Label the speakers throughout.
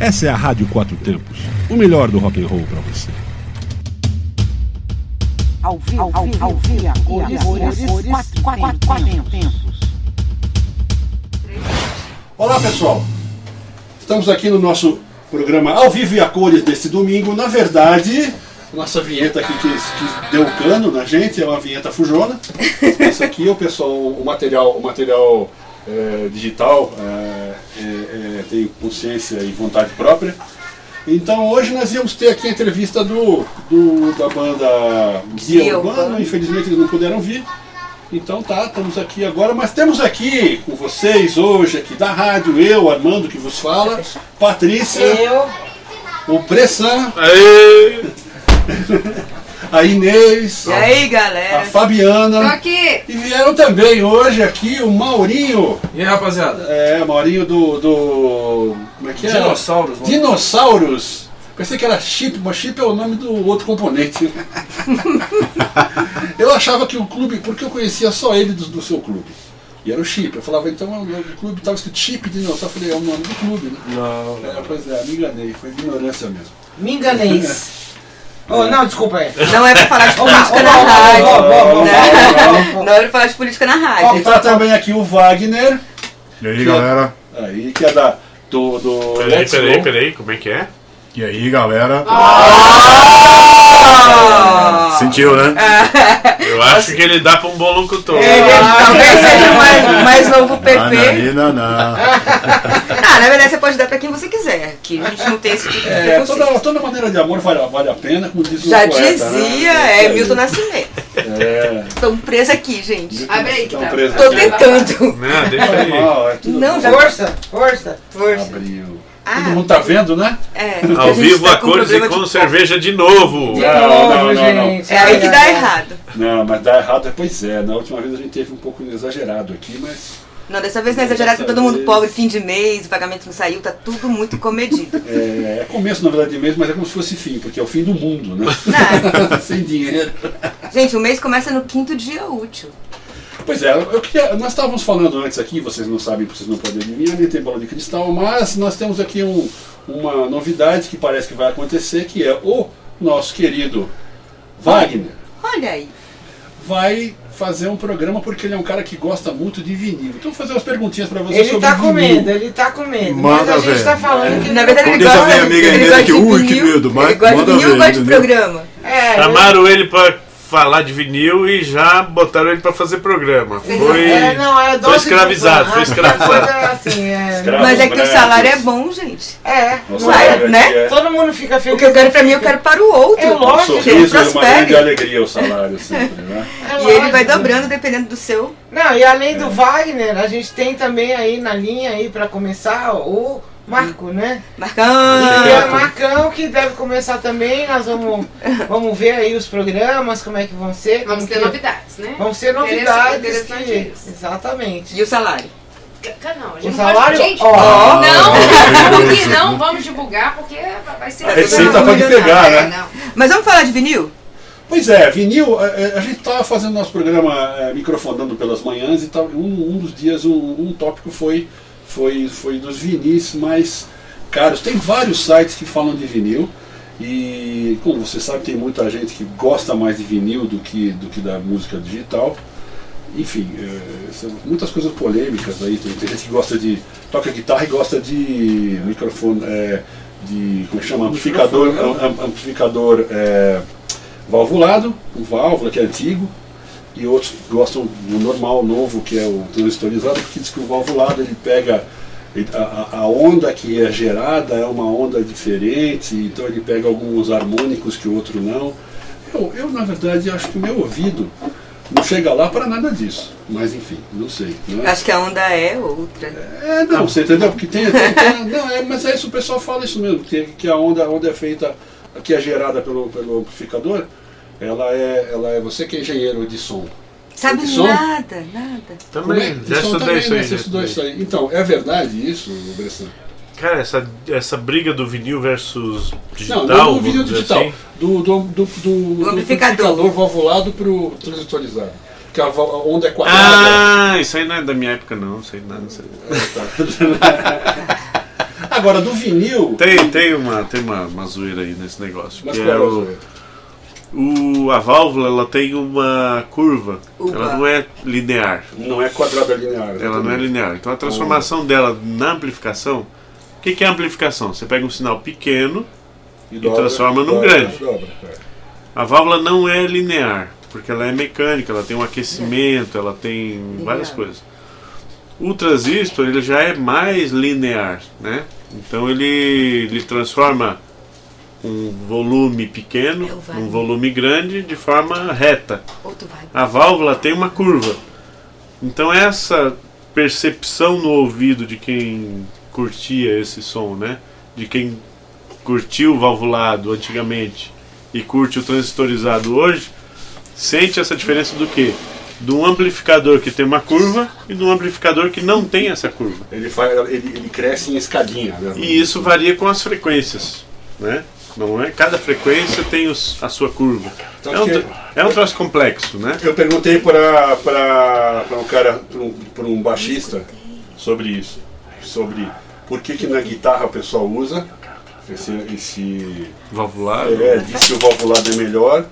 Speaker 1: Essa é a Rádio Quatro Tempos, o melhor do rock and roll para você.
Speaker 2: Ao vivo, ao vivo, ao vivo, quatro, quatro, quatro tempos.
Speaker 3: Olá pessoal, estamos aqui no nosso programa ao vivo e a cores deste domingo. Na verdade, nossa vinheta aqui que, que deu cano na gente é uma vinheta fujona. Essa aqui o pessoal, o material, o material é, digital é, é, é, tem consciência e vontade própria. Então hoje nós íamos ter aqui a entrevista do, do- da banda Guia
Speaker 4: Guia
Speaker 3: Urbano,
Speaker 4: Urbano.
Speaker 3: infelizmente eles não puderam vir. Então tá, estamos aqui agora, mas temos aqui com vocês hoje, aqui da rádio, eu, Armando, que vos fala, Patrícia,
Speaker 4: Eu,
Speaker 3: o Bressan,
Speaker 5: Aê!
Speaker 3: a Inês,
Speaker 4: e aí
Speaker 3: a
Speaker 4: galera? Tô
Speaker 3: Fabiana.
Speaker 4: aqui!
Speaker 3: E vieram também hoje aqui o Maurinho,
Speaker 5: E aí, rapaziada?
Speaker 3: é, Maurinho do, do. Como é que é?
Speaker 5: Dinossauros, mano.
Speaker 3: Dinossauros! Pensei que era Chip, mas Chip é o nome do outro componente. eu achava que o clube, porque eu conhecia só ele do, do seu clube. E era o Chip. Eu falava, então é o nome do clube, estava escrito Chip Dinossauro. Eu falei, é o nome do clube, né?
Speaker 5: Não,
Speaker 3: É, pois é, me enganei, foi ignorância mesmo.
Speaker 6: Me enganeis. Oh, não, desculpa aí.
Speaker 4: Não é pra falar de política na
Speaker 6: Ó,
Speaker 4: rádio.
Speaker 6: ó, ó, ó, ó, ó, ó.
Speaker 4: Não é pra falar de política na
Speaker 3: Ó,
Speaker 4: rádio.
Speaker 3: tá também aqui o Wagner,
Speaker 7: E aí, galera?
Speaker 3: aí, que é da, do. do
Speaker 5: Peraí,
Speaker 3: Let's
Speaker 5: peraí,
Speaker 3: Go.
Speaker 5: peraí, como é que é?
Speaker 7: E aí, galera?
Speaker 4: Ah,
Speaker 7: Sentiu, né?
Speaker 5: Eu acho que ele dá pra um bom locutor.
Speaker 4: é
Speaker 6: Ah,
Speaker 4: Talvez
Speaker 3: Ah,
Speaker 4: seja o mais, mais novo
Speaker 7: Ah,
Speaker 4: PP.
Speaker 7: Nananina.
Speaker 4: Ah, na verdade você pode dar pra quem você quiser. Que a gente não tem esse tipo de
Speaker 3: É,
Speaker 4: preconceito.
Speaker 3: toda, toda maneira de amor vale, a- vale a pena, como diz o
Speaker 4: Já
Speaker 3: poeta,
Speaker 4: dizia,
Speaker 3: né?
Speaker 4: é Milton Nascimento.
Speaker 3: É.
Speaker 4: Estão presa aqui, gente.
Speaker 3: Abre aí,
Speaker 4: Tô tentando.
Speaker 5: Não, Né, deixa aí.
Speaker 3: Normal, é tudo
Speaker 4: Não, já
Speaker 6: Força, força.
Speaker 4: força.
Speaker 3: Abril.
Speaker 4: Ah.
Speaker 3: Todo mundo tá vendo, né?
Speaker 4: É, porque
Speaker 5: Ao
Speaker 4: gente
Speaker 5: vivo,
Speaker 4: tá
Speaker 5: a
Speaker 4: com
Speaker 5: cores e
Speaker 4: problema
Speaker 5: com
Speaker 4: de-
Speaker 5: cerveja de novo.
Speaker 3: não, não, não, não.
Speaker 6: gente.
Speaker 4: É aí que dá errado.
Speaker 3: Não, mas dá errado, é, pois é. Na última vez a gente teve um pouco exagerado aqui, mas.
Speaker 4: Não, dessa vez não é exagerado, tá todo mundo pobre, fim de mês, o pagamento não saiu, tá tudo muito comedido.
Speaker 3: É, é começo, na verdade, mesmo, mas é como se fosse fim, porque é o fim do mundo, né?
Speaker 4: Não,
Speaker 6: É.
Speaker 3: Sem dinheiro.
Speaker 4: gente, o mês começa no quinto dia útil.
Speaker 3: Pois é, eu queria, nós estávamos falando antes aqui, vocês não sabem, vocês não podem adivinhar, nem tem bola de cristal, mas nós temos aqui um- uma novidade que parece que vai acontecer, que é o nosso querido Wagner
Speaker 4: Olha aí.
Speaker 3: vai fazer um programa porque ele é um cara que gosta muito de vinil. Então vou fazer umas perguntinhas para vocês
Speaker 6: Ele
Speaker 3: sobre
Speaker 6: tá
Speaker 3: vinil. É.
Speaker 6: comendo, ele tá comendo.
Speaker 7: Manda
Speaker 6: Mas a gente
Speaker 7: ver.
Speaker 6: tá falando que.
Speaker 4: Na verdade,
Speaker 7: Como
Speaker 4: ele
Speaker 7: diz a
Speaker 4: gosta,
Speaker 7: minha amiga
Speaker 4: ele
Speaker 7: Inês
Speaker 4: gosta
Speaker 7: aqui,
Speaker 4: de
Speaker 7: ui, que
Speaker 4: vinil,
Speaker 7: medo, mas
Speaker 4: Ele gosta de
Speaker 7: manda
Speaker 4: vinil,
Speaker 7: ver, né? Tá
Speaker 4: gosta de né?
Speaker 7: entendeu?
Speaker 4: programa.
Speaker 6: É,
Speaker 5: Chamaram ele pra falar de vinil e já botaram ele pra fazer programa. Foi.
Speaker 6: É, não, é
Speaker 5: Foi
Speaker 6: dose de
Speaker 5: escravizado,
Speaker 6: fã.
Speaker 5: foi escravizado.
Speaker 6: Ah, Assim, é.
Speaker 3: Escravos
Speaker 4: Mas é que o
Speaker 3: brancos.
Speaker 4: salário é bom, gente.
Speaker 6: é,
Speaker 3: Nossa,
Speaker 6: não é?
Speaker 3: olha,
Speaker 4: né?
Speaker 3: que é-
Speaker 6: Todo mundo fica feliz.
Speaker 4: O que eu quero pra mim, eu quero para o outro.
Speaker 6: É
Speaker 3: Um
Speaker 6: lógico.
Speaker 4: Que ele
Speaker 7: né?
Speaker 3: sorriso é uma grande
Speaker 4: prospere.
Speaker 3: alegria o salário sempre, né?
Speaker 6: É
Speaker 4: E ele vai
Speaker 6: lógico.
Speaker 4: dobrando dependendo do seu.
Speaker 6: Não, e além do Wagner, a gente tem também aí na linha aí pra começar o Marco, né? E é
Speaker 4: Marcão.
Speaker 6: o Marcão que deve começar também. Nós vamos, vamos ver aí os programas, como é que vão ser.
Speaker 8: Vamos
Speaker 6: como
Speaker 8: ter
Speaker 6: que-
Speaker 8: novidades, né?
Speaker 6: Vão
Speaker 4: É
Speaker 6: ser novidades.
Speaker 8: Interessante
Speaker 6: que-
Speaker 8: isso.
Speaker 6: Exatamente.
Speaker 4: E o salário.
Speaker 8: Ca- Não, a
Speaker 6: O
Speaker 8: gente não
Speaker 6: salário,
Speaker 8: pode... Gente,
Speaker 6: ó,
Speaker 8: não,
Speaker 7: meu
Speaker 8: porque
Speaker 7: Deus.
Speaker 8: não vamos divulgar, porque vai ser...
Speaker 4: É,
Speaker 3: Receita
Speaker 4: Não,
Speaker 3: pode
Speaker 4: não,
Speaker 3: pegar,
Speaker 8: É,
Speaker 3: né?
Speaker 8: não.
Speaker 4: Mas vamos falar de vinil?
Speaker 3: Pois é, vinil, a, a- a gente estava fazendo nosso programa eh, microfonando pelas manhãs e tal, um, um dos dias um, um tópico foi, foi, foi dos vinis mais caros. Tem vários sites que falam de vinil e, como você sabe, tem muita gente que gosta mais de vinil do que, do que da música digital. Enfim, eh, são muitas coisas polêmicas aí. Tem, tem gente que gosta de. toca guitarra e gosta de microfone. eh, de. como é que chama? Amplificador. am- am- amplificador eh, valvulado, o válvula que é antigo, e outros que gostam do normal, novo, que é o transistorizado, porque diz que o valvulado ele pega ele- a, a- a onda que é gerada é uma onda diferente, então ele pega alguns harmônicos que o outro não. Eu, eu na verdade acho que o meu ouvido não chega lá para nada disso, mas enfim, não sei. Não é?
Speaker 4: Acho que a onda é outra.
Speaker 3: É, não, você entendeu? Porque tem. tem- tem- não, é, mas é isso, o pessoal fala isso mesmo, que, que a onda, a onda é feita, que é gerada pelo, pelo amplificador, ela é, ela é. Você que é engenheiro de som.
Speaker 4: Sabe
Speaker 3: Som?
Speaker 4: nada, nada.
Speaker 3: Como é-
Speaker 5: Também,
Speaker 3: de
Speaker 5: já
Speaker 3: som
Speaker 5: estudei
Speaker 3: também,
Speaker 5: isso aí.
Speaker 3: né? Você
Speaker 5: já
Speaker 3: estudou isso
Speaker 5: estudei.
Speaker 3: aí. Então, é verdade isso, Bressan?
Speaker 5: Cara, essa, essa briga do vinil versus digital.
Speaker 3: Não, não do
Speaker 5: vamos
Speaker 3: vídeo
Speaker 5: dizer
Speaker 3: digital.
Speaker 5: assim.
Speaker 3: Do, do, do, do, do
Speaker 4: amplificador.
Speaker 3: valvulado para o transistorizado. Que a, val- a onda é quadrada.
Speaker 5: é, Ah, isso aí não é da minha época, não. Isso aí não, isso aí não.
Speaker 3: Tá. Agora, do vinil.
Speaker 5: Tem, tem, uma, tem uma, uma zoeira aí nesse negócio.
Speaker 3: Mas
Speaker 5: que
Speaker 3: qual
Speaker 5: é
Speaker 3: é o
Speaker 5: o-
Speaker 3: zoeiro?
Speaker 5: o- a válvula ela tem uma curva.
Speaker 4: Uba.
Speaker 5: Ela não é linear.
Speaker 3: Não é quadrada linear. Ah.
Speaker 5: Ela não é linear. Então a transformação dela na amplificação. O que, que é amplificação? Você pega um sinal pequeno,
Speaker 3: E,
Speaker 5: transforma num
Speaker 3: dobra,
Speaker 5: grande.
Speaker 3: dobra, é.
Speaker 5: a válvula não é linear, porque ela é mecânica, ela tem um aquecimento, ela tem várias coisas. O transistor ele já é mais linear, né? Então ele, ele transforma um volume pequeno
Speaker 4: É o vale.
Speaker 5: num volume grande de forma reta.
Speaker 4: Outro vai.
Speaker 5: A válvula tem uma curva. Então essa percepção no ouvido de quem curtia esse som, né? De quem curtiu o valvulado antigamente e curte o transistorizado hoje, sente essa diferença do quê? De um amplificador que tem uma curva e de um amplificador que não tem essa curva.
Speaker 3: Ele, faz, ele, ele cresce em escadinha. né?
Speaker 5: E isso varia com as frequências, né? Não é? Cada frequência tem os- a sua curva.
Speaker 3: Então,
Speaker 5: É um, tro- é um troço complexo, né?
Speaker 3: Eu perguntei para para para um cara, para um, pra um baixista sobre isso, sobre por que que na guitarra o pessoal usa esse esse
Speaker 5: Valvulado.
Speaker 3: é, diz que o valvulado é melhor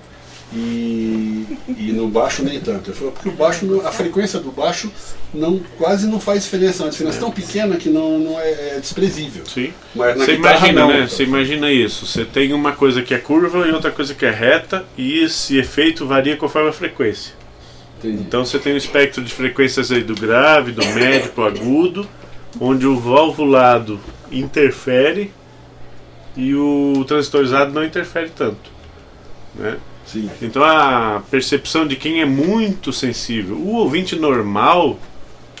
Speaker 3: e, e no baixo nem tanto. Eu falei, porque o baixo, não- a frequência do baixo não quase não faz diferença, é uma diferença tão pequena que não não é, é desprezível.
Speaker 5: Sim.
Speaker 3: Mas na
Speaker 5: Você
Speaker 3: guitarra,
Speaker 5: imagina,
Speaker 3: não.
Speaker 5: né? Você imagina isso. Você tem uma coisa que é curva e outra coisa que é reta, e esse efeito varia conforme a frequência.
Speaker 3: Entendi.
Speaker 5: Então você tem um espectro de frequências aí do grave, do médio pro agudo, onde o valvulado interfere e o transistorizado não interfere tanto. Né?
Speaker 3: Sim.
Speaker 5: Então a percepção de quem é muito sensível, o ouvinte normal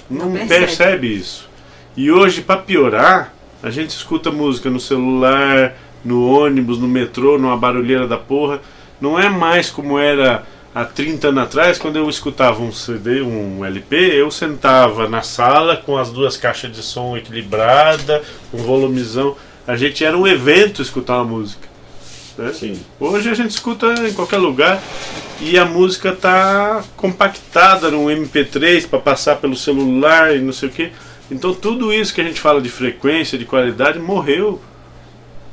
Speaker 5: não,
Speaker 4: Não
Speaker 5: percebe.
Speaker 4: percebe.
Speaker 5: isso. E hoje, para piorar, a gente escuta música no celular, no ônibus, no metrô, numa barulheira da porra. Não é mais como era há 30 anos atrás, quando eu escutava um CD, um LP, eu sentava na sala com as duas caixas de som equilibrada, um volumizão. A gente era um evento escutar uma música. né?
Speaker 3: Sim.
Speaker 5: Hoje a gente escuta em qualquer lugar e a música tá compactada num MP3 para passar pelo celular e não sei o que. Então tudo isso que a gente fala de frequência, de qualidade, morreu.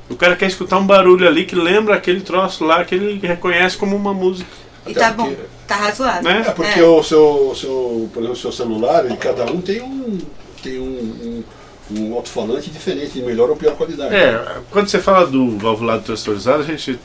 Speaker 5: O cara quer escutar um barulho ali que lembra aquele troço lá que ele reconhece como uma música.
Speaker 4: E
Speaker 3: Até
Speaker 4: tá
Speaker 3: então, porque-
Speaker 4: bom, tá razoável.
Speaker 5: Né?
Speaker 3: É, porque o seu, o seu, por exemplo, o seu celular, ele, cada um tem um, tem um, um, um alto-falante diferente, de melhor ou pior qualidade.
Speaker 5: É, quando você fala do valvulado transistorizado, a gente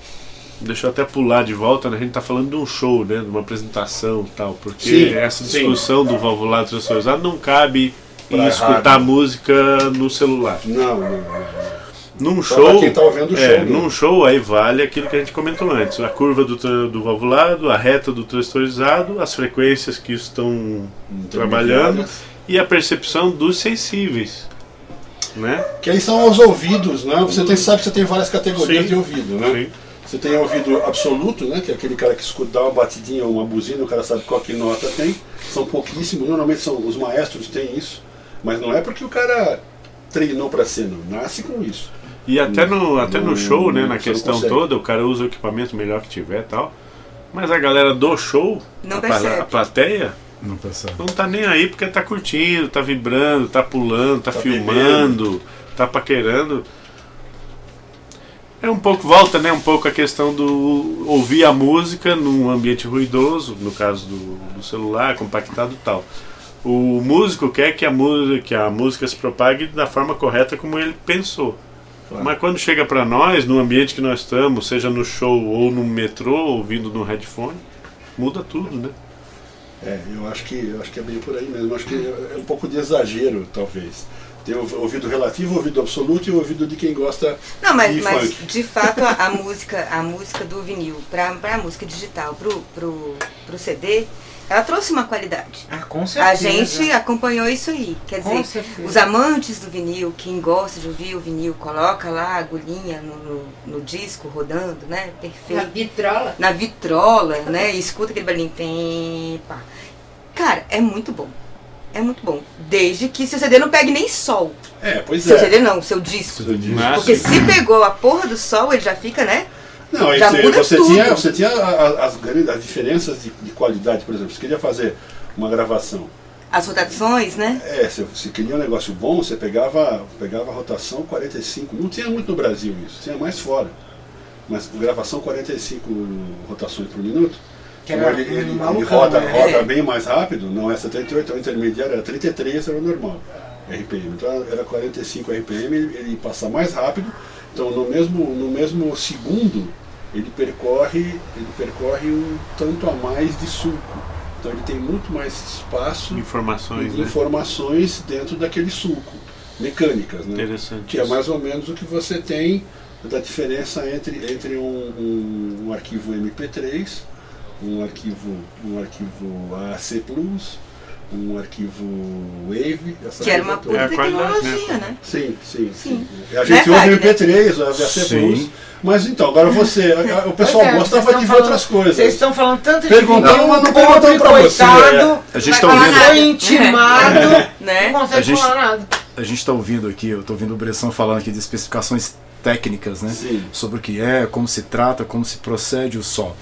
Speaker 5: deixou até pular de volta, né? A gente tá falando de um show, né? De uma apresentação e tal. Porque
Speaker 3: Sim,
Speaker 5: essa
Speaker 3: sim.
Speaker 5: discussão do valvulado transistorizado não cabe em
Speaker 3: Pra
Speaker 5: escutar
Speaker 3: rádio.
Speaker 5: música no celular.
Speaker 3: Não, não, não.
Speaker 5: Num
Speaker 3: Só
Speaker 5: show.
Speaker 3: pra quem tá ouvindo o
Speaker 5: é,
Speaker 3: show, né?
Speaker 5: num show aí vale aquilo que a gente comentou antes. A curva do, tra- do valvulado, a reta do transistorizado, as frequências que estão trabalhando e a percepção dos sensíveis. Né?
Speaker 3: Que aí são os ouvidos, né? Você tem, sabe que você tem várias categorias
Speaker 5: Sim.
Speaker 3: de ouvido, né?
Speaker 5: Sim.
Speaker 3: Você tem ouvido absoluto, né? Que é aquele cara que escuta, dá uma batidinha ou uma buzina, o cara sabe qual que nota tem. São pouquíssimos, normalmente são, os maestros têm isso. Mas não é porque o cara treinou pra ser, não. Nasce com isso.
Speaker 5: E até no, até no
Speaker 3: Não,
Speaker 5: show, né?
Speaker 3: não,
Speaker 5: Na
Speaker 3: você não
Speaker 5: questão
Speaker 3: consegue.
Speaker 5: toda, o cara usa o equipamento melhor que tiver e tal. Mas a galera do show,
Speaker 4: Não
Speaker 5: a, pla-
Speaker 4: percebe.
Speaker 5: a plateia,
Speaker 7: Não percebe.
Speaker 5: não tá nem aí porque tá curtindo, tá vibrando, tá pulando, tá,
Speaker 3: Tá
Speaker 5: filmando, tá paquerando. É um pouco, volta, né? Um pouco a questão do ouvir a música num ambiente ruidoso, no caso do, do celular, compactado e tal. O músico quer que a, música, que a música se propague da forma correta como ele pensou. Mas quando chega pra nós, no ambiente que nós estamos, seja no show ou no metrô, ouvindo no headphone, muda tudo, né?
Speaker 3: É, eu acho que eu acho que é bem por aí mesmo. Eu Acho que é um pouco de exagero, talvez. Tem o ouvido relativo, o ouvido absoluto e o ouvido de quem gosta
Speaker 4: Não,
Speaker 3: de
Speaker 4: mas, mas
Speaker 3: funk.
Speaker 4: de fato a, a música, a música do vinil pra, pra música digital, pro, pro, pro CD, ela trouxe uma qualidade.
Speaker 6: Ah, com certeza.
Speaker 4: A gente acompanhou isso aí. Quer
Speaker 6: Com
Speaker 4: dizer,
Speaker 6: certeza.
Speaker 4: os amantes do vinil, quem gosta de ouvir o vinil, coloca lá a agulhinha no, no, no disco rodando, né?
Speaker 8: Na
Speaker 4: Perfeito.
Speaker 8: vitrola.
Speaker 4: Na vitrola, né? E escuta aquele barulhinho. tem, pá. Cara, é muito bom. É muito bom. Desde que seu CD não pegue nem sol.
Speaker 3: É, pois
Speaker 4: Seu
Speaker 3: é.
Speaker 4: CD não, seu disco.
Speaker 5: Mas-
Speaker 4: Porque se pegou a porra do sol, ele já fica, né?
Speaker 3: Não, aí
Speaker 4: já
Speaker 3: você,
Speaker 4: muda
Speaker 3: você
Speaker 4: tudo.
Speaker 3: tinha, você tinha a- a- as, grandes- as diferenças de, de qualidade, por exemplo, você queria fazer uma gravação
Speaker 4: As rotações, né?
Speaker 3: É, se, se queria um negócio bom, você pegava, pegava a rotação 45. Não tinha muito no Brasil isso, tinha mais fora. Mas gravação 45 rotações por minuto.
Speaker 6: Que
Speaker 3: então
Speaker 6: era
Speaker 3: ele, ele- ele
Speaker 6: malucão,
Speaker 3: roda,
Speaker 6: né?
Speaker 3: roda
Speaker 4: É.
Speaker 3: bem mais rápido, não é 78, é o intermediário, era 33, era o normal RPM. Então era 45 RPM, ele, ele passa mais rápido. Então no mesmo, no mesmo segundo ele percorre, ele percorre um tanto a mais de sulco. Então ele tem muito mais espaço
Speaker 5: Informações,
Speaker 3: e
Speaker 5: né?
Speaker 3: informações dentro daquele sulco, mecânicas, né?
Speaker 5: Interessante
Speaker 3: Que é
Speaker 5: isso.
Speaker 3: mais ou menos o que você tem da diferença entre, entre um, um- um arquivo MP3, um arquivo, um arquivo AC Plus, um arquivo Wave, essa
Speaker 4: Que era
Speaker 3: coisa
Speaker 4: uma
Speaker 3: toda.
Speaker 4: puta
Speaker 5: É a qualidade,
Speaker 4: tecnologia, né?
Speaker 3: Sim, sim,
Speaker 4: Sim.
Speaker 3: sim. A gente
Speaker 4: Não é
Speaker 3: usa o
Speaker 4: Wagner?
Speaker 3: MP3, o AC Plus.
Speaker 7: Sim.
Speaker 3: Mas então, agora você, a- a- o pessoal
Speaker 6: Pois é, vocês
Speaker 3: gostava
Speaker 6: estão
Speaker 3: de ver
Speaker 6: falando-
Speaker 3: outras coisas.
Speaker 6: Vocês estão falando tanto
Speaker 3: Perguntaram,
Speaker 6: de
Speaker 3: mas não
Speaker 6: um pobre
Speaker 3: perguntaram pra você,
Speaker 6: coitado,
Speaker 7: A gente
Speaker 4: Vai
Speaker 7: tá
Speaker 4: falar
Speaker 7: ouvindo.
Speaker 4: nada.
Speaker 6: foi intimado,
Speaker 4: Né?
Speaker 6: não
Speaker 7: A
Speaker 6: consegue
Speaker 7: gente-
Speaker 6: falar nada.
Speaker 7: A gente tá ouvindo aqui, eu tô ouvindo o Bressan falando aqui de especificações técnicas, né?
Speaker 3: Sim.
Speaker 7: Sobre o que é, como se trata, como se procede o som.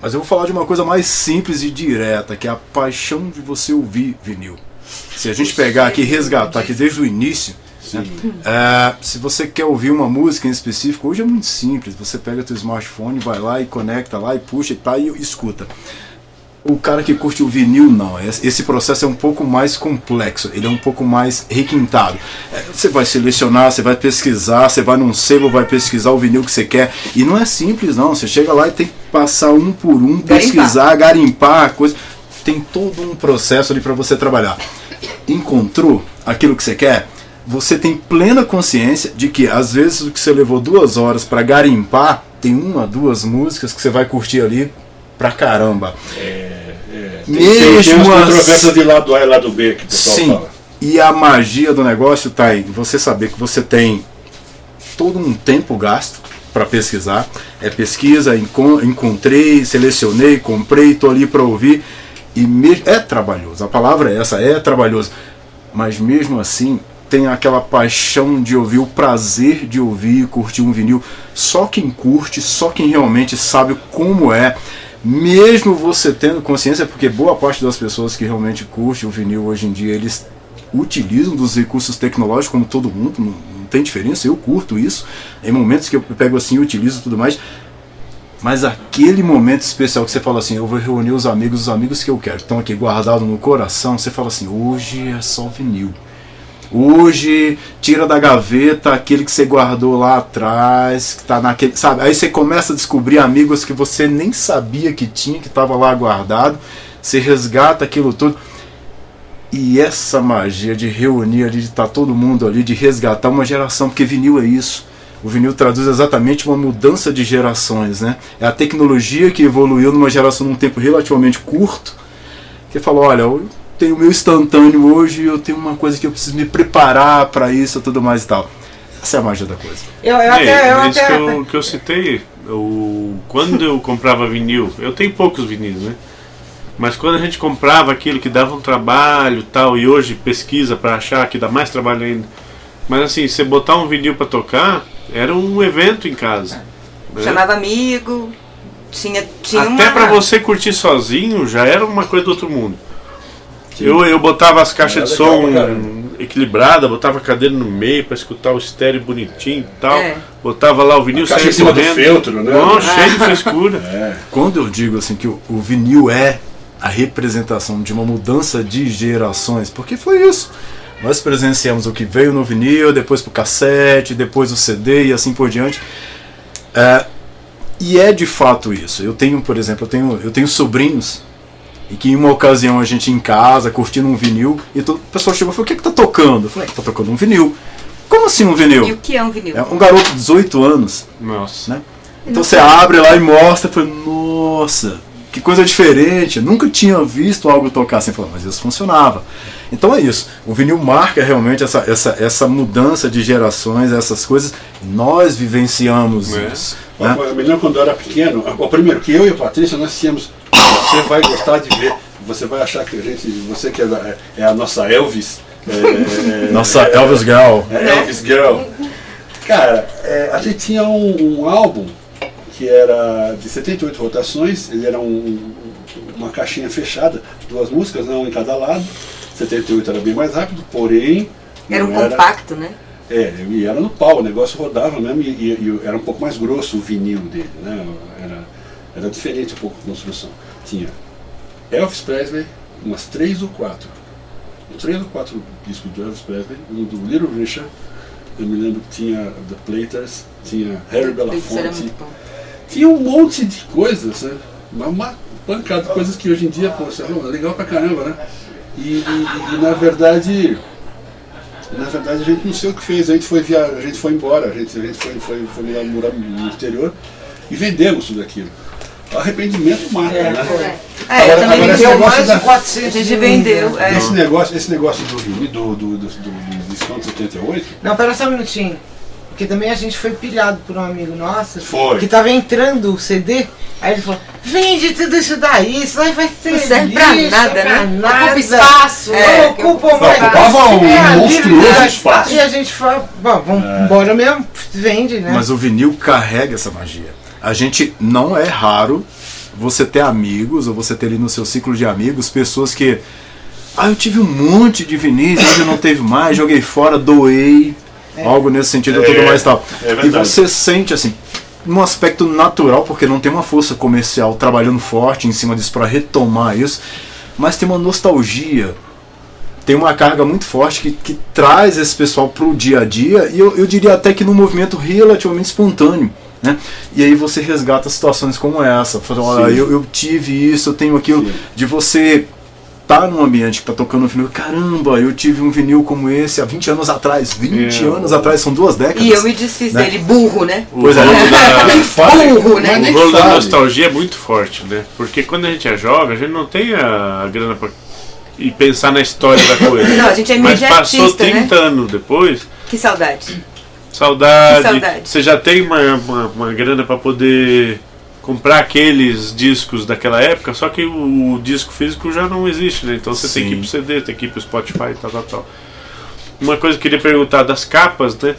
Speaker 7: Mas eu vou falar de uma coisa mais simples e direta, que é a paixão de você ouvir vinil. Se a gente pegar aqui e resgatar aqui desde o início,
Speaker 3: Sim.
Speaker 7: é, se você quer ouvir uma música em específico, hoje é muito simples. Você pega teu smartphone, vai lá e conecta lá e puxa e tá e escuta. O cara que curte o vinil, não. Esse esse processo é um pouco mais complexo, ele é um pouco mais requintado. É, Você vai selecionar, você vai pesquisar, você vai num sebo, vai pesquisar o vinil que você quer. E não é simples, não. Você chega lá e tem que passar um por um, pesquisar, garimpar, a coisa. Tem todo um processo ali para você trabalhar. Encontrou aquilo que você quer? Você tem plena consciência de que às vezes o que você levou duas horas para garimpar tem uma, duas músicas que você vai curtir ali pra caramba.
Speaker 3: É, Tem, tem umas
Speaker 7: Mesmo
Speaker 3: controvérsias
Speaker 7: assim,
Speaker 3: de lado A e lado B que o pessoal
Speaker 7: sim.
Speaker 3: fala.
Speaker 7: E a magia do negócio tá em você saber que você tem todo um tempo gasto para pesquisar. É pesquisa, encon- encontrei, selecionei, comprei, tô ali para ouvir. E me- é trabalhoso. A palavra é essa, é trabalhoso. Mas mesmo assim, tem aquela paixão de ouvir, o prazer de ouvir e curtir um vinil. Só quem curte, só quem realmente sabe como é. Mesmo você tendo consciência, porque boa parte das pessoas que realmente curte o vinil hoje em dia, eles utilizam dos recursos tecnológicos como todo mundo, não, não tem diferença, eu curto isso. Em momentos que eu pego assim, utilizo e tudo mais. Mas aquele momento especial que você fala assim, eu vou reunir os amigos, os amigos que eu quero, que estão aqui guardados no coração, você fala assim, hoje é só vinil. Hoje, tira da gaveta aquele que você guardou lá atrás, que tá naquele. Sabe? Aí você começa a descobrir amigos que você nem sabia que tinha, que estava lá guardado. Você resgata aquilo tudo. E essa magia de reunir ali, de estar todo mundo ali, de resgatar uma geração, porque vinil é isso. O vinil traduz exatamente uma mudança de gerações, né? É a tecnologia que evoluiu numa geração num tempo relativamente curto, que falou, olha, eu tenho o meu instantâneo hoje, eu tenho uma coisa que eu preciso me preparar para isso e tudo mais e tal. Essa é a magia da coisa.
Speaker 6: Eu, eu até, eu
Speaker 5: É, isso
Speaker 6: até.
Speaker 5: que eu, que eu citei, o, quando eu comprava vinil, eu tenho poucos vinis, né? Mas quando a gente comprava aquilo que dava um trabalho e tal, e hoje pesquisa pra achar que dá mais trabalho ainda. Mas assim, você botar um vinil pra tocar, era um evento em casa. né?
Speaker 4: Chamava amigo, tinha, tinha
Speaker 5: Até
Speaker 4: uma...
Speaker 5: pra você curtir sozinho já era uma coisa do outro mundo. Eu, eu botava as
Speaker 3: Era
Speaker 5: caixas de
Speaker 3: legal
Speaker 5: som
Speaker 3: pra caramba.
Speaker 5: equilibrada, botava a cadeira no meio pra escutar o estéreo bonitinho e tal.
Speaker 4: É. Ah.
Speaker 5: Botava lá o vinil
Speaker 3: A caixa
Speaker 5: saía
Speaker 3: em cima do
Speaker 5: correndo.
Speaker 3: feltro, né? É.
Speaker 5: Não, cheio de frescura.
Speaker 7: Quando eu digo assim que o, o vinil é a representação de uma mudança de gerações, porque foi isso. Nós presenciamos o que veio no vinil, depois pro cassete, depois o CD e assim por diante. É, e é de fato isso. Eu tenho, por exemplo, eu tenho, eu tenho sobrinhos e que em uma ocasião a gente em casa, curtindo um vinil, e todo, o pessoal chegou e falou, o que é que tá tocando? Eu falei, tá tocando um vinil. Como assim um
Speaker 4: E
Speaker 7: vinil?
Speaker 4: o que é um vinil?
Speaker 7: É, um garoto de 18 anos
Speaker 5: Nossa.
Speaker 7: né? Então você abre lá e mostra, fala, nossa, que coisa diferente. Eu nunca tinha visto algo tocar assim, fala, mas isso funcionava. Então é isso. O vinil marca realmente essa, essa, essa mudança de gerações, essas coisas. Nós vivenciamos
Speaker 5: É.
Speaker 7: isso.
Speaker 3: Eu
Speaker 7: né?
Speaker 3: eu me lembro quando eu era pequeno, Ah, o primeiro que eu e a Patrícia nós tínhamos. Você vai gostar de ver, você vai achar que a gente, você que é, da- é a nossa Elvis. é- é-
Speaker 7: Nossa, Elvis Gal.
Speaker 3: é Elvis Girl. Cara, é, a gente tinha um, um álbum que era de 78 rotações, ele era um- um- uma caixinha fechada, duas músicas, né, um em cada lado. 78 era bem mais rápido, porém.
Speaker 4: Era um
Speaker 3: não
Speaker 4: compacto, né?
Speaker 3: É, e era no pau, o negócio rodava mesmo e, e- e era um pouco mais grosso o vinil dele, né? Era, era diferente um pouco a construção. Tinha Elvis Presley, umas três ou quatro. Uns Três ou quatro discos do Elvis Presley, um do Little Richard, eu me lembro que tinha The Platers, tinha Harry
Speaker 4: Isso era
Speaker 3: Belafonte,
Speaker 4: muito bom.
Speaker 3: tinha um monte de coisas, né? Uma, uma pancada de coisas que hoje em dia, pô, você fala, legal pra caramba, né? E, e- e, na verdade, na verdade a gente não sei o que fez, a gente foi via, a gente foi embora, a gente, a gente foi, foi, foi morar, morar no exterior e vendemos tudo aquilo. Arrependimento mata,
Speaker 6: É,
Speaker 3: né?
Speaker 4: É, eu
Speaker 6: tá
Speaker 3: Agora-
Speaker 4: também
Speaker 3: agora
Speaker 4: vendi.
Speaker 3: esse
Speaker 6: Deu
Speaker 3: negócio
Speaker 6: mais
Speaker 3: da-
Speaker 6: de 400
Speaker 4: A gente
Speaker 6: mil,
Speaker 4: vendeu. É.
Speaker 3: Esse negócio, esse negócio do vinil, do, do, do, do, do desconto 78,
Speaker 6: Não, pera só um minutinho. Porque também a gente foi pilhado por um amigo nosso
Speaker 3: Foi.
Speaker 6: que tava entrando o CD. Aí ele falou: vende tudo isso daí, isso aí vai ser.
Speaker 4: Não serve pra
Speaker 6: lixo,
Speaker 4: nada,
Speaker 6: pra
Speaker 4: né?
Speaker 6: nada.
Speaker 8: Ocupa espaço.
Speaker 6: É,
Speaker 4: É,
Speaker 6: ocupa
Speaker 3: Não,
Speaker 6: mais. é,
Speaker 3: ocupava um monstruoso espaço.
Speaker 6: né? E a gente foi, bom,
Speaker 5: É.
Speaker 6: vamos embora mesmo, vende, né?
Speaker 7: Mas o vinil carrega essa magia. A gente não é raro você ter amigos ou você ter ali no seu ciclo de amigos pessoas que ah, eu tive um monte de vinis, hoje não teve mais, joguei fora, doei, algo nesse sentido e
Speaker 3: É,
Speaker 7: tudo mais e tal.
Speaker 3: é
Speaker 7: e
Speaker 3: verdade.
Speaker 7: você sente assim, num aspecto natural, porque não tem uma força comercial trabalhando forte em cima disso para retomar isso, mas tem uma nostalgia tem uma carga muito forte que, que traz esse pessoal pro dia a dia e eu, eu diria até que num movimento relativamente espontâneo. Né? E aí você resgata situações como essa. Fala, olha, eu, eu tive isso, eu tenho aquilo.
Speaker 3: Sim.
Speaker 7: De você tá num ambiente que tá tocando um vinil, caramba, eu tive um vinil como esse há 20 anos atrás. 20
Speaker 5: É.
Speaker 7: anos atrás, são duas décadas.
Speaker 4: E eu me desfiz
Speaker 7: Né?
Speaker 4: dele, burro, né?
Speaker 5: O
Speaker 7: Pois é.
Speaker 5: rolo da-
Speaker 4: burro, né?
Speaker 5: O
Speaker 3: nem
Speaker 5: rolo da
Speaker 3: fale.
Speaker 5: nostalgia é muito forte, né? Porque quando a gente é jovem, a gente não tem a grana pra e pensar na história da coisa.
Speaker 4: Não, a gente é
Speaker 5: Mas passou
Speaker 4: imediatista, né?
Speaker 5: 30 anos depois,
Speaker 4: Que saudade.
Speaker 5: saudade,
Speaker 4: Que saudade.
Speaker 5: Você já tem uma, uma, uma grana pra poder comprar aqueles discos daquela época, só que o, o disco físico já não existe, né? Então você tem que ir pro CD, tem que ir pro Spotify, tal, tal, tal. Uma coisa que eu queria perguntar das capas, né?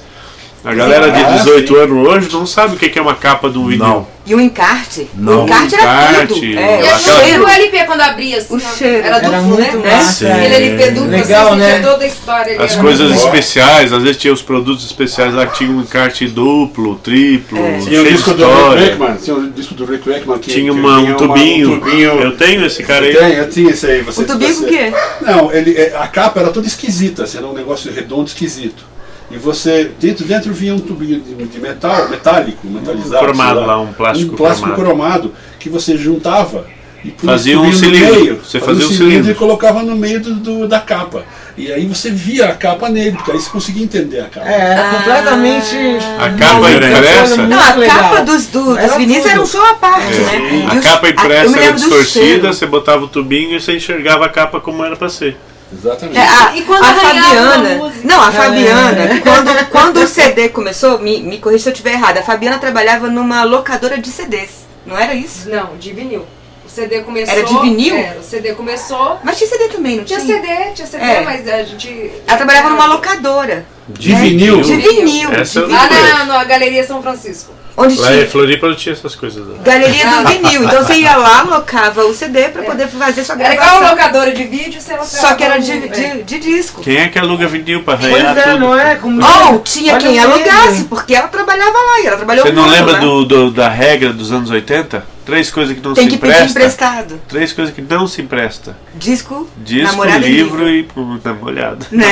Speaker 5: A galera de
Speaker 3: Ah,
Speaker 5: 18 anos hoje não sabe o que que é uma capa de um vinil.
Speaker 7: Não.
Speaker 4: E o encarte?
Speaker 7: Não.
Speaker 4: O encarte era
Speaker 5: Encarte,
Speaker 4: tudo. É,
Speaker 8: Eu
Speaker 4: o
Speaker 5: aquela-
Speaker 8: achei
Speaker 4: cheiro.
Speaker 8: o LP quando abria assim.
Speaker 4: O
Speaker 8: ó.
Speaker 4: cheiro.
Speaker 8: Era
Speaker 6: Era
Speaker 8: duplo, né?
Speaker 6: muito
Speaker 3: Ah,
Speaker 4: né?
Speaker 6: massa.
Speaker 7: Sim.
Speaker 8: Aquele LP duplo,
Speaker 6: Legal,
Speaker 8: assim,
Speaker 6: né?
Speaker 8: de toda a história. ele
Speaker 5: As
Speaker 8: era
Speaker 5: coisas
Speaker 8: muito bom.
Speaker 5: especiais, às vezes tinha os produtos especiais lá que tinha um encarte duplo, triplo,
Speaker 4: É.
Speaker 3: tinha
Speaker 5: cheio
Speaker 3: o
Speaker 5: de
Speaker 3: disco do Rick
Speaker 5: um história.
Speaker 3: Wakeman, tinha o disco do Rick Wakeman que
Speaker 5: Tinha
Speaker 3: que
Speaker 5: uma- um,
Speaker 3: tinha uma-
Speaker 5: tubinho.
Speaker 3: um tubinho.
Speaker 5: Eu tenho esse cara aí.
Speaker 3: Tem, eu tinha esse aí. Você,
Speaker 4: O Um tubinho
Speaker 3: você-
Speaker 4: o quê?
Speaker 3: Não, ele, é, a capa era toda esquisita, assim, era um negócio redondo esquisito. E você, dentro, dentro vinha um tubinho de, de metal, metálico, metalizado.
Speaker 5: cromado
Speaker 3: sei
Speaker 5: lá, um plástico
Speaker 3: Um plástico cromado.
Speaker 5: cromado.
Speaker 3: que você juntava e punha
Speaker 5: Fazia
Speaker 3: esse
Speaker 5: um
Speaker 3: tubinho no
Speaker 5: cilindro.
Speaker 3: meio.
Speaker 5: Você
Speaker 3: um
Speaker 5: fazia um
Speaker 3: cilindro
Speaker 5: cilindro.
Speaker 3: e colocava no meio do, do- da capa. E aí você via a capa nele, porque aí você conseguia entender a capa.
Speaker 6: É, era completamente.
Speaker 5: Ah. A capa impressa,
Speaker 4: Ah. Não, a
Speaker 6: Muito
Speaker 4: capa
Speaker 6: legal.
Speaker 4: dos, do,
Speaker 6: Era
Speaker 4: dos vinis
Speaker 6: tudo. É.
Speaker 4: era um show à parte, né? E
Speaker 5: a
Speaker 4: os-
Speaker 5: capa
Speaker 4: eu me
Speaker 5: impressa era
Speaker 4: lembro do cheiro.
Speaker 5: distorcida, você botava o tubinho e você enxergava a capa como era pra ser.
Speaker 3: Exatamente.
Speaker 4: É, a,
Speaker 8: E quando
Speaker 4: a
Speaker 8: arranhava
Speaker 4: Fabiana.
Speaker 8: uma música?
Speaker 4: Não, a Fabiana, quando, quando o CD começou, me, me corrija se eu estiver errada, a Fabiana trabalhava numa locadora de CDs, não era isso?
Speaker 8: Não, de vinil. O CD começou.
Speaker 4: Era de vinil?
Speaker 8: É, o CD começou.
Speaker 4: Mas tinha CD também, não tinha?
Speaker 8: Tinha CD, tinha CD,
Speaker 4: É.
Speaker 8: mas a gente.
Speaker 4: Ela trabalhava numa locadora
Speaker 5: De
Speaker 3: vinil?
Speaker 4: de vinil,
Speaker 5: Essa eu
Speaker 4: de
Speaker 5: não
Speaker 8: Lá
Speaker 5: conheço.
Speaker 8: na, na Galeria São Francisco.
Speaker 4: onde
Speaker 5: Lá em
Speaker 4: tinha
Speaker 5: Floripa não tinha essas coisas. né? não.
Speaker 4: galeria do
Speaker 8: Ah. É.
Speaker 4: vinil. Então você ia lá, locava o CD pra poder fazer sua
Speaker 8: Era igual a
Speaker 4: gravação.
Speaker 8: locadora de vídeo, sei lá.
Speaker 4: Só que era de,
Speaker 8: um- é.
Speaker 4: de, de disco.
Speaker 5: Quem é que aluga vinil pra
Speaker 6: Pois
Speaker 5: arranhar
Speaker 6: é,
Speaker 5: tudo?
Speaker 6: não é? Como
Speaker 4: Ou tinha
Speaker 6: Olha
Speaker 4: quem
Speaker 6: o medo.
Speaker 4: alugasse, porque ela trabalhava lá e ela trabalhou
Speaker 5: Você não
Speaker 4: muito,
Speaker 5: lembra
Speaker 4: né?
Speaker 5: do, do- da regra dos anos 80? Três coisas que não
Speaker 4: Tem
Speaker 5: se
Speaker 4: que pedir
Speaker 5: empresta.
Speaker 4: emprestado.
Speaker 5: Três coisas que não se empresta.
Speaker 4: Disco,
Speaker 5: Disco,
Speaker 4: namorada e
Speaker 5: livro e pô, namorado.
Speaker 4: né?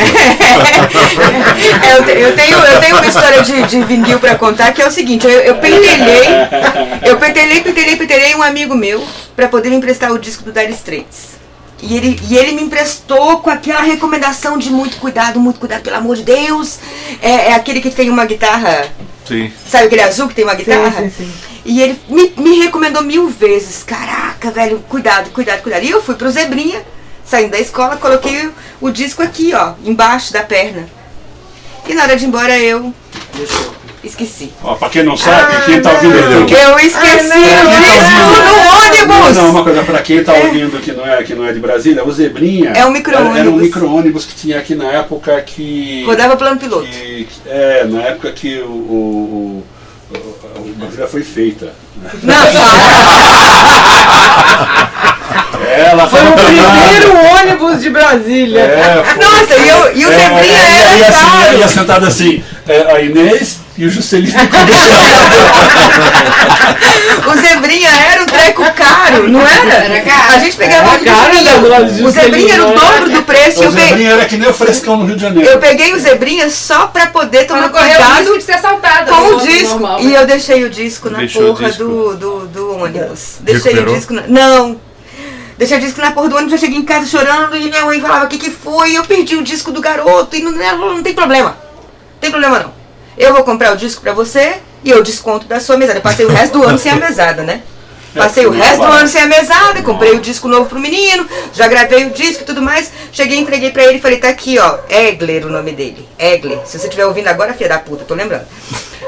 Speaker 4: É, eu, te- eu tenho, eu tenho uma história de, de vinil pra contar que é o seguinte, eu, eu pentelhei, eu pentelhei, pentelhei, pentelhei um amigo meu pra poder me emprestar o disco do Dire Straits. E ele, e ele me emprestou com aquela recomendação de muito cuidado, muito cuidado, pelo amor de Deus. É, é aquele que tem uma guitarra,
Speaker 5: Sim.
Speaker 4: sabe aquele azul que tem uma guitarra?
Speaker 6: sim, sim.
Speaker 4: E ele me, me recomendou mil vezes. Caraca, velho, cuidado, cuidado, cuidado. E eu fui pro Zebrinha, saindo da escola, coloquei o, o disco aqui, ó, embaixo da perna. E na hora de ir embora eu esqueci. Ah,
Speaker 3: Ó, pra quem não sabe, quem tá ouvindo aqui-
Speaker 4: Eu esqueci
Speaker 6: Ah,
Speaker 4: o
Speaker 6: não.
Speaker 4: disco no ônibus!
Speaker 3: Não, uma coisa pra quem tá ouvindo que não é, que não é de Brasília, o Zebrinha.
Speaker 4: É um micro-ônibus.
Speaker 3: Era um micro-ônibus que tinha aqui na época que.
Speaker 4: Rodava plano piloto.
Speaker 3: que- é, na época que o. o- o- uma já foi feita. né?
Speaker 4: Não,
Speaker 3: Ela
Speaker 6: Foi
Speaker 4: um
Speaker 6: o primeiro ônibus de Brasília.
Speaker 3: É, foi.
Speaker 4: nossa, e, eu, e o Zebrinha
Speaker 3: é, e
Speaker 4: era
Speaker 3: assim,
Speaker 4: claro.
Speaker 3: ia sentado assim, é, a Inês e o Juscelino
Speaker 4: O Zebrinha era um treco caro, não era?
Speaker 8: Era caro.
Speaker 4: é A gente pegava
Speaker 6: Era
Speaker 4: o
Speaker 6: caro, né, do lado de
Speaker 4: Zebrinha. O Zebrinha era o
Speaker 6: Juscelino,
Speaker 4: dobro do preço. e
Speaker 3: O
Speaker 4: Eu, pe-
Speaker 3: Zebrinha era que nem o frescão no Rio de Janeiro.
Speaker 4: eu peguei o Zebrinha só pra poder tomar
Speaker 8: Quando correu o risco
Speaker 4: Tá cuidado
Speaker 8: de ser assaltada. no
Speaker 4: com o
Speaker 8: ônibus
Speaker 4: disco.
Speaker 8: Tá, normal. né?
Speaker 4: E eu deixei o disco na
Speaker 5: Deixou o
Speaker 4: porra
Speaker 5: disco. É.
Speaker 4: Do, do, do ônibus. Deixei
Speaker 7: Recuperou?
Speaker 4: o disco na... Não. Deixei o disco na porra do ônibus, eu cheguei em casa chorando e minha mãe falava, o que que foi? Eu perdi o disco do garoto e não, não, não tem problema. Não tem problema não. Eu vou comprar o disco pra você e eu desconto da sua mesada. Eu passei o resto do ano sem a mesada, né?
Speaker 5: É,
Speaker 4: Passei o resto do ano sem a mesada, comprei o disco novo pro menino, já gravei o disco e tudo mais. Cheguei, entreguei pra ele e falei, tá aqui, ó, Egler o nome dele. Egler. Se você estiver ouvindo agora, filha da puta, tô lembrando.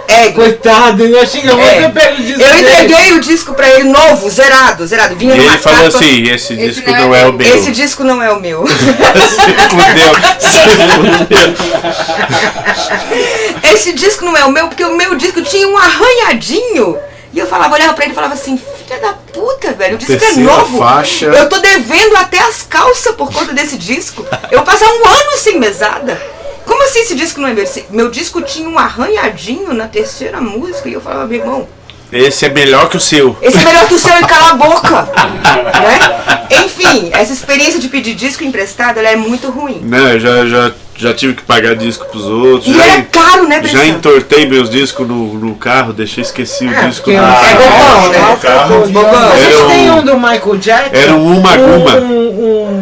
Speaker 4: Egler.
Speaker 6: Coitado, ainda xinga
Speaker 4: É.
Speaker 6: você pelo disco.
Speaker 4: Eu
Speaker 6: dele.
Speaker 4: entreguei o disco pra ele novo, zerado, zerado. Vinha
Speaker 5: E
Speaker 4: numa
Speaker 5: ele falou
Speaker 4: capa.
Speaker 5: assim: esse,
Speaker 8: Esse
Speaker 5: disco
Speaker 8: não é
Speaker 5: não é o
Speaker 8: meu.
Speaker 5: meu.
Speaker 4: Esse disco não é o meu. Esse disco não é o meu, porque o meu disco tinha um arranhadinho. E eu falava, olhava pra ele e falava assim, filha da puta, velho, o disco é
Speaker 7: Terceira
Speaker 4: novo.
Speaker 7: faixa.
Speaker 4: Eu tô devendo até as calças por conta desse disco. Eu passar um ano sem mesada. Como assim esse disco não é meu? Esse- Meu disco tinha um arranhadinho na terceira música e eu falava, meu irmão,
Speaker 5: Esse é melhor que o seu.
Speaker 4: esse é melhor que o seu e cala a boca. né? Enfim, essa experiência de pedir disco emprestado ela é muito ruim.
Speaker 5: Não, Né, eu já, já, já tive que pagar disco pros outros.
Speaker 4: E
Speaker 5: já
Speaker 4: era
Speaker 5: en-
Speaker 4: caro, né,
Speaker 5: Já
Speaker 4: Bressan?
Speaker 5: entortei meus discos no, no carro, deixei esqueci o disco
Speaker 6: porque
Speaker 5: no
Speaker 6: é
Speaker 5: carro.
Speaker 4: bobão, né?
Speaker 5: No carro.
Speaker 6: A gente
Speaker 5: Era
Speaker 6: tem
Speaker 5: um-
Speaker 6: um do Michael Jackson.
Speaker 5: era um Uma Guma.
Speaker 6: Um,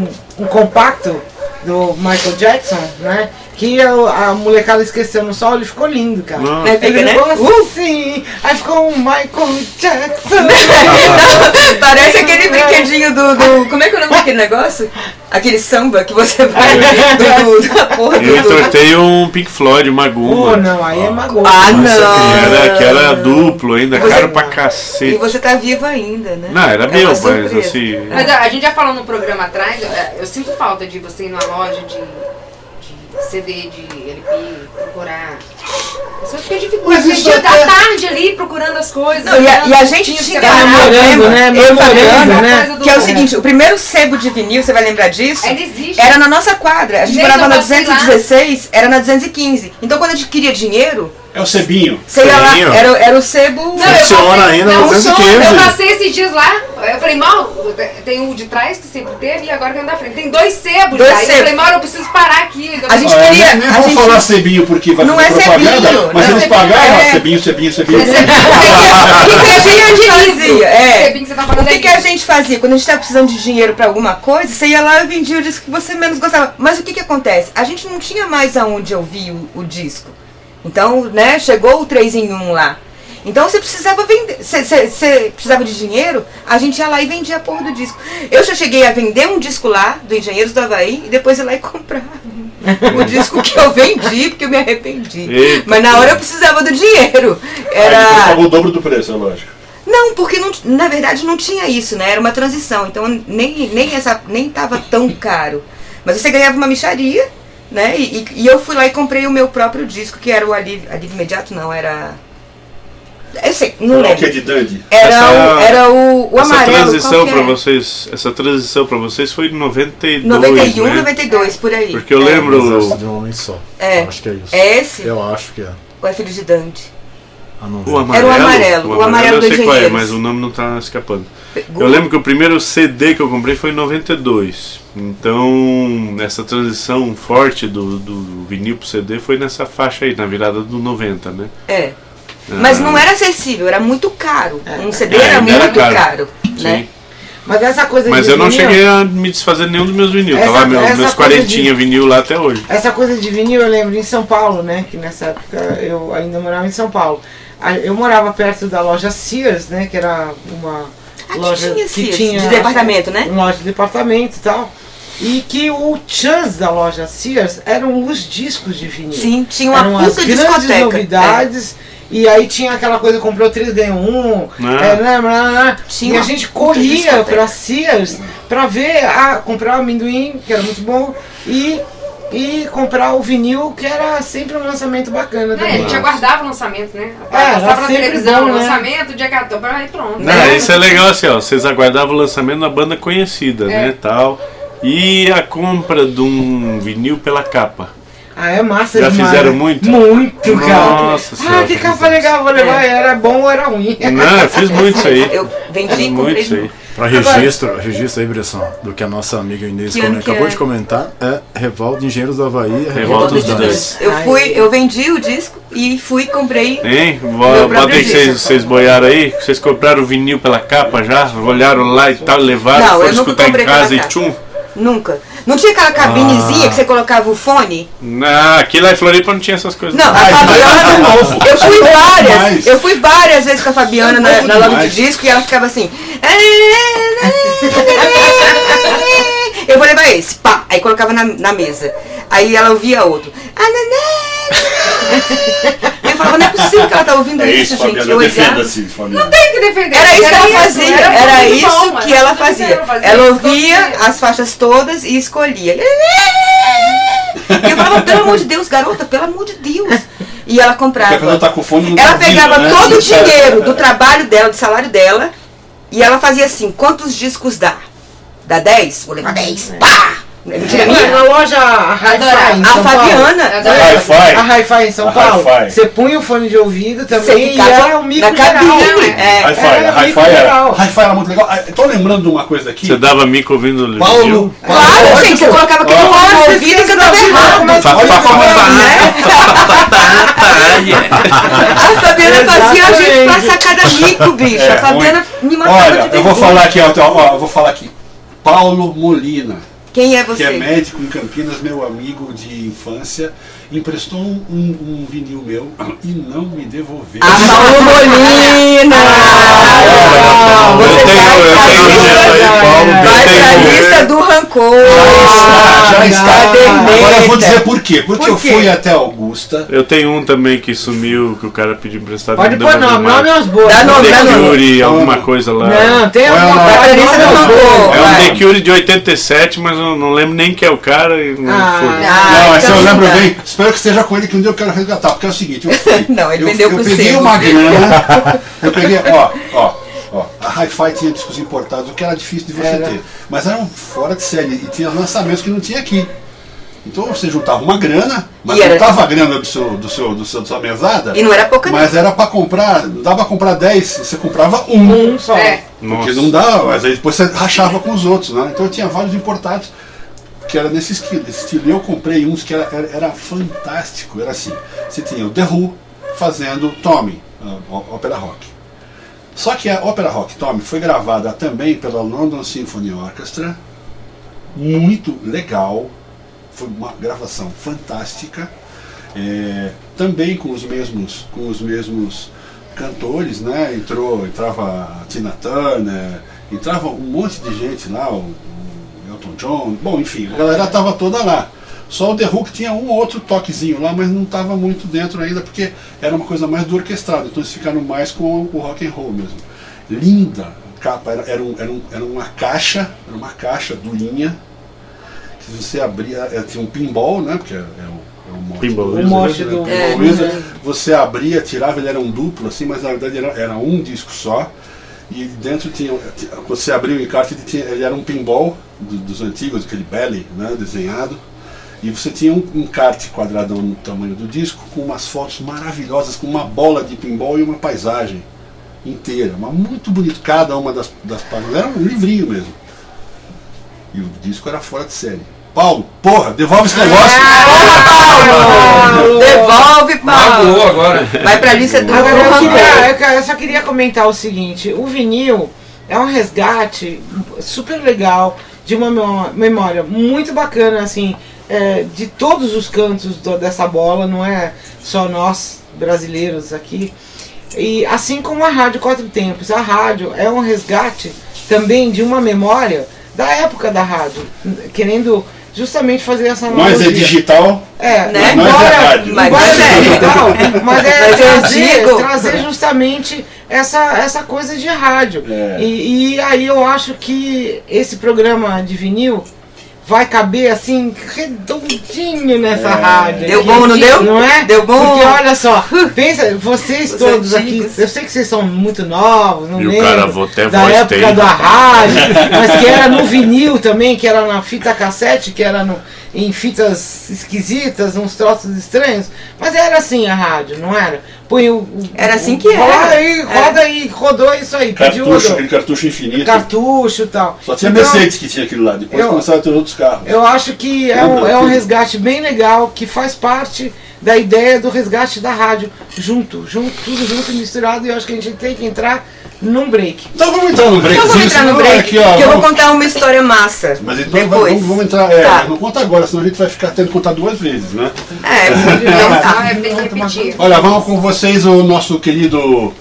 Speaker 6: um, um compacto do Michael Jackson, né? Que a, a molecada esqueceu no sol, ele ficou lindo, cara.
Speaker 5: Não.
Speaker 4: Aí fica,
Speaker 6: Ele
Speaker 4: né?
Speaker 6: ficou
Speaker 4: Uh!
Speaker 6: assim, aí ficou um Michael Jackson.
Speaker 4: Parece aquele brinquedinho do, do- Como é que é o nome daquele negócio? Aquele samba que você vai. Do, do, da porra do.
Speaker 5: Eu
Speaker 4: do-
Speaker 5: entortei um Pink Floyd, uma
Speaker 6: Oh,
Speaker 5: goma.
Speaker 6: não, aí é magoa.
Speaker 4: Ah,
Speaker 5: Que era, que
Speaker 4: não!
Speaker 5: era duplo ainda,
Speaker 4: Você-
Speaker 5: caro pra
Speaker 4: E
Speaker 5: cacete.
Speaker 4: você tá viva ainda, né?
Speaker 5: Não, era
Speaker 4: É uma
Speaker 5: meu, mas
Speaker 4: surpresa.
Speaker 5: assim.
Speaker 8: Mas ó, a gente já falou no programa atrás, é, eu, eu sinto falta de você ir numa loja de, de CD, de LP, procurar. Eu só fiquei dificultando.
Speaker 3: Mas isso é
Speaker 8: Fiquei
Speaker 3: até-
Speaker 8: da tarde ali procurando as coisas.
Speaker 4: Não, e, a, e a gente
Speaker 8: Tinha
Speaker 4: tinha
Speaker 8: que separar.
Speaker 6: Memorando, né?
Speaker 4: Eu
Speaker 6: Memorando,
Speaker 4: falando,
Speaker 6: né?
Speaker 4: Que é o seguinte, o primeiro sebo de vinil, você vai lembrar disso?
Speaker 8: Ela existe.
Speaker 4: Era na nossa quadra. A gente
Speaker 8: Desde
Speaker 4: morava
Speaker 8: eu
Speaker 4: na
Speaker 8: vacilar.
Speaker 4: 216, era na 215. Então quando a gente queria dinheiro,
Speaker 3: É o Cebinho.
Speaker 4: você ia lá,
Speaker 5: Sim, ó.
Speaker 4: era, era o sebo.
Speaker 8: Não, eu um
Speaker 7: Funciona
Speaker 8: passei-
Speaker 7: ainda,
Speaker 8: não,
Speaker 7: 215.
Speaker 8: Eu passei esses dias lá, eu falei, mal, tem um de trás que sempre teve e agora tem um da frente. Tem dois sebos
Speaker 4: Dois
Speaker 8: já. E Eu
Speaker 4: sebos.
Speaker 8: falei, mal, eu preciso parar aqui.
Speaker 4: A gente
Speaker 3: Ah,
Speaker 4: queria-
Speaker 3: nem- nem
Speaker 4: a
Speaker 3: vou
Speaker 4: gente-
Speaker 3: falar assim, Cebinho porque vai
Speaker 4: Não
Speaker 3: fazer
Speaker 4: é
Speaker 3: propaganda,
Speaker 4: Cebinho,
Speaker 3: mas
Speaker 8: não é
Speaker 3: eles
Speaker 8: Cebinho,
Speaker 3: pagaram
Speaker 4: é.
Speaker 3: ó, Cebinho, Cebinho, Cebinho.
Speaker 4: Você- O que, que a gente fazia? É.
Speaker 8: Sebinho que você tá falando
Speaker 4: O que,
Speaker 8: aí.
Speaker 4: que a gente fazia? Quando a gente tava precisando de dinheiro pra alguma coisa, você ia lá e vendia o disco que você menos gostava. Mas o que que acontece? A gente não tinha mais aonde ouvir o, o disco. Então, né, chegou o 3 em 1 lá. Então você precisava vender. Você- Você você precisava de dinheiro, a gente ia lá e vendia a porra do disco. Eu já cheguei a vender um disco lá, do Engenheiros do Havaí, e depois ir lá e comprar
Speaker 8: Uhum.
Speaker 4: o disco que eu vendi, porque eu me arrependi.
Speaker 5: Eita,
Speaker 4: Mas na hora eu precisava do dinheiro. Era.
Speaker 3: Aí depois pagou o dobro do preço, é lógico.
Speaker 4: Não, porque não, na verdade não tinha isso, né? Era uma transição, então nem, nem, essa, nem tava tão caro. Mas você ganhava uma micharia, né? E, e- e eu fui lá e comprei o meu próprio disco, que era o Alívio, Alívio Imediato, não, era. Eu sei, não
Speaker 3: Não, que é
Speaker 4: lembro.
Speaker 3: de Dandy.
Speaker 4: Era o,
Speaker 5: Essa-
Speaker 4: era o, o
Speaker 5: essa
Speaker 4: amarelo.
Speaker 5: transição
Speaker 4: qual que é?
Speaker 5: para
Speaker 4: era?
Speaker 5: vocês, essa transição para vocês foi em 92,
Speaker 4: 91,
Speaker 5: né?
Speaker 4: 92, por aí.
Speaker 5: Porque eu
Speaker 4: É,
Speaker 5: lembro
Speaker 7: Exército de um homem só.
Speaker 4: É.
Speaker 7: Eu acho que é isso.
Speaker 4: É esse?
Speaker 7: Eu acho que é.
Speaker 4: O é filho de Dante.
Speaker 7: Ah, não
Speaker 5: o
Speaker 7: lembro.
Speaker 5: amarelo.
Speaker 4: amarelo, o amarelo
Speaker 5: eu
Speaker 4: dos
Speaker 5: sei qual é,
Speaker 4: engenheiros.
Speaker 5: mas o nome não tá escapando. Eu lembro que o primeiro CD que eu comprei foi em 92. Então, essa transição forte do, do vinil pro CD foi nessa faixa aí, na virada do 90, né? Ah.
Speaker 4: É. Mas não era acessível, era muito caro. Um CD era
Speaker 5: É, ainda era
Speaker 4: muito
Speaker 5: caro.
Speaker 4: caro, né?
Speaker 5: Sim.
Speaker 6: É. Mas essa coisa
Speaker 5: Mas
Speaker 6: de
Speaker 5: eu não
Speaker 6: vinil-
Speaker 5: cheguei a me desfazer nenhum dos meus vinil.
Speaker 6: Essa-
Speaker 5: tá lá meu-
Speaker 6: essa
Speaker 5: meus
Speaker 6: coisa
Speaker 5: 40
Speaker 6: de-
Speaker 5: vinil lá até hoje.
Speaker 6: Essa coisa de vinil eu lembro em São Paulo, né? Que nessa época eu ainda morava em São Paulo. A- Eu morava perto da loja Sears, né? Que era uma
Speaker 4: Ah, que
Speaker 6: loja
Speaker 4: tinha
Speaker 6: que
Speaker 4: Sears,
Speaker 6: tinha
Speaker 4: de departamento, né?
Speaker 6: Uma loja de departamento e tal. E que o chance da loja Sears eram os discos de vinil.
Speaker 4: Sim, tinha uma
Speaker 6: eram as
Speaker 4: puta
Speaker 6: grandes
Speaker 4: discoteca.
Speaker 6: novidades. E aí tinha aquela coisa, comprou 3 ganha 1.
Speaker 5: Ah.
Speaker 6: é, né, blá, blá, blá.
Speaker 4: Tinha
Speaker 6: e a
Speaker 4: uma
Speaker 6: gente
Speaker 4: puta
Speaker 6: corria
Speaker 4: discoteca.
Speaker 6: ah, pra Sears pra ver, a, comprar o amendoim, que era muito bom, e e comprar o vinil, que era sempre um lançamento bacana
Speaker 8: É, a
Speaker 6: também.
Speaker 8: gente aguardava o lançamento, né?
Speaker 6: É, era
Speaker 8: Passava na
Speaker 6: sempre
Speaker 8: televisão,
Speaker 6: bom, né?
Speaker 8: lançamento, dia 14, aí pronto.
Speaker 5: Não, isso é legal assim, ó. Vocês aguardavam o lançamento da banda conhecida, né? Tal. E a compra de um vinil pela capa.
Speaker 6: Ah, é massa
Speaker 5: Já
Speaker 6: demais.
Speaker 5: fizeram muito?
Speaker 6: Muito, cara.
Speaker 5: Nossa
Speaker 6: ah,
Speaker 5: Senhora,
Speaker 6: que
Speaker 5: que
Speaker 6: capa
Speaker 5: desastre.
Speaker 6: legal, vou levar. Era bom ou era ruim?
Speaker 5: Não, eu fiz muito isso aí.
Speaker 4: Eu vendi
Speaker 5: Fiz
Speaker 4: e
Speaker 5: muito
Speaker 4: comprei.
Speaker 5: isso aí.
Speaker 7: Para registro, registro aí, Bresson, do que a nossa amiga Inês
Speaker 4: Que
Speaker 7: come-
Speaker 4: ano que
Speaker 7: acabou
Speaker 4: é?
Speaker 7: de comentar, é Revolta de Engenheiros do Havaí, é
Speaker 5: Revolta
Speaker 7: Revolta dos
Speaker 5: dos
Speaker 7: Dantes.
Speaker 5: Dantes.
Speaker 4: Eu fui, eu vendi o disco e fui e comprei.
Speaker 5: Hein?
Speaker 4: Meu
Speaker 5: Vo- Bota aí
Speaker 4: próprio
Speaker 5: que vocês,
Speaker 4: disco.
Speaker 5: vocês boiaram aí. que Vocês compraram o vinil pela capa já? Olharam lá e tal, levaram,
Speaker 4: Não, eu
Speaker 5: foram
Speaker 4: nunca
Speaker 5: escutar em
Speaker 4: comprei pela
Speaker 5: casa e
Speaker 4: capa.
Speaker 5: tchum.
Speaker 4: Nunca. Não tinha aquela
Speaker 5: Ah.
Speaker 4: cabinezinha que você colocava o fone?
Speaker 5: Não, aqui lá em Floripa não tinha essas coisas.
Speaker 4: Não, é a Fabiana. um Eu fui várias.
Speaker 3: demais.
Speaker 4: Eu fui várias vezes com a Fabiana na,
Speaker 3: novo
Speaker 4: na loja
Speaker 3: demais.
Speaker 4: de disco e ela ficava assim. Eu vou levar esse. Pá. Aí colocava na, na mesa. Aí ela ouvia outro. E eu falava, não é possível que ela tá ouvindo
Speaker 3: É
Speaker 4: isso,
Speaker 3: isso,
Speaker 4: gente. né?
Speaker 3: Fabiana,
Speaker 4: Eu olhava.
Speaker 3: defenda-se, Fabiana.
Speaker 8: Tem que defender.
Speaker 4: Era isso que ela
Speaker 8: isso,
Speaker 4: fazia,
Speaker 8: era
Speaker 4: era
Speaker 8: muito
Speaker 4: isso
Speaker 8: bom,
Speaker 4: que
Speaker 8: era
Speaker 4: ela
Speaker 8: muito
Speaker 4: fazia.
Speaker 8: legal fazer
Speaker 4: Ela
Speaker 8: isso,
Speaker 4: ouvia
Speaker 8: todo dia.
Speaker 4: as faixas todas e escolhia. E eu falava, pelo amor de Deus, garota, pelo amor de Deus. E ela
Speaker 3: Porque a pessoa
Speaker 4: comprava.
Speaker 3: tá com fome e não
Speaker 4: Ela
Speaker 3: tá ouvindo,
Speaker 4: pegava
Speaker 3: né?
Speaker 4: todo o
Speaker 3: Sabe?
Speaker 4: dinheiro do trabalho dela, do salário dela, e ela fazia assim, quantos discos dá? Dá 10? Vou levar 10.
Speaker 8: É.
Speaker 4: Pá! é Mentira minha.
Speaker 6: Na loja Hi-Fi em
Speaker 4: A
Speaker 6: São Paulo.
Speaker 4: Fabiana,
Speaker 3: Hi-Fi.
Speaker 6: A Hi-Fi em São
Speaker 3: A
Speaker 6: Paulo.
Speaker 3: Hi-Fi.
Speaker 6: Você punha o fone de ouvido
Speaker 4: você
Speaker 6: também e era
Speaker 4: ficava
Speaker 6: um
Speaker 4: na
Speaker 6: micro geral. um
Speaker 4: cabine. É.
Speaker 3: Hi-Fi,
Speaker 6: Era
Speaker 3: a
Speaker 6: muito
Speaker 3: Hi-Fi era,
Speaker 6: legal.
Speaker 3: Hi-Fi era muito legal. Ah, eu Tô lembrando de uma coisa aqui.
Speaker 5: Você dava mico ouvindo o vinil.
Speaker 3: Paulo,
Speaker 4: Claro, gente, você colocava aquele fone no ouvido e cantava errado.
Speaker 5: Fa- fa- fa- fa-
Speaker 4: A Fabiana fazia a gente passar cada mico, bicho.
Speaker 3: É,
Speaker 4: a Fabiana me matava de
Speaker 3: olha,
Speaker 4: vergonha.
Speaker 3: eu vou falar aqui, ó, então, ó, eu vou falar aqui. Paulo Molina,
Speaker 4: Quem é
Speaker 3: que
Speaker 4: você?
Speaker 3: é médico em Campinas, meu amigo de infância, emprestou um, um- um vinil meu e não me devolveu. Ah,
Speaker 4: a Ah, Paulo Molina! Ah,
Speaker 5: Eu tenho, eu tenho o dedo aí, Paulo.
Speaker 4: Vai pra
Speaker 5: Eu tenho.
Speaker 4: lista do rancor.
Speaker 3: Ah, já está.
Speaker 4: caderneta.
Speaker 3: Agora eu vou dizer por quê. Porque
Speaker 4: Por
Speaker 3: eu
Speaker 4: quê?
Speaker 3: fui até Augusta.
Speaker 5: Eu tenho um também que sumiu, que o cara pediu emprestado.
Speaker 6: Pode
Speaker 5: não
Speaker 6: pôr
Speaker 5: deu mais
Speaker 6: nome,
Speaker 5: nome.
Speaker 6: nome aos bois.
Speaker 4: Dá nome, dá nome.
Speaker 5: Decure, alguma coisa lá.
Speaker 6: Não, tem
Speaker 3: Olha
Speaker 6: alguma
Speaker 3: lá.
Speaker 4: Vai pra lista do
Speaker 6: nome aos bois.
Speaker 4: rancor.
Speaker 5: É um
Speaker 4: vai.
Speaker 5: Decure de 87, mas eu não lembro nem quem é o cara. E não
Speaker 6: Ah.
Speaker 5: foda-se.
Speaker 4: Ah,
Speaker 3: não, essa
Speaker 4: então
Speaker 3: eu lembro
Speaker 4: não.
Speaker 3: bem. Espero que esteja com ele que um dia eu quero resgatar. Porque é o seguinte, eu fui.
Speaker 4: Não, ele
Speaker 3: eu,
Speaker 4: vendeu
Speaker 3: eu
Speaker 4: pro
Speaker 3: peguei
Speaker 4: sebo.
Speaker 3: uma grana. Eu peguei, ó, ó, ó. A Hi-Fi tinha discos importados, o que era difícil de você
Speaker 6: Era.
Speaker 3: ter. Mas eram fora de série. E tinha lançamentos que não tinha aqui. Então você juntava uma grana, mas
Speaker 4: E era-
Speaker 3: juntava a grana do seu, do seu, do seu, da sua mesada.
Speaker 4: E não era pouca, não.
Speaker 3: Mas era pra comprar, não dava pra comprar 10, você comprava um.
Speaker 6: Um só.
Speaker 8: É.
Speaker 5: Nossa.
Speaker 3: Porque não dá, mas aí depois você rachava com os outros, né? Então eu tinha vários importados que era nesse esqui- estilo. E eu comprei uns que era, era, era fantástico. Era assim: você tinha o The Who fazendo Tommy, a ó- ópera rock. Só que a ópera rock Tommy foi gravada também pela London Symphony Orchestra, muito legal, foi uma gravação fantástica. É, também com os mesmos com os mesmos cantores né entrou entrava a Tina Turner entrava um monte de gente lá o, o Elton John bom enfim a galera tava toda lá só o The Hook tinha um ou outro toquezinho lá mas não tava muito dentro ainda porque era uma coisa mais do orquestrado então eles ficaram mais com o rock and roll mesmo linda a capa era, era, um- era, um- era uma caixa era uma caixa durinha que você abria é, tinha um pinball né porque é, é o, é o mote
Speaker 5: Pinball
Speaker 3: do-
Speaker 6: O mote do.
Speaker 3: o Wizard, você abria, tirava, ele era um duplo, assim, mas na verdade era, era um disco só. E dentro tinha. Você abria o encarte, ele, tinha- ele era um pinball do- dos antigos, aquele belly, né, desenhado. E você tinha um encarte quadradão no tamanho do disco, com umas fotos maravilhosas, com uma bola de pinball e uma paisagem inteira. Mas muito bonito, cada uma das, das páginas. Era um livrinho mesmo. E o disco era fora de série. Paulo, porra, devolve esse negócio!
Speaker 4: Devolve, Paulo.
Speaker 9: Magoou agora.
Speaker 4: Vai pra lista do
Speaker 6: Agora eu,
Speaker 4: rancor.
Speaker 6: queria, eu que- eu só queria comentar o seguinte: o vinil é um resgate super legal de uma memó- memória muito bacana, assim, é, de todos os cantos do- dessa bola, não é só nós brasileiros aqui. E assim como a Rádio Quatro Tempos, a rádio é um resgate também de uma memória da época da rádio, querendo justamente fazer essa
Speaker 3: Nós é
Speaker 6: analogia.
Speaker 3: digital.
Speaker 6: É,
Speaker 4: Né?
Speaker 6: embora,
Speaker 3: Mas é rádio.
Speaker 6: embora
Speaker 4: Mas
Speaker 6: é
Speaker 4: é.
Speaker 6: digital, mas é
Speaker 4: Mas eu
Speaker 6: trazer,
Speaker 4: digo-
Speaker 6: trazer justamente essa, essa coisa de rádio.
Speaker 3: É.
Speaker 6: E, e aí eu acho que esse programa de vinil vai caber assim, redondinho nessa rádio.
Speaker 4: Deu
Speaker 6: aqui.
Speaker 4: bom, não deu?
Speaker 6: Não é?
Speaker 4: Deu bom?
Speaker 6: Porque olha só, pensa, vocês
Speaker 4: Os
Speaker 6: todos aqui,
Speaker 4: antigos.
Speaker 6: eu sei que vocês são muito novos, não
Speaker 5: E o
Speaker 6: lembro,
Speaker 5: cara vo- até
Speaker 6: da
Speaker 5: voz né?
Speaker 6: época
Speaker 5: tem.
Speaker 6: da rádio, mas que era no vinil também, que era na fita cassete, que era no, em fitas esquisitas, uns troços estranhos. Mas era assim a rádio, não era? Põe o, o-
Speaker 4: Era
Speaker 6: o-
Speaker 4: assim que
Speaker 6: rola
Speaker 4: era.
Speaker 6: Aí, roda aí, rodou isso aí, pediu
Speaker 3: Cartucho,
Speaker 6: rodou.
Speaker 3: aquele cartucho infinito.
Speaker 6: cartucho e tal.
Speaker 3: Só tinha
Speaker 6: Então,
Speaker 3: Mercedes que tinha aquilo lá. Depois
Speaker 6: eu-
Speaker 3: começaram a ter outros carros.
Speaker 6: eu acho que é um,
Speaker 3: Lembra?
Speaker 6: é um resgate bem legal, que faz parte da ideia do resgate da rádio. Junto, junto, tudo junto e misturado, e eu acho que a gente tem que entrar num break.
Speaker 3: Então vamos entrar no break.
Speaker 4: Eu vou entrar no
Speaker 3: senão é
Speaker 4: break,
Speaker 3: aqui, ó,
Speaker 4: que eu vou
Speaker 3: vamos-
Speaker 4: contar uma história massa.
Speaker 3: Mas então vai-
Speaker 4: depois.
Speaker 3: vamos, vamos entrar. É,
Speaker 4: Tá.
Speaker 3: mas Não conta agora, senão a gente vai ficar tendo que contar duas vezes, né?
Speaker 4: É, então
Speaker 8: Não,
Speaker 4: tá.
Speaker 8: é bem repetir.
Speaker 3: Olha, vamos com vocês o nosso querido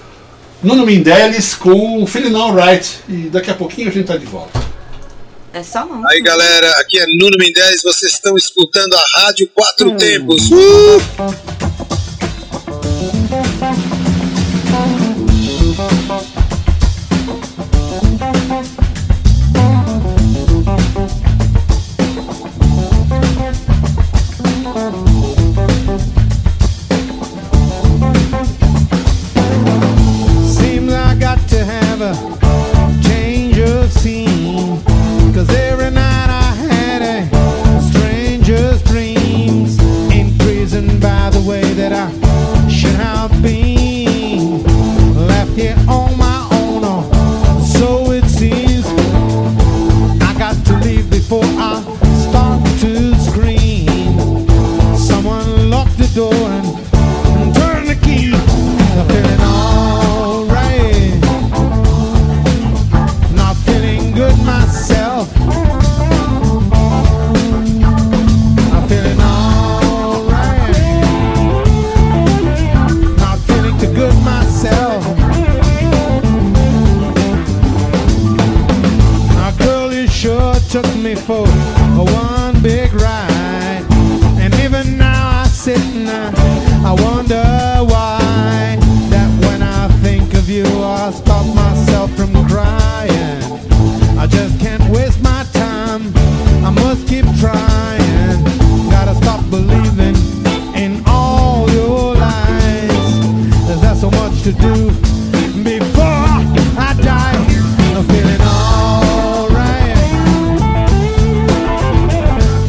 Speaker 3: Nuno Mindeles com o Filinal Wright. E daqui a pouquinho a gente tá de volta.
Speaker 4: É só uma
Speaker 9: Aí galera, aqui é Nuno Mendes, vocês estão escutando a Rádio Quatro
Speaker 4: Hum.
Speaker 9: Tempos. Uh!
Speaker 10: Seems I got to have a change of scene. Cause every night I had a stranger's dreams. Imprisoned by the way that I should have been. Left here on my own, or so it seems. I got to leave before I start to scream. Someone locked the door and turned the key. I'm feeling alright. Not feeling good myself. I'm feeling alright. Not feeling too good myself. Now, girl, you sure took me for a one big ride. And even now I sit and I, I wonder why. That when I think of you, I stop myself from crying. I just can't waste my time. I must keep trying. Gotta stop believing in all your lies. There's not so much to do before I die. I'm feeling alright.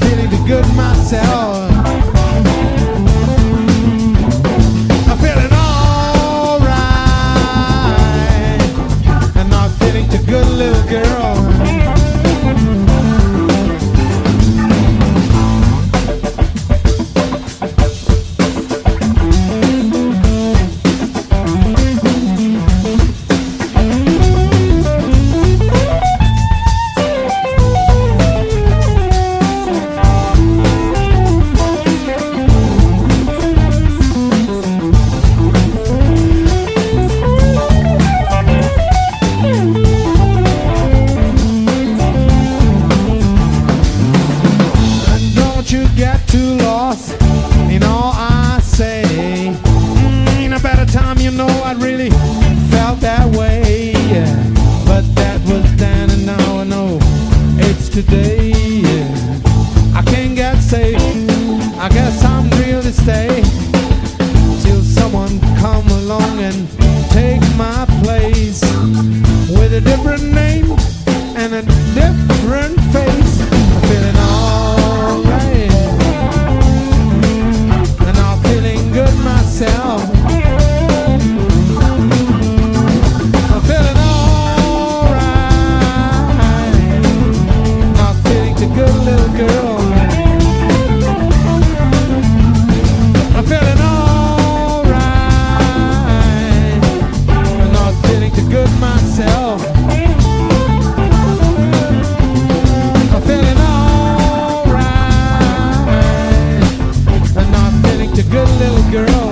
Speaker 10: Feeling too good myself. I'm feeling alright. And not feeling too good, little girl. Don't you get too lost in all I say. Mm, In a better time, you know I really felt that way. yeah. But that was then, and now I know it's today. yeah. I can't get safe. I guess I'm real to stay till someone come along and take my place with a different name and a different face. I'm feeling alright, and I'm feeling good myself. I'm feeling alright, not feeling too good, little girl. I'm feeling alright. I'm not feeling too good myself. I'm feeling alright. I'm not feeling too good, little girl.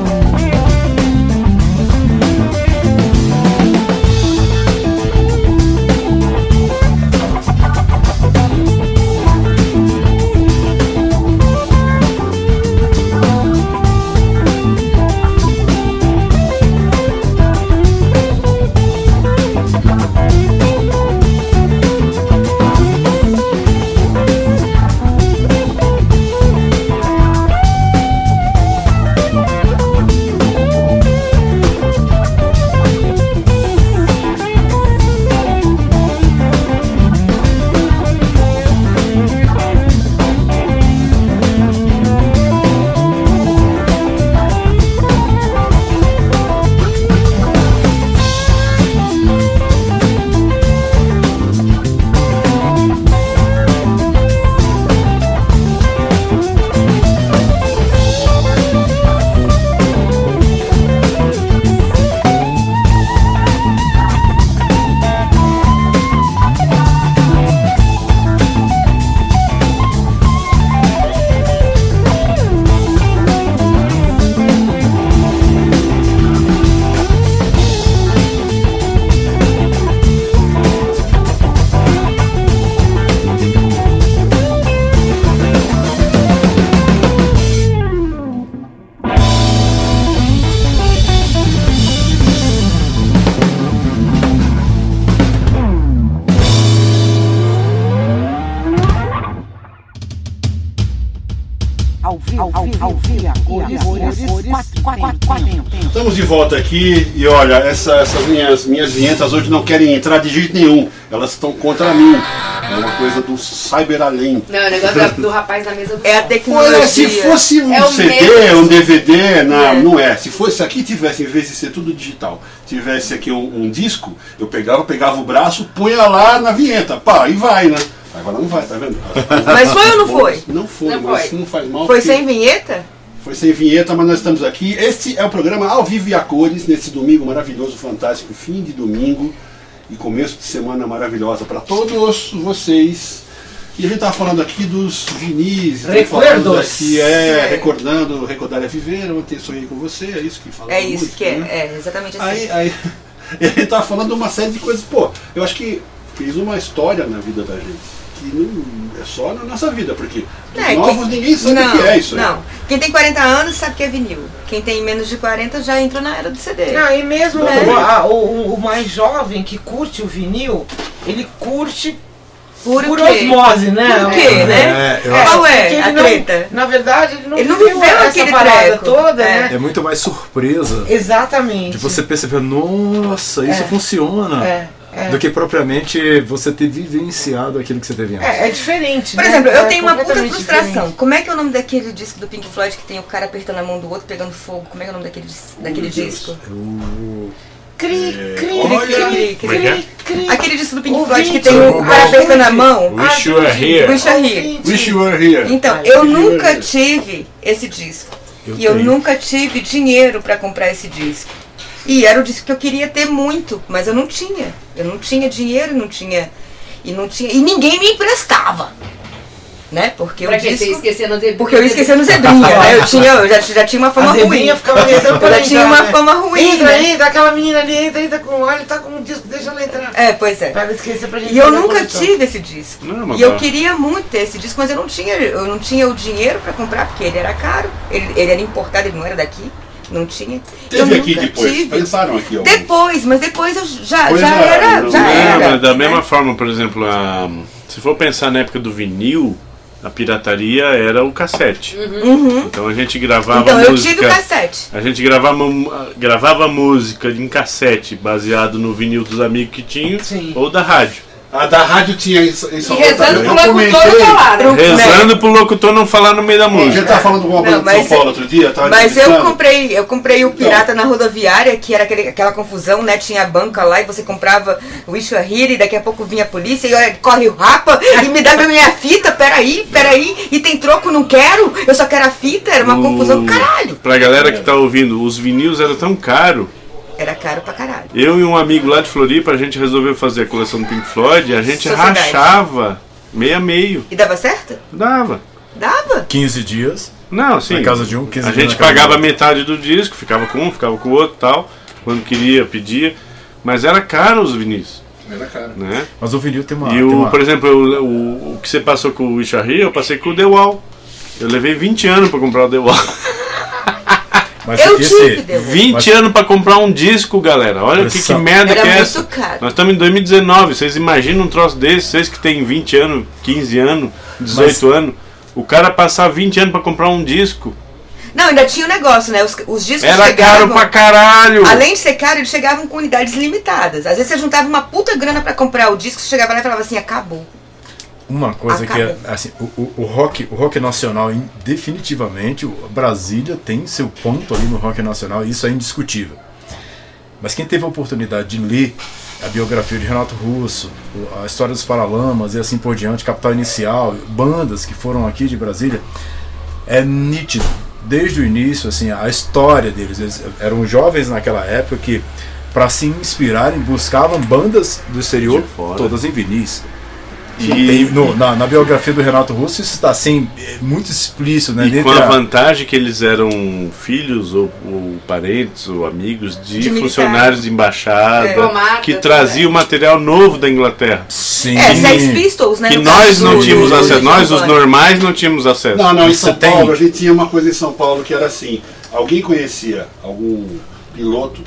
Speaker 2: quatro, quatro, quatro tempos.
Speaker 3: Estamos de volta aqui e olha, essa- essas minhas, minhas vinhetas hoje não querem entrar de jeito nenhum. Elas estão contra mim. É uma coisa do cyber além.
Speaker 8: Não, o negócio da- do rapaz na mesa do
Speaker 4: É a
Speaker 8: som.
Speaker 4: um tecnologia.
Speaker 3: Olha, se fosse um
Speaker 8: É o
Speaker 3: CD,
Speaker 8: mesmo.
Speaker 3: um DVD, não
Speaker 4: É.
Speaker 3: é. não é. Se fosse se aqui tivesse, em vez de ser tudo digital, tivesse aqui um, um disco, eu pegava, pegava o braço, punha lá na vinheta, pá, e vai, né? Agora não vai, tá vendo?
Speaker 4: Mas foi ou não foi?
Speaker 3: Não foi,
Speaker 8: Não
Speaker 3: mas
Speaker 8: foi.
Speaker 3: não faz mal.
Speaker 4: Foi
Speaker 3: porque-
Speaker 4: sem vinheta?
Speaker 3: foi sem vinheta, mas nós estamos aqui. Este é o programa Ao Vivo e a Cores, nesse domingo maravilhoso, fantástico, fim de domingo e começo de semana maravilhosa para todos vocês. E a gente estava falando aqui dos vinis, estamos falando
Speaker 6: Recuerdos.
Speaker 3: aqui, é,
Speaker 4: É.
Speaker 3: recordando, recordar é viver, ontem sonhei com você, é isso que fala.
Speaker 4: É
Speaker 3: na
Speaker 4: isso
Speaker 3: música,
Speaker 4: que é.
Speaker 3: né?
Speaker 4: É, exatamente assim.
Speaker 3: Aí, aí ele tá falando uma série de coisas. Pô, eu acho que fez uma história na vida da gente. Que não é só na nossa vida, porque dos
Speaker 4: É,
Speaker 3: novos
Speaker 4: quem-
Speaker 3: ninguém sabe
Speaker 4: não,
Speaker 3: o que é isso. aí.
Speaker 4: Não. Quem tem 40 anos sabe que é vinil. Quem tem menos de 40 já entrou na era do Tá CD.
Speaker 6: Não, e mesmo
Speaker 3: Né?
Speaker 6: o, a- o- o mais jovem que curte o vinil, ele curte
Speaker 4: Por,
Speaker 6: por
Speaker 4: quê?
Speaker 6: osmose, né?
Speaker 4: Por quê, né?
Speaker 7: É, eu acho
Speaker 4: Qual
Speaker 6: Porque
Speaker 4: é
Speaker 6: ele
Speaker 4: a
Speaker 6: não-
Speaker 4: treta?
Speaker 6: na verdade, ele não,
Speaker 4: Ele não viveu
Speaker 6: essa
Speaker 4: aquele
Speaker 6: parada
Speaker 4: treco.
Speaker 6: toda,
Speaker 4: É.
Speaker 7: que
Speaker 6: né?
Speaker 7: é muito mais surpresa
Speaker 6: Exatamente.
Speaker 7: de você perceber, nossa, isso
Speaker 6: É.
Speaker 7: funciona.
Speaker 6: É, é.
Speaker 7: Do que propriamente você ter vivenciado aquilo que você teve antes.
Speaker 6: É, é diferente.
Speaker 4: Por
Speaker 6: né?
Speaker 4: exemplo, eu
Speaker 6: É
Speaker 4: tenho uma puta
Speaker 6: completamente
Speaker 4: frustração.
Speaker 6: diferente.
Speaker 4: Como é que é o nome daquele disco do Pink Floyd que tem o cara apertando a mão do outro, pegando fogo? Como é que é o nome daquele, dis- daquele
Speaker 3: Deus.
Speaker 4: disco?
Speaker 5: É
Speaker 6: Cri, cri, cri,
Speaker 3: olha.
Speaker 5: Como é que é?
Speaker 6: cri, cri.
Speaker 4: Aquele disco do Pink
Speaker 6: Ouvinte,
Speaker 4: Floyd que tem o cara
Speaker 6: ouvinte.
Speaker 4: apertando a mão?
Speaker 5: Wish You Were Here.
Speaker 4: Wish You Were Here.
Speaker 6: Ouvinte.
Speaker 3: Wish you were here.
Speaker 4: Então,
Speaker 6: Ai,
Speaker 4: eu
Speaker 3: que
Speaker 4: nunca
Speaker 3: beleza.
Speaker 4: tive esse disco.
Speaker 7: Eu
Speaker 4: e eu
Speaker 7: tenho.
Speaker 4: nunca tive dinheiro pra comprar esse disco. E era o disco que eu queria ter muito, mas eu não tinha. Eu não tinha dinheiro, não tinha. E não tinha. E ninguém me emprestava. Né? Porque
Speaker 8: Pra
Speaker 4: o
Speaker 8: que você
Speaker 4: disco.
Speaker 8: esquecendo de...
Speaker 4: Porque eu esqueci no Zebrinha, né? Eu, tinha, eu já, já tinha uma
Speaker 6: A
Speaker 4: fama ruim.
Speaker 6: Zebrinha ficava rezando pra
Speaker 4: Eu já
Speaker 6: entrar,
Speaker 4: tinha uma
Speaker 8: tá
Speaker 6: né?
Speaker 4: fama ruim,
Speaker 6: Entra,
Speaker 4: né?
Speaker 6: entra, aquela menina ali, entra, entra com olha, tá com um disco, deixa ela entrar.
Speaker 4: É, pois é.
Speaker 6: Pra ela esquecer pra gente. tá.
Speaker 4: E eu
Speaker 6: fazer a
Speaker 4: nunca
Speaker 6: coleção.
Speaker 4: tive esse disco.
Speaker 5: Não é uma
Speaker 4: e eu
Speaker 5: barra.
Speaker 4: queria muito ter esse disco, mas eu não tinha, eu não tinha o dinheiro pra comprar, porque ele era caro, ele, ele era importado, ele não era daqui, não tinha. eu
Speaker 3: Teve
Speaker 4: nunca
Speaker 3: aqui depois.
Speaker 4: tive.
Speaker 3: Pensaram aqui, ó.
Speaker 4: Depois, mas depois eu já,
Speaker 3: Pois
Speaker 4: já
Speaker 5: é,
Speaker 3: não,
Speaker 4: era.
Speaker 3: não,
Speaker 4: Já
Speaker 3: não,
Speaker 4: era.
Speaker 5: mas da mesma
Speaker 4: né?
Speaker 5: forma, por exemplo, a- se for pensar na época do vinil, a pirataria era o cassete.
Speaker 6: Uhum.
Speaker 5: Então a gente gravava
Speaker 4: Hum. Uhum. Então eu
Speaker 5: música.
Speaker 4: tive o cassete.
Speaker 5: A gente gravava, ah, gravava música em cassete baseado no vinil dos amigos que tinham
Speaker 6: Sim.
Speaker 5: ou da rádio.
Speaker 3: A da rádio tinha isso.
Speaker 8: E rezando pro locutor
Speaker 3: comentei.
Speaker 4: né?
Speaker 8: calado.
Speaker 5: Rezando pro locutor não falar no meio da
Speaker 3: A gente
Speaker 5: música.
Speaker 3: tava falando com uma
Speaker 4: Não,
Speaker 3: banda de
Speaker 4: mas-
Speaker 3: São Paulo outro dia.
Speaker 5: Tá
Speaker 3: Tava
Speaker 4: Mas eu
Speaker 3: entrevistando.
Speaker 4: comprei, eu comprei o Pirata na rodoviária, que era aquele- aquela confusão, né? Tinha a banca lá e você comprava o Wish You Were Here e daqui a pouco vinha a polícia e olha, corre o rapa e me dá minha- minha fita, peraí, peraí, e tem troco, não quero, eu só quero a fita, era uma
Speaker 5: Uh.
Speaker 4: confusão do caralho.
Speaker 5: Pra galera
Speaker 3: É.
Speaker 5: que tá ouvindo, os vinil eram tão caros.
Speaker 4: Era caro pra caralho.
Speaker 5: Eu e um amigo lá de Floripa, a gente resolveu fazer a coleção do Pink Floyd, a gente
Speaker 4: Sociedade.
Speaker 5: rachava meio a meio.
Speaker 4: E dava certo?
Speaker 5: Dava.
Speaker 4: Dava.
Speaker 7: 15 dias.
Speaker 5: Não, sim.
Speaker 7: Na casa de um, 15
Speaker 5: A
Speaker 7: dias
Speaker 5: gente
Speaker 7: na casa
Speaker 5: pagava
Speaker 7: do outro.
Speaker 5: metade do disco, ficava com um, ficava com o outro tal. Quando queria, pedia. Mas era caro os vinis,
Speaker 3: Era cara.
Speaker 5: né?
Speaker 7: Mas o vinil tem uma.
Speaker 5: e
Speaker 7: tem
Speaker 5: o,
Speaker 7: uma-
Speaker 5: por exemplo, eu- o, o que você passou com o Ixarri, eu passei com o The Wall. Eu levei 20 anos pra comprar o The Wall.
Speaker 7: mas
Speaker 4: Eu
Speaker 7: esse-
Speaker 4: tive, deu.
Speaker 5: 20 anos pra comprar um disco, galera. Olha que, que
Speaker 7: Pressão.
Speaker 5: merda
Speaker 4: Era
Speaker 5: que é
Speaker 4: muito
Speaker 5: essa.
Speaker 4: caro.
Speaker 5: Nós estamos em 2019, vocês imaginam um troço desse, vocês que tem 20 anos, 15 anos, 18 anos, o cara passar 20 anos pra comprar um disco.
Speaker 4: Não, ainda tinha o negócio, né? Os, os discos
Speaker 5: Era
Speaker 4: chegavam-
Speaker 5: caro pra caralho.
Speaker 4: Além de ser caro, eles chegavam com unidades limitadas. Às vezes você juntava uma puta grana pra comprar o disco, você chegava lá e falava assim, acabou.
Speaker 7: Uma coisa que é,
Speaker 4: Acabou.
Speaker 7: assim, o, o- o rock, o rock nacional, em- definitivamente, o- Brasília tem seu ponto ali no rock nacional, e isso é indiscutível. Mas quem teve a oportunidade de ler a biografia de Renato Russo, o- a história dos Paralamas e assim por diante, Capital Inicial, bandas que foram aqui de Brasília, é nítido. Desde o início, assim, a história deles, eles eram jovens naquela época que, para se inspirarem, buscavam bandas do exterior,
Speaker 5: fora.
Speaker 7: todas em vinis.
Speaker 5: E-
Speaker 7: Tem no- na, na biografia do Renato Russo, isso está assim, é muito explícito, né?
Speaker 5: E
Speaker 7: Dentre
Speaker 5: com a
Speaker 7: a-
Speaker 5: vantagem é que eles eram filhos ou, ou parentes ou amigos de,
Speaker 4: De militar.
Speaker 5: funcionários de embaixada
Speaker 4: É.
Speaker 8: Diplomata,
Speaker 5: que traziam material novo da Inglaterra.
Speaker 7: Sim.
Speaker 4: É, Sex Pistols, né?
Speaker 5: que
Speaker 4: no
Speaker 5: nós
Speaker 4: caso
Speaker 5: não
Speaker 4: do-
Speaker 5: tínhamos
Speaker 4: do-
Speaker 5: acesso,
Speaker 4: do
Speaker 5: nós, os
Speaker 4: Giovanni.
Speaker 5: normais, não tínhamos acesso.
Speaker 3: Não, não, em
Speaker 7: Isso
Speaker 3: São
Speaker 7: tem.
Speaker 3: Paulo, a gente tinha uma coisa em São Paulo que era assim, alguém conhecia algum piloto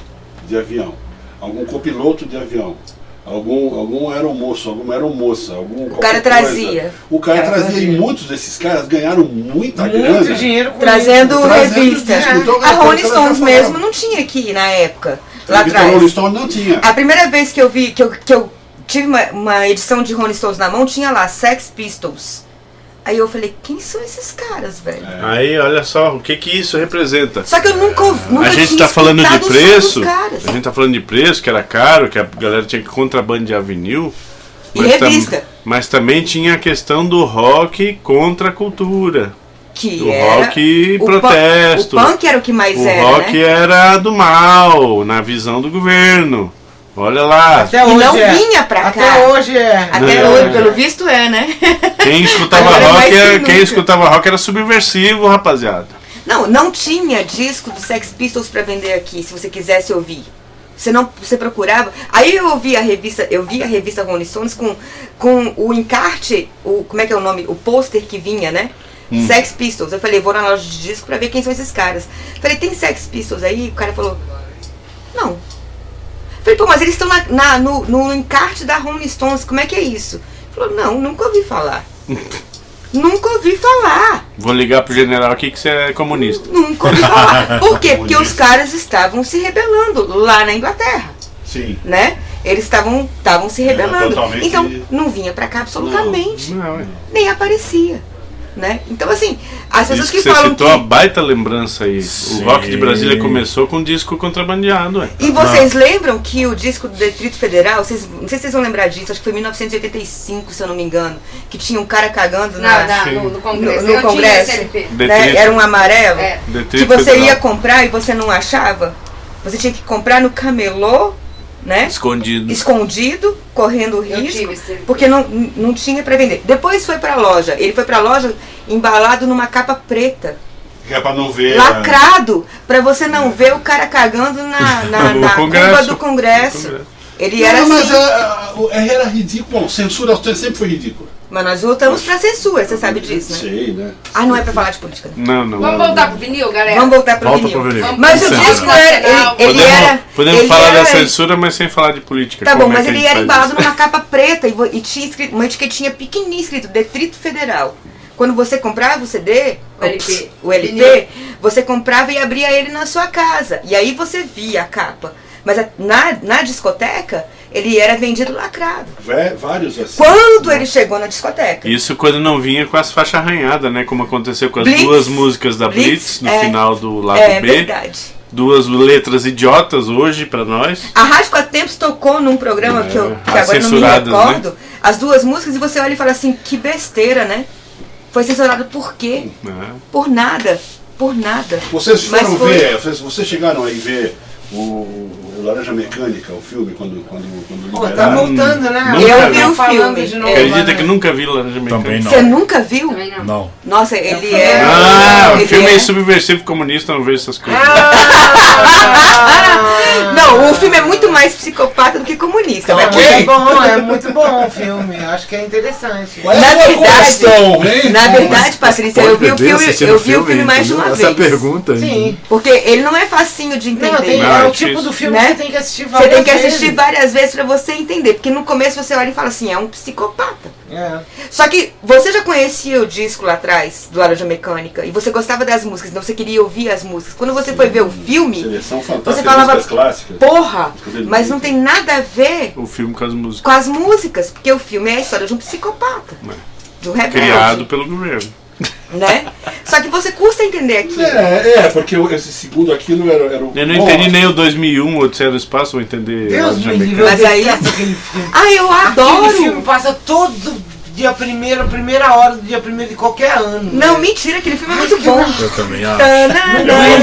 Speaker 3: de avião, algum copiloto de avião, Algum, algum era um moço, alguma era um moça, algum
Speaker 4: O cara
Speaker 3: qualquer coisa.
Speaker 4: trazia.
Speaker 3: O cara,
Speaker 6: O cara
Speaker 3: trazia, e
Speaker 6: trazia.
Speaker 3: muitos desses caras ganharam muita grana.
Speaker 6: Muito dinheiro com
Speaker 4: Trazendo
Speaker 6: isso.
Speaker 3: Trazendo
Speaker 4: revista.
Speaker 3: disco, então,
Speaker 4: a
Speaker 3: cara,
Speaker 4: Rolling
Speaker 3: ela já
Speaker 4: Stones
Speaker 3: falava.
Speaker 4: mesmo não tinha aqui na época. Lá
Speaker 3: Revista
Speaker 4: atrás.
Speaker 3: Rolling Stone não tinha.
Speaker 4: A primeira vez que eu vi, que eu, que eu tive uma, uma edição de Rolling Stones na mão, tinha lá Sex Pistols. Aí eu falei, quem são esses caras, velho?
Speaker 3: É.
Speaker 5: Aí, olha só, o que que isso representa?
Speaker 4: Só que eu nunca ouvi. Nunca
Speaker 5: A gente
Speaker 4: tinha
Speaker 5: tá falando de
Speaker 4: escutado o som dos
Speaker 5: preço,
Speaker 4: caras.
Speaker 5: a gente tá falando de preço, que era caro, que a galera tinha que contrabandear vinil.
Speaker 4: E
Speaker 5: mas tam-
Speaker 4: revista.
Speaker 5: mas também tinha a questão do rock contra a cultura.
Speaker 4: Que
Speaker 5: O
Speaker 4: era
Speaker 5: rock
Speaker 4: o pun-
Speaker 5: protesto.
Speaker 4: O punk era o que mais
Speaker 5: o
Speaker 4: era,
Speaker 5: rock é-
Speaker 4: né?
Speaker 5: era do mal, na visão do governo. Olha lá,
Speaker 6: Até
Speaker 4: E
Speaker 6: hoje
Speaker 4: não
Speaker 6: é.
Speaker 4: vinha pra
Speaker 6: Até
Speaker 4: cá.
Speaker 6: hoje é.
Speaker 4: Até
Speaker 5: Não,
Speaker 4: hoje,
Speaker 5: é.
Speaker 4: pelo visto, é, né?
Speaker 5: quem escutava
Speaker 4: Agora é mais
Speaker 5: rock,
Speaker 4: que
Speaker 5: era,
Speaker 4: nunca.
Speaker 5: quem escutava rock era subversivo, rapaziada.
Speaker 4: Não, não tinha disco do Sex Pistols pra vender aqui, se você quisesse ouvir. Você não, você procurava. Aí eu ouvi a revista, eu vi a revista Rolling Stones com, com o encarte, o como é que é o nome, o pôster que vinha, né? Sex Pistols. Eu falei, vou na loja de disco pra ver quem são esses caras. Falei, tem Sex Pistols aí? O cara falou, não. Falei, pô, mas eles estão na, na- no, no encarte da Rolling Stones, como é que é isso? Ele Falou, não, nunca ouvi falar. nunca ouvi falar.
Speaker 5: Vou ligar pro general aqui que você é comunista.
Speaker 4: Nunca ouvi Hum, falar. Por quê? Porque os caras estavam se rebelando lá na Inglaterra,
Speaker 3: Sim.
Speaker 4: né? Eles estavam estavam
Speaker 5: É,
Speaker 4: se rebelando.
Speaker 3: totalmente-
Speaker 4: então não vinha pra cá absolutamente,
Speaker 5: Não, é.
Speaker 4: nem aparecia, né? Então assim, as pessoas
Speaker 5: Isso
Speaker 4: que,
Speaker 5: que você
Speaker 4: falam
Speaker 5: citou uma
Speaker 4: que
Speaker 5: baita lembrança aí.
Speaker 7: Sim.
Speaker 5: O rock de Brasília começou com um disco contrabandeado, é.
Speaker 4: e vocês lembram que o disco do Distrito Federal, vocês, não sei se vocês vão lembrar disso, acho que foi 1985, se eu não me engano, que tinha um cara cagando na,
Speaker 8: Não, não, no, no Congresso.
Speaker 4: No- no
Speaker 8: Eu tinha
Speaker 4: Congresso.
Speaker 8: esse LP.
Speaker 4: né?
Speaker 5: Detrito.
Speaker 4: Era um amarelo.
Speaker 8: É.
Speaker 5: Detrito
Speaker 4: que você
Speaker 5: federal.
Speaker 4: ia comprar e você não achava. Você tinha que comprar no camelô, né?
Speaker 5: Escondido.
Speaker 4: escondido, correndo
Speaker 8: Eu
Speaker 4: risco,
Speaker 8: tive esse-
Speaker 4: porque não, não tinha pra vender. Depois foi pra loja. Ele foi pra loja embalado numa capa preta,
Speaker 3: Que é pra não ver. né?
Speaker 4: lacrado, pra você não ver o cara cagando na, na,
Speaker 5: Hum. No
Speaker 4: na
Speaker 5: Congresso.
Speaker 4: curva do Congresso.
Speaker 5: No Congresso.
Speaker 4: Ele
Speaker 3: Não,
Speaker 4: era
Speaker 3: mas é-
Speaker 4: assim. Mas,
Speaker 3: era, era ridículo. Bom, censura sempre foi ridícula.
Speaker 4: nós voltamos pra censura, você sabe disso, né?
Speaker 3: Sei, né?
Speaker 4: Ah, não é pra falar de política. né?
Speaker 5: Não, não.
Speaker 8: Vamos
Speaker 5: não.
Speaker 8: voltar pro vinil, galera?
Speaker 4: Vamos voltar pro
Speaker 7: Volta
Speaker 4: vinil.
Speaker 7: pro vinil.
Speaker 4: Mas o
Speaker 7: Sim.
Speaker 4: disco era. Ele, ele
Speaker 5: podemos
Speaker 4: era.
Speaker 5: podemos
Speaker 4: ele
Speaker 5: falar
Speaker 4: era-
Speaker 5: da censura, mas sem falar de política.
Speaker 4: Tá
Speaker 5: Como
Speaker 4: bom,
Speaker 5: é
Speaker 4: mas
Speaker 5: que a
Speaker 4: ele
Speaker 5: gente
Speaker 4: era
Speaker 5: faz
Speaker 4: embalado
Speaker 5: isso?
Speaker 4: numa capa preta e, vo- e tinha escrito uma etiquetinha pequenininha escrito Detrito Federal. Quando você comprava o CD,
Speaker 8: O LP.
Speaker 4: o LP,
Speaker 8: Vinil.
Speaker 4: você comprava e abria ele na sua casa. E aí você via a capa. Mas a- na, na discoteca, ele era vendido lacrado.
Speaker 3: Vé- vários assim.
Speaker 4: Quando ele chegou na discoteca.
Speaker 5: Isso quando não vinha com as faixas arranhadas, né? Como aconteceu com as
Speaker 4: Blitz.
Speaker 5: duas músicas da
Speaker 4: Blitz,
Speaker 5: Blitz, no
Speaker 4: é.
Speaker 5: final do lado
Speaker 4: é
Speaker 5: B.
Speaker 4: verdade.
Speaker 5: Duas letras idiotas hoje pra nós.
Speaker 4: A Rádio Quatro Tempos tocou num programa
Speaker 5: É,
Speaker 4: que, eu, que
Speaker 5: as
Speaker 4: agora eu não me
Speaker 5: censuradas,
Speaker 4: recordo, as duas músicas, e você olha e fala assim, que besteira, né? Foi censurado por quê?
Speaker 5: né?
Speaker 4: Por nada. Por nada.
Speaker 3: Vocês foram
Speaker 4: Mas foi-
Speaker 3: ver, vocês, vocês chegaram aí ver o, o Laranja Mecânica, o filme, quando, quando, quando
Speaker 6: Pô, tá
Speaker 3: liberaram?
Speaker 6: voltando, né?
Speaker 5: Ah, Nunca Eu vi
Speaker 6: Estão
Speaker 4: o
Speaker 6: falando
Speaker 4: filme.
Speaker 6: de novo,
Speaker 5: Acredita
Speaker 6: né?
Speaker 5: que nunca vi Laranja Mecânica.
Speaker 7: Também não.
Speaker 4: É, Você nunca viu?
Speaker 8: Também não.
Speaker 7: Não.
Speaker 4: Nossa, ele
Speaker 6: falei.
Speaker 4: é.
Speaker 5: Ah,
Speaker 4: ele
Speaker 5: o filme é
Speaker 4: é-
Speaker 5: subversivo comunista, não vejo essas coisas.
Speaker 4: Não, o filme é muito mais psicopata do que
Speaker 5: Tá
Speaker 4: comunista.
Speaker 6: Não,
Speaker 4: vai
Speaker 6: é
Speaker 4: por aí.
Speaker 6: muito bom, é muito bom o filme. Eu Acho que é interessante.
Speaker 3: Qual é
Speaker 4: Na
Speaker 3: a sua
Speaker 4: verdade-
Speaker 3: questão, hein?
Speaker 4: Na verdade, Patrícia, eu vi o
Speaker 7: Pode beber
Speaker 4: filme,
Speaker 7: assistindo
Speaker 4: eu vi o filme mais de
Speaker 7: entendeu?
Speaker 4: uma
Speaker 7: Essa
Speaker 4: vez.
Speaker 7: pergunta.
Speaker 6: Sim.
Speaker 4: Porque ele não é facinho de
Speaker 6: Não,
Speaker 4: entender.
Speaker 6: tem,
Speaker 5: Não,
Speaker 6: é
Speaker 5: é
Speaker 6: o tipo
Speaker 5: difícil.
Speaker 6: do filme
Speaker 4: Né?
Speaker 6: que você tem que assistir
Speaker 4: Você
Speaker 6: várias
Speaker 4: tem que
Speaker 6: vezes.
Speaker 4: assistir várias vezes pra você entender, porque no começo você olha e fala assim, é um psicopata.
Speaker 6: É.
Speaker 4: Só que você já conhecia o disco lá atrás, do Laranja Mecânica, e você gostava das músicas, então você queria ouvir as músicas. Quando você foi ver o filme,
Speaker 3: Seleção fantástica
Speaker 4: Você falava-
Speaker 3: de músicas clássicas.
Speaker 4: porra, mas não tem nada a ver
Speaker 5: O filme com as músicas. né?
Speaker 4: com as músicas, porque o filme é a história de um psicopata. De um rebelde,
Speaker 5: Criado pelo governo.
Speaker 4: né? Só que você custa entender aqui.
Speaker 3: É, é, porque o- esse segundo aquilo era, era o.
Speaker 5: Eu não
Speaker 3: Bom,
Speaker 5: entendi nem um, o 2001, Odisseia do Espaço, vou entender
Speaker 6: Deus
Speaker 5: Laranja
Speaker 6: me livre.
Speaker 5: Mecânica.
Speaker 6: eu
Speaker 4: Mas aí-
Speaker 6: detesto aquele filme.
Speaker 4: Ah, eu
Speaker 6: Aquele filme
Speaker 4: adoro!
Speaker 6: passa todo dia primeiro, primeira hora do dia primeiro de qualquer ano. né?
Speaker 4: Não, mentira, aquele filme é muito bom.
Speaker 7: Eu também acho.
Speaker 6: é,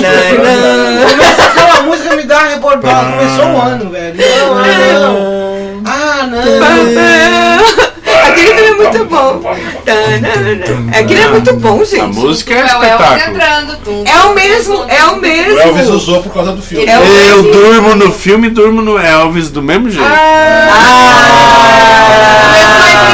Speaker 4: Tananana.
Speaker 6: Começa aquela música me dá uma rebordada. Começou o ano, velho.
Speaker 4: É
Speaker 6: Não, não, não. Ah, não.
Speaker 4: Aquele filme é muito bom. Tananana. Aquele é muito bom,
Speaker 5: A
Speaker 4: gente.
Speaker 5: música é
Speaker 8: É o Elvis
Speaker 5: espetáculo.
Speaker 8: entrando. tum,
Speaker 4: É o mesmo, é o
Speaker 3: O Elvis
Speaker 4: mesmo.
Speaker 3: usou por causa do filme.
Speaker 4: É o-
Speaker 5: Eu durmo no filme, durmo no Elvis do mesmo jeito. Ah.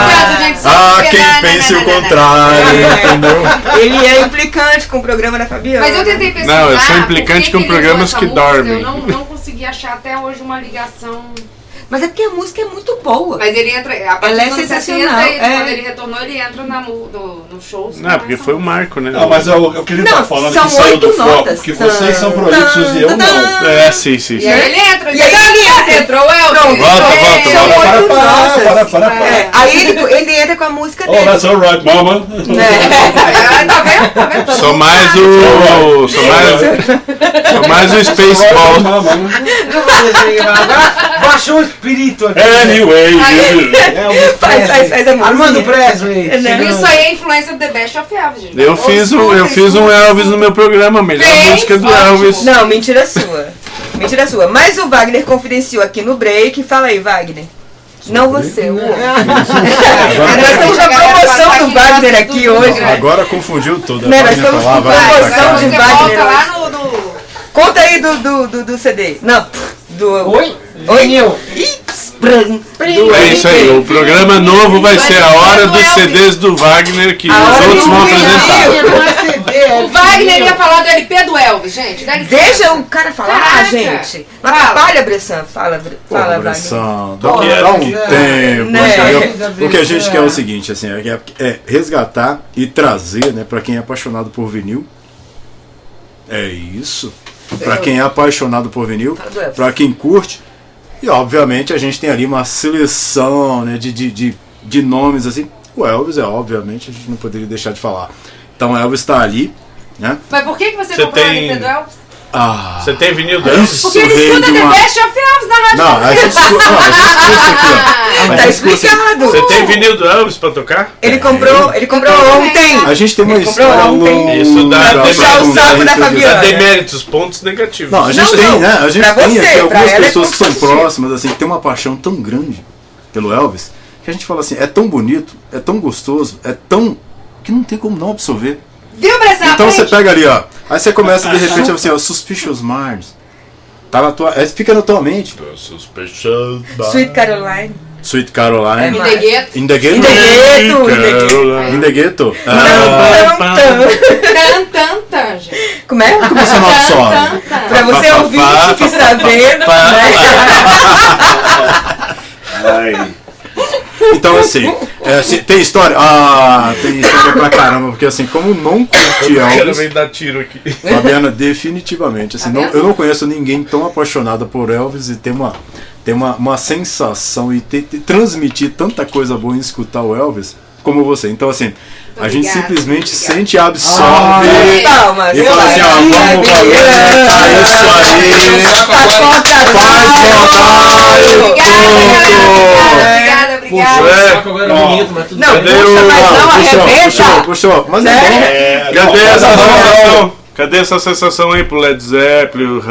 Speaker 8: Obrigado, gente. Só
Speaker 7: Ah,
Speaker 8: porque na- na-
Speaker 7: quem pense
Speaker 8: na-
Speaker 7: o
Speaker 8: na- na-
Speaker 7: contrário, entendeu?
Speaker 4: Ele é implicante com o programa da Fabiana.
Speaker 8: Mas eu tentei pesquisar.
Speaker 5: Não, eu sou
Speaker 8: por
Speaker 5: implicante
Speaker 8: que
Speaker 5: com
Speaker 8: que ele
Speaker 5: programas
Speaker 8: usou essa
Speaker 5: que
Speaker 8: música,
Speaker 5: dormem.
Speaker 8: Eu não, não consegui achar até hoje uma ligação.
Speaker 4: Mas é porque a música é muito boa.
Speaker 8: Mas ele entra. A partir
Speaker 4: Ela é
Speaker 8: dos anos
Speaker 4: sensacional,
Speaker 8: 70, ele-
Speaker 4: é.
Speaker 8: quando ele retornou, ele entra na, mu- no, no show.
Speaker 5: Não, porque foi o marco, né?
Speaker 3: Não, mas é o, é o que ele
Speaker 4: Não,
Speaker 3: tá falando
Speaker 4: são
Speaker 3: que saiu do
Speaker 4: oito
Speaker 3: foco,
Speaker 4: notas.
Speaker 3: que vocês são
Speaker 4: Tan,
Speaker 3: prolixos e eu
Speaker 4: tan, tan.
Speaker 3: não.
Speaker 5: É, sim, sim.
Speaker 8: E
Speaker 5: sim.
Speaker 8: aí ele entra,
Speaker 4: E aí ele entra.
Speaker 8: entrou o Elton.
Speaker 4: Pronto.
Speaker 5: Volta,
Speaker 8: É,
Speaker 5: volta,
Speaker 4: são
Speaker 5: volta.
Speaker 4: oito
Speaker 3: Para, para,
Speaker 4: notas.
Speaker 3: para, para, para.
Speaker 4: É, Aí ele, ele entra com a música
Speaker 3: Oh,
Speaker 4: dele.
Speaker 3: that's alright, mama.
Speaker 4: É. Tá vendo? Tá vendo? Todo
Speaker 5: Sou
Speaker 4: mundo
Speaker 5: mais
Speaker 4: sabe.
Speaker 5: o. Sou mais, sou mais o
Speaker 3: Alright,
Speaker 5: Spaceball.
Speaker 3: mama.
Speaker 2: Agora baixou o espírito aqui.
Speaker 3: Anyway, you do.
Speaker 2: É o
Speaker 4: Faz- faz- faz a música.
Speaker 2: Armando Presley.
Speaker 4: É, né?
Speaker 2: chegando.
Speaker 8: Isso aí é influência do The Best of Elvis, gente.
Speaker 5: Eu fiz, um, eu fiz um Elvis no meu programa, a melhor
Speaker 8: Fez?
Speaker 5: música do
Speaker 8: Ótimo.
Speaker 5: Elvis.
Speaker 4: Não, mentira sua. Mentira sua. Mas o Wagner confidenciou aqui no break. Fala aí, Wagner. Não você, o outro. Nós estamos na promoção do Wagner aqui hoje. né?
Speaker 7: Agora é confundiu tudo.
Speaker 4: Não, nós
Speaker 7: Vai pra
Speaker 4: estamos
Speaker 7: lá,
Speaker 4: com
Speaker 7: vai pra
Speaker 4: promoção
Speaker 7: cá.
Speaker 8: Agora
Speaker 4: de
Speaker 8: você
Speaker 4: Wagner
Speaker 8: volta lá no. no-
Speaker 4: Conta aí do, do, do, do CD. Não, do.
Speaker 2: Oi?
Speaker 4: Oi?
Speaker 2: Vinil.
Speaker 4: Ips, pran, do
Speaker 5: É isso aí, o
Speaker 4: LP.
Speaker 5: programa novo vai ser a hora dos
Speaker 8: Elvis.
Speaker 5: CDs do Wagner que
Speaker 4: é A hora
Speaker 5: os outros
Speaker 4: do
Speaker 5: vão
Speaker 4: Elvis.
Speaker 5: apresentar.
Speaker 2: Ele não é CD, é
Speaker 8: O Wagner
Speaker 2: vinil.
Speaker 8: ia falar do LP do Elvis, gente. Dá licença.
Speaker 4: Deixa o cara falar,
Speaker 8: Caraca.
Speaker 4: gente. Não
Speaker 8: Fala.
Speaker 4: atrapalha, Bressan. Fala, Bre-
Speaker 7: Pô,
Speaker 4: fala Wagner.
Speaker 7: Bressan, dá, um-
Speaker 4: Olha,
Speaker 7: dá um
Speaker 2: Bressan.
Speaker 7: tempo,
Speaker 4: Né?
Speaker 7: entendeu? O que a gente quer é o seguinte, assim, é, é resgatar e trazer, né, para quem é apaixonado por vinil. É isso. Para quem é apaixonado por vinil,
Speaker 4: Fala do Elvis.
Speaker 7: para quem curte. E obviamente a gente tem ali uma seleção, né, de, de, de, de nomes assim. O Elvis é obviamente a gente não poderia deixar de falar. Então Elvis está ali, né?
Speaker 8: Mas por que, que você,
Speaker 5: Você
Speaker 8: comprou
Speaker 5: tem-
Speaker 8: o LP do Elvis?
Speaker 7: Ah,
Speaker 5: Você tem vinil do Elvis?
Speaker 7: isso
Speaker 8: Porque ele
Speaker 7: vem
Speaker 8: escuta
Speaker 7: de
Speaker 8: The
Speaker 7: uma
Speaker 8: Best of Elvis na rádio.
Speaker 7: não, a gente escuta, não, a gente escuta isso aqui, ó. A
Speaker 4: Tá
Speaker 7: gente escuta isso aqui.
Speaker 4: explicado.
Speaker 5: Você tem vinil do Elvis pra tocar? É.
Speaker 4: Ele comprou, ele comprou
Speaker 7: A
Speaker 4: ontem.
Speaker 7: gente tem uma
Speaker 4: Ele comprou
Speaker 7: história
Speaker 4: ontem.
Speaker 7: longa
Speaker 5: Isso dá-
Speaker 7: é um pra
Speaker 5: dá puxar
Speaker 4: o saco da
Speaker 7: contar, entendeu?
Speaker 4: Fabiana.
Speaker 5: Dá deméritos, pontos negativos.
Speaker 7: Não, a gente
Speaker 4: Não,
Speaker 7: tem,
Speaker 4: não.
Speaker 7: né? A gente
Speaker 4: Pra
Speaker 7: tem
Speaker 4: você,
Speaker 7: aqui
Speaker 4: pra
Speaker 7: algumas
Speaker 4: ela é
Speaker 7: pessoas que são
Speaker 4: construtivo.
Speaker 7: próximas, assim, que tem uma paixão tão grande pelo Elvis, que a gente fala assim, é tão bonito, é tão gostoso, é tão. que não tem como não absorver.
Speaker 8: Viu, Bressan?
Speaker 7: Então você
Speaker 8: Aprende.
Speaker 7: pega ali, ó. Aí você começa de repente assim, ó, Suspicious Minds. Tá na tua. é, Fica na tua mente.
Speaker 5: Suspicious.
Speaker 4: Sweet É, Caroline.
Speaker 7: Sweet Caroline.
Speaker 8: Me neguei.
Speaker 7: In the Ghetto.
Speaker 4: In the Ghetto, in the Ghetto.
Speaker 7: In the Ghetto. Ah,
Speaker 4: Tam, tam, tam.
Speaker 8: Tan, tan, tan, gente.
Speaker 4: Como é?
Speaker 7: Como você não absorve?
Speaker 4: Pra você
Speaker 5: Pá,
Speaker 4: ouvir
Speaker 5: pá,
Speaker 4: que está vendo. né?
Speaker 3: Ai.
Speaker 7: Então, assim, é, assim, tem história? Ah, tem história pra caramba, porque assim, como não curti
Speaker 5: Quero
Speaker 7: Elvis,
Speaker 5: ver dar tiro aqui.
Speaker 7: Fabiana, definitivamente, assim, não-
Speaker 8: vendo?
Speaker 7: eu não conheço ninguém tão apaixonada por Elvis e tem uma, tem uma, uma sensação e ter, ter- transmitir tanta coisa boa em escutar o Elvis como você. Então, assim, a
Speaker 8: Obrigada,
Speaker 7: gente simplesmente
Speaker 8: obrigada.
Speaker 7: sente e absorve.
Speaker 4: Palmas.
Speaker 7: e fala assim, ó, vamos,
Speaker 4: Vai,
Speaker 7: Fabiana, é isso aí.
Speaker 8: Obrigada, galera. Obrigada, obrigada.
Speaker 5: É,
Speaker 2: Agora é bonito, mas tudo
Speaker 4: Não,
Speaker 2: bem.
Speaker 5: Cadê
Speaker 4: puxa,
Speaker 5: o-
Speaker 4: mas não
Speaker 7: puxou, puxou,
Speaker 4: arrebenta.
Speaker 7: puxou. Mas é bom.
Speaker 3: É,
Speaker 5: Cadê
Speaker 3: não,
Speaker 5: essa
Speaker 3: não,
Speaker 5: sensação? Cadê essa sensação aí pro Led Zeppelin, o Rush?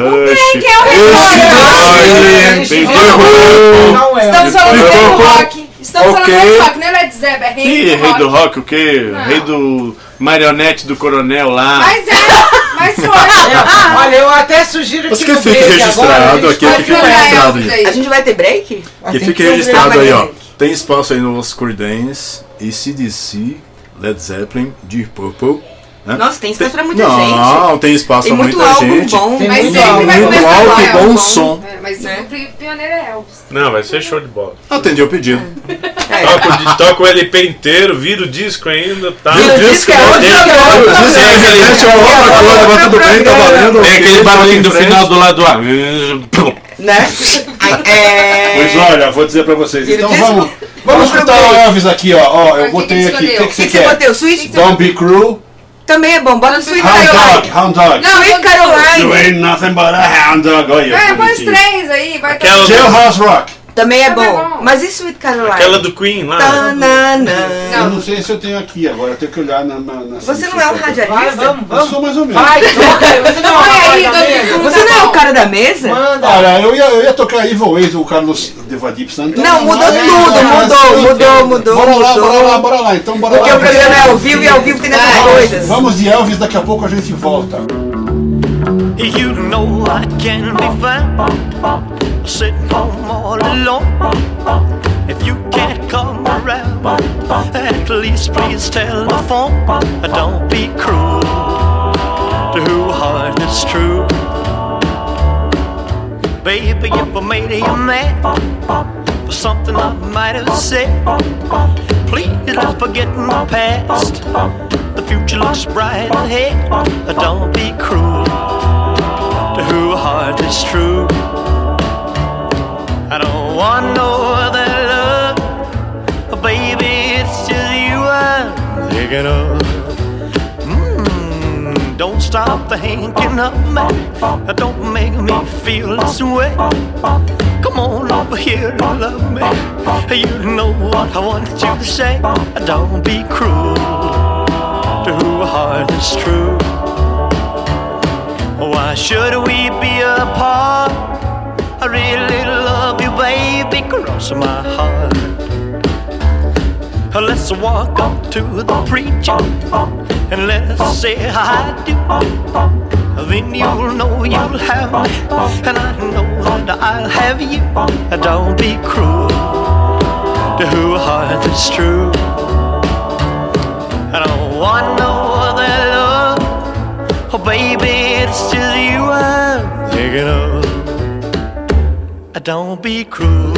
Speaker 8: Que é o
Speaker 5: Ai,
Speaker 2: Gente,
Speaker 5: tem
Speaker 2: não,
Speaker 5: terror.
Speaker 2: não é.
Speaker 8: Estamos falando do rei do
Speaker 5: Tocou.
Speaker 8: rock. Estamos
Speaker 7: Ok.
Speaker 8: falando do rei do rock, não é Led Zeppelin,
Speaker 5: Ih,
Speaker 8: é rei
Speaker 5: rei do
Speaker 8: do rock.
Speaker 5: rock, o quê? Rei do marionete do coronel lá.
Speaker 8: Mas é, mas foi.
Speaker 6: Olha, eu até sugiro
Speaker 7: Mas
Speaker 6: que
Speaker 7: que
Speaker 6: no
Speaker 7: fique
Speaker 6: break
Speaker 7: registrado
Speaker 6: agora,
Speaker 7: aqui, que fique
Speaker 8: Olha,
Speaker 7: registrado,
Speaker 8: é,
Speaker 7: gente.
Speaker 4: A gente vai ter break?
Speaker 7: Que fique
Speaker 6: Tem
Speaker 7: registrado
Speaker 4: programa,
Speaker 7: aí, ó.
Speaker 4: Henrique.
Speaker 7: Tem espaço aí no Creedence, ACDC, Led Zeppelin, Deep Purple. né?
Speaker 4: Nossa, tem espaço pra muita
Speaker 7: não,
Speaker 4: gente.
Speaker 7: tem espaço
Speaker 4: Tem
Speaker 7: pra
Speaker 4: muito
Speaker 7: muita
Speaker 4: álbum
Speaker 7: gente.
Speaker 4: bom.
Speaker 6: Tem
Speaker 8: Mas
Speaker 6: muito
Speaker 8: sempre vai
Speaker 7: álbum,
Speaker 8: começar
Speaker 7: muito
Speaker 8: com
Speaker 7: álbum,
Speaker 8: Elvis.
Speaker 7: bom som.
Speaker 8: É, Mas
Speaker 4: Né?
Speaker 8: o pri- pioneiro é Elvis.
Speaker 5: Não, vai ser show de bola.
Speaker 7: Atendi o pedido.
Speaker 4: É.
Speaker 5: Toca o, di- toca o LP inteiro, vira o disco ainda, tá?
Speaker 4: Vira o disco,
Speaker 7: né?
Speaker 4: é outro programa.
Speaker 5: Tem aquele-
Speaker 7: Gente, é outra coisa, mas tudo bem, tá valendo.
Speaker 5: Tem aquele
Speaker 7: Ok,
Speaker 5: barulhinho do
Speaker 7: toque em
Speaker 5: final
Speaker 7: frente.
Speaker 5: do lado do ar.
Speaker 4: Né? Ai, é-
Speaker 3: Pois olha, vou dizer pra vocês.
Speaker 4: Ele
Speaker 3: Então
Speaker 4: disse-
Speaker 3: vamos, vamos escutar o Elvis aqui, ó. Ó, eu botei aqui. O que, que
Speaker 4: O que,
Speaker 3: você
Speaker 4: que você
Speaker 3: quer?
Speaker 4: bateu? Sweet?
Speaker 3: Don't be cruel.
Speaker 4: Também é bom. Bota Sweet
Speaker 3: Hound dog,
Speaker 4: Caroline.
Speaker 3: hound dog.
Speaker 8: Não,
Speaker 4: Sweet
Speaker 3: You
Speaker 4: Caroline.
Speaker 3: ain't nothing but a hound dog. Olha,
Speaker 8: É, põe os
Speaker 3: bonitinho.
Speaker 8: três aí, vai um
Speaker 5: Aquela-
Speaker 8: tocar.
Speaker 3: Jailhouse Rock.
Speaker 4: Também é
Speaker 8: Também é
Speaker 4: bom.
Speaker 8: bom.
Speaker 4: Mas e Sweet Caroline?
Speaker 5: Aquela do Queen
Speaker 4: Tá,
Speaker 5: lá.
Speaker 4: Tanana.
Speaker 3: Eu não
Speaker 8: Não,
Speaker 3: sei se eu tenho aqui agora, eu tenho que olhar na. na, na
Speaker 4: Você não é um
Speaker 6: Vai,
Speaker 4: radialista?
Speaker 6: vamos,
Speaker 3: Eu
Speaker 6: vamos.
Speaker 3: sou mais ou menos.
Speaker 6: Vai, toca. Você não
Speaker 8: Vai aí,
Speaker 6: é
Speaker 8: Domingo.
Speaker 6: aí,
Speaker 4: Você não é o cara da mesa?
Speaker 6: Manda.
Speaker 3: Olha, eu ia, eu ia tocar Evil Ways do Carlos Devadip Santana.
Speaker 4: Não, mudou
Speaker 3: mas-
Speaker 4: tudo,
Speaker 3: mas-
Speaker 4: mudou, mudou, mudou,
Speaker 3: Bora lá,
Speaker 4: mudou.
Speaker 3: bora lá, bora lá. Então bora
Speaker 4: Porque
Speaker 3: lá.
Speaker 4: o programa é ao vivo e ao vivo tem essas coisas.
Speaker 3: Vamos de Elvis, daqui a pouco a gente volta.
Speaker 11: You know I can be found sitting home all alone. If you can't come around, at least please tell the phone. Don't be cruel to who heart is true. Baby, if I made you mad for something I might have said, please don't forget my past. The future looks bright ahead. Don't be cruel to who heart is true. I don't want no other love, baby. It's just you I'm thinking of. Mm, don't stop thinking of me. Don't make me feel this way. Come on over here and love me. You know what I want you to say. Don't be cruel to who heart is true. Why should we be apart? I really love you, baby, cross my heart. Let's walk up to the preacher and let's say I do. Then you'll know you'll have me, and I know that I'll have you. Don't be cruel to who heart is true. I don't want no other love. Oh, baby, it's just you I'm thinking of. Don't be cruel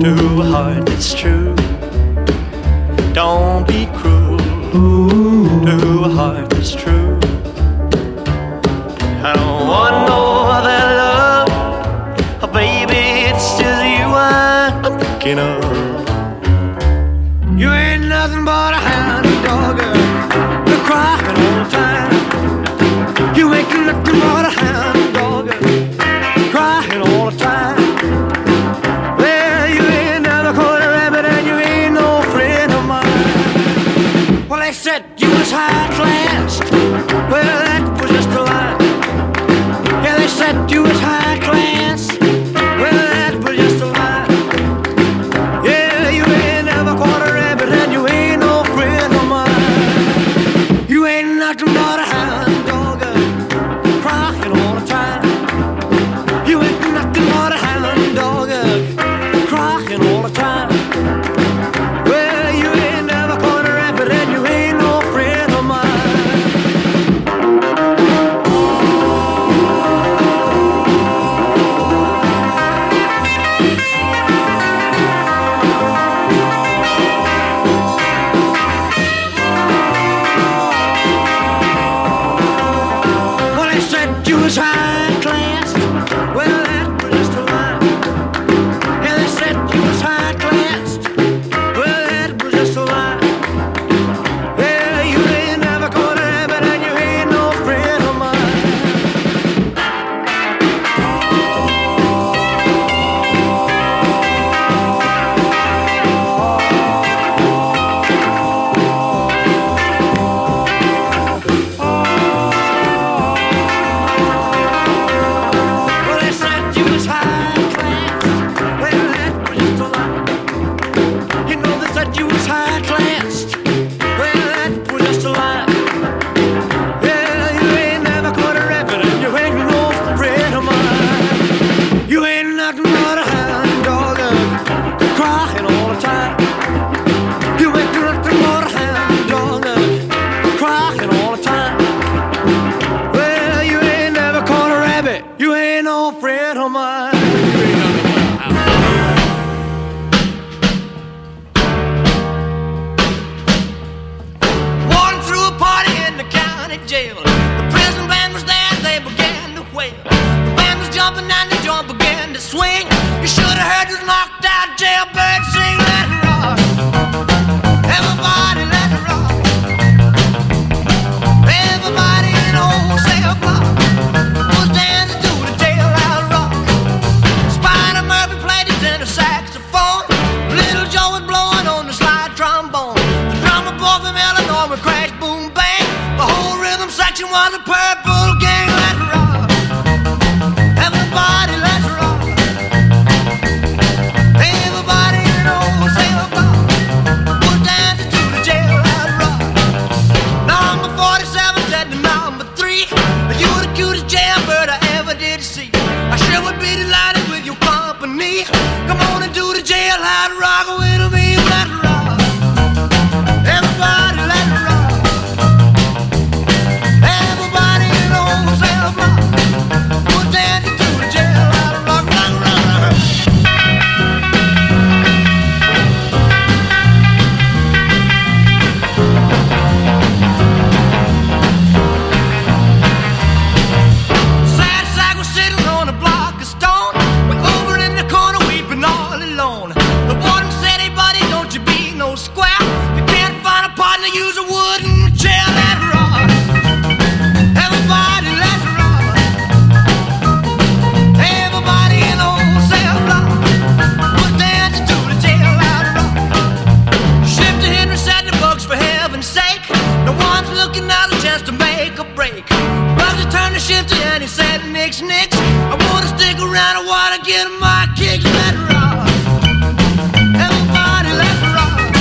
Speaker 11: to a heart that's true. Don't be cruel to a heart that's true. I don't want no other love. Oh, baby, it's just you I'm thinking of. You ain't nothing but a hound dog. You're crying all the time. You ain't nothing but a hound dog crying all the time. Well, you ain't never caught a rabbit and you ain't no friend of mine. Well, they said you was high class. Well, that was just a lie. Yeah, they said you was high class. Well, that was just a lie. Yeah, you ain't never caught a rabbit and you ain't no friend of mine. You ain't nothing but a hound dog uh, crying all the time. You ain't nothing but a hound dog uh, crying all the time. Well, you ain't never caught a rabbit and you ain't no friend of mine. Well, they said you was high class. Well, that was just a lie. Yeah, they said you was high class. Well, that was just a lie. Yeah, you ain't never gonna have it, and you ain't no friend of mine. Well, they said you was high class. Well, that was just a lie. You know they said you was high class. Well, that was just a lie. Yeah, you ain't never caught a rabbit, and you ain't no friend of mine. You ain't nothing but a hound dog, uh, crying all the time. You ain't nothing but a hound dog, uh, crying all the time. Well, you ain't never caught a rabbit. You ain't no friend of mine. Walking through a party in the county jail. The prison band was there, they began to wail. The band was jumping and the joint began to swing. You should have heard those knocked out jailbirds sing. Let it rock. Everybody, let it rock. Everybody in the whole cell block was dancing to the jailhouse rock. Spider Murphy played his inner saxophone. Little Joe was blowing on the slide trombone. The drummer boy from Illinois would crash, boom, bang. The whole rhythm section was a purple gang. Let's rock. Everybody, let's rock. Everybody in the whole cell block was dancing to the jailhouse rock. Number 47 said to number 3 You the cutest jailbird I ever did see I sure would be delighted with your company Come on and do the jailhouse rock with me Let it rock Everybody let it rock Everybody in
Speaker 12: out of water, get my kick, let it rock. Everybody let it rock.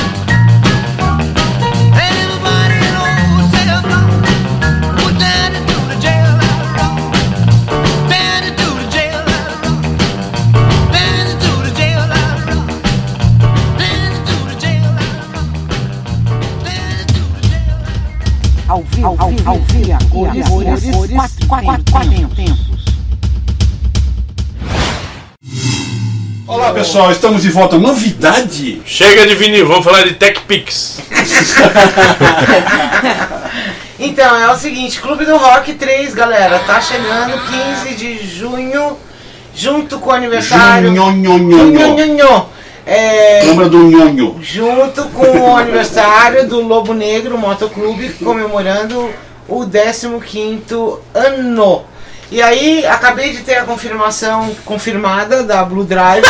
Speaker 12: And everybody in the whole cell block, put down and do the jail, let it rock. Down and do the jail, let it rock. Down and do the jail, let it rock. Down and do the jail, let it rock. Down and do the jail, let it rock.
Speaker 2: Ao vivo, ao vivo, ao vivo, cores, cores, cores, quatro, quatro, quatro tempos.
Speaker 3: Olá pessoal, estamos de volta. Novidade!
Speaker 5: Chega de vinil, vamos falar de TechPix.
Speaker 3: Tá
Speaker 6: Então, é o seguinte, Clube do Rock 3, galera, tá chegando 15 de junho, junto com o aniversário.
Speaker 3: Junho, nho, nho, nho.
Speaker 6: Nho, nho, nho. É,
Speaker 3: Lembra do nhonho?
Speaker 6: junto com o aniversário do Lobo Negro Motoclube, comemorando o 15º ano. E aí, acabei de ter a confirmação confirmada da Blue Drive.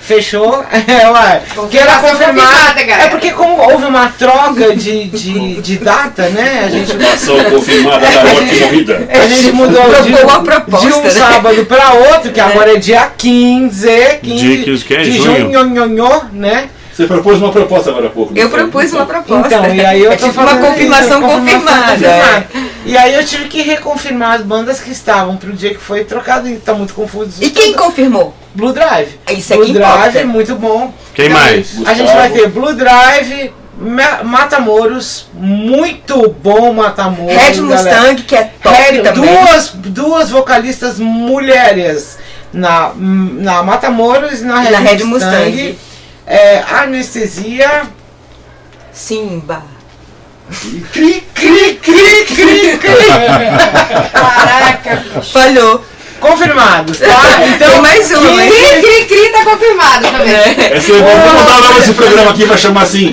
Speaker 6: Fechou? É, ué. Que era
Speaker 8: Confirmação
Speaker 6: confirmada.
Speaker 8: confirmada, galera.
Speaker 6: É porque como houve uma troca de, de, de data, né? A gente
Speaker 3: Ação confirmada da morte morrida.
Speaker 6: a gente mudou de,
Speaker 4: Propôs a proposta,
Speaker 6: de um
Speaker 4: né?
Speaker 6: sábado para outro, que agora é dia 15, 15
Speaker 5: Dia 15 que é
Speaker 6: de
Speaker 5: junho.
Speaker 6: junho, nho, nho, né?
Speaker 3: Você propôs uma proposta agora há pouco. não
Speaker 4: Eu
Speaker 3: foi?
Speaker 4: propus uma proposta.
Speaker 6: Então, e aí eu
Speaker 4: É
Speaker 6: tô
Speaker 4: tipo
Speaker 6: falando
Speaker 4: uma confirmação
Speaker 6: isso,
Speaker 4: confirmada.
Speaker 6: confirmada. E aí eu tive que reconfirmar as bandas que estavam pro dia que foi trocado e tá muito confuso.
Speaker 4: E quem confirmou?
Speaker 6: Blue Drive.
Speaker 4: Isso é
Speaker 6: Blue
Speaker 4: que importa.
Speaker 6: Drive, muito bom.
Speaker 5: Quem
Speaker 6: Então,
Speaker 5: mais?
Speaker 6: A gente vai ter Blue Drive, Ma- Matamoros, muito bom Matamoros.
Speaker 4: Red
Speaker 6: galera.
Speaker 4: Mustang, que é top
Speaker 6: Sério,
Speaker 4: também.
Speaker 6: duas, duas vocalistas mulheres na, na Matamoros e na Red,
Speaker 4: na Red
Speaker 6: Mustang.
Speaker 4: Mustang.
Speaker 6: É, anestesia.
Speaker 4: Simba.
Speaker 3: Cri, cri, cri, cri, cri.
Speaker 8: Caraca, bicho.
Speaker 4: Falhou.
Speaker 2: Ah,
Speaker 6: Confirmados, tá?
Speaker 2: é
Speaker 4: Tem
Speaker 6: Então,
Speaker 2: um,
Speaker 4: mais uma,
Speaker 8: Cri,
Speaker 4: mas...
Speaker 8: cri, cri, tá confirmado também.
Speaker 3: Esse, eu vou É, mudar o nome desse programa aqui, vai chamar assim.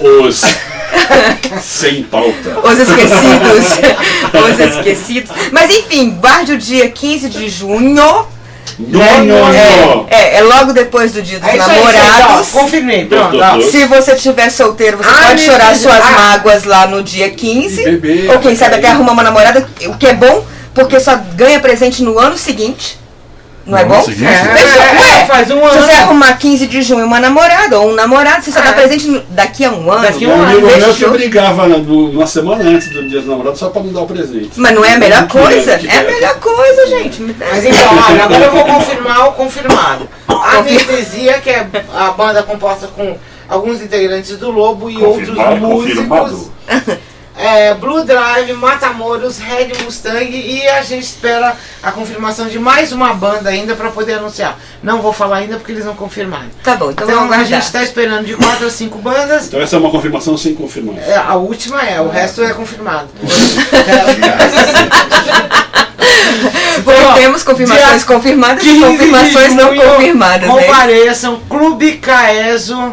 Speaker 3: Os. Sem pauta.
Speaker 4: Os esquecidos. Os esquecidos. Mas enfim, guarde o dia 15 de junho.
Speaker 3: Nhonho.
Speaker 4: É, é logo depois do dia dos
Speaker 6: é isso aí,
Speaker 4: namorados.
Speaker 6: gente, ó, confirmei, pronto. Então, ó.
Speaker 4: Se você tiver solteiro, você
Speaker 6: Ah,
Speaker 4: pode
Speaker 6: nesse
Speaker 4: chorar
Speaker 6: dia-
Speaker 4: suas
Speaker 6: ah.
Speaker 4: mágoas lá no dia 15.
Speaker 3: beber,
Speaker 4: ou quem sabe
Speaker 3: sair.
Speaker 4: até arrumar uma namorada, o que é bom, porque só ganha presente no ano seguinte. Não é
Speaker 7: No ano
Speaker 4: bom?
Speaker 7: seguinte?
Speaker 4: Fechou.
Speaker 6: É,
Speaker 4: Ué,
Speaker 6: faz um
Speaker 4: Se
Speaker 6: ano. É.
Speaker 4: você arrumar 15 de junho uma namorada ou um namorado, você só dá presente no- daqui a um ano.
Speaker 6: Daqui a
Speaker 3: Um
Speaker 6: um
Speaker 3: amigo meu que
Speaker 4: Fechou.
Speaker 3: brigava na- do- uma semana antes do dia dos namorados só pra me dar o presente.
Speaker 4: Mas não é a melhor
Speaker 3: Mentira,
Speaker 4: coisa?
Speaker 3: que
Speaker 4: É a
Speaker 3: merda.
Speaker 4: melhor coisa, gente.
Speaker 6: Mas então, olha, agora eu vou confirmar o confirmado. Anestesia, que é a banda composta com alguns integrantes do Lobo e outros
Speaker 3: Confirmado,
Speaker 6: músicos.
Speaker 3: confirmado.
Speaker 6: É, Blue Drive, Matamoros, Red Mustang e a gente espera a confirmação de mais uma banda ainda para poder anunciar. Não vou falar ainda porque eles não confirmaram.
Speaker 4: Tá bom, então,
Speaker 6: Então
Speaker 4: vamos
Speaker 6: a
Speaker 4: aguardar.
Speaker 6: gente está esperando de quatro a cinco bandas.
Speaker 3: Então essa é uma confirmação sem confirmar.
Speaker 6: É, A última é, o resto é confirmado.
Speaker 4: Temos confirmações
Speaker 6: Dia
Speaker 4: confirmadas e
Speaker 6: 15 de
Speaker 4: confirmações não
Speaker 6: junho,
Speaker 4: confirmadas, né?
Speaker 6: Compareçam, Clube Caeso,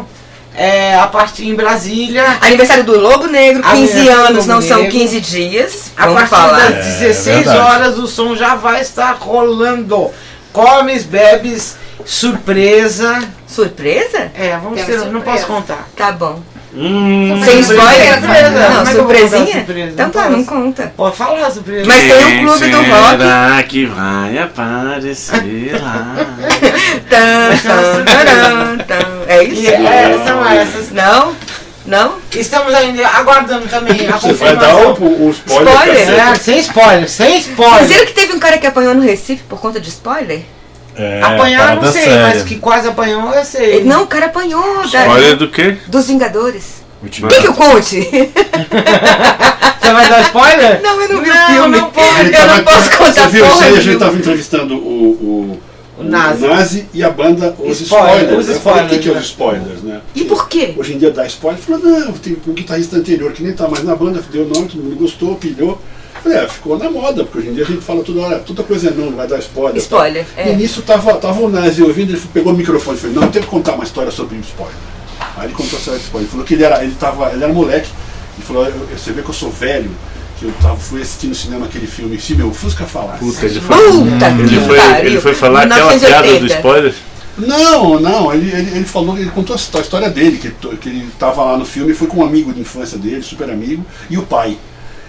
Speaker 6: é, a partir em Brasília.
Speaker 4: Aniversário do Lobo Negro,
Speaker 6: Amanhã
Speaker 4: 15
Speaker 6: é
Speaker 4: anos,
Speaker 6: Lobo
Speaker 4: não são
Speaker 6: Negro.
Speaker 4: 15 dias.
Speaker 6: A
Speaker 4: Vamos
Speaker 6: partir
Speaker 4: falar.
Speaker 6: das 16
Speaker 7: É verdade.
Speaker 6: horas o som já vai estar rolando. Comes, bebes, surpresa.
Speaker 4: Surpresa?
Speaker 6: É, vamos
Speaker 8: Tem
Speaker 6: ter,
Speaker 8: surpresa.
Speaker 6: não posso contar.
Speaker 4: Tá bom.
Speaker 8: Sem
Speaker 4: Sem spoiler?
Speaker 8: surpresa, surpresa.
Speaker 4: Não,
Speaker 6: Como é que eu vou
Speaker 4: surpresinha?
Speaker 6: contar surpresa?
Speaker 4: Então tá,
Speaker 6: Não
Speaker 4: não
Speaker 6: posso.
Speaker 4: conta.
Speaker 6: Pode falar, surpresa.
Speaker 4: Mas tem o Clube do
Speaker 7: é
Speaker 4: Rock.
Speaker 5: Será que vai aparecer lá?
Speaker 4: Tan, tan, taran, tan. É
Speaker 6: E
Speaker 4: isso?
Speaker 6: é, são essas.
Speaker 4: Não? Não?
Speaker 6: Estamos ainda aguardando também a
Speaker 3: Você vai dar
Speaker 6: confirmação.
Speaker 3: o, o spoiler.
Speaker 4: Spoiler?
Speaker 3: cacete.
Speaker 6: É, sem spoiler, sem
Speaker 4: Vocês
Speaker 6: spoiler.
Speaker 4: viram que teve um cara que apanhou no Recife por conta de spoiler?
Speaker 7: É,
Speaker 6: Apanhar,
Speaker 7: parada
Speaker 6: não sei,
Speaker 7: séria.
Speaker 6: mas que quase apanhou, eu sei.
Speaker 4: Ele- Não, o cara apanhou da-
Speaker 5: Olha é do que?
Speaker 4: dos Vingadores.
Speaker 7: Última-
Speaker 4: Quer que eu conte?
Speaker 6: Você vai dar spoiler?
Speaker 4: Não, eu não vi o
Speaker 6: Não,
Speaker 4: filme.
Speaker 6: não pode.
Speaker 3: Ele tá
Speaker 4: Eu
Speaker 3: tava-
Speaker 4: não posso
Speaker 3: Você
Speaker 4: contar
Speaker 3: viu isso
Speaker 4: porra
Speaker 3: aí? A gente
Speaker 4: nenhuma.
Speaker 3: tava entrevistando o, o,
Speaker 6: O Nazi.
Speaker 3: e a banda Os
Speaker 6: Spoiler,
Speaker 3: Spoilers.
Speaker 6: os
Speaker 3: Eu falei, o que,
Speaker 6: spoilers,
Speaker 3: que é os
Speaker 6: né?
Speaker 3: spoilers, né?
Speaker 4: E por quê?
Speaker 3: Hoje em dia dá spoiler. Falou, não, tem um guitarrista anterior que nem tá mais na banda, deu nome, todo mundo gostou, pilhou. Falei, é, ficou na moda, porque hoje em dia a gente fala toda hora, toda coisa é não, vai dar spoiler.
Speaker 4: Spoiler,
Speaker 3: Tá?
Speaker 4: é.
Speaker 3: E nisso tava, tava o Nazi ouvindo, ele pegou o microfone e falou, não, tem que contar uma história sobre o spoiler. Aí ele contou a história do spoiler. Ele falou que ele era, ele tava, ele era moleque, ele falou, eu- eu- você vê que eu sou velho, que eu tava, fui assistir no cinema aquele filme, se meu Fusca falasse.
Speaker 5: Puta, ele foi,
Speaker 4: Puta
Speaker 5: ele
Speaker 4: que
Speaker 5: foi,
Speaker 4: pariu.
Speaker 5: ele foi falar aquela piada
Speaker 4: 1980.
Speaker 5: do spoiler.
Speaker 3: Não, não, ele, ele, ele falou, ele contou a histó- a história dele, que, ele to- que ele estava lá no filme, foi com um amigo de infância dele, super amigo, e o pai.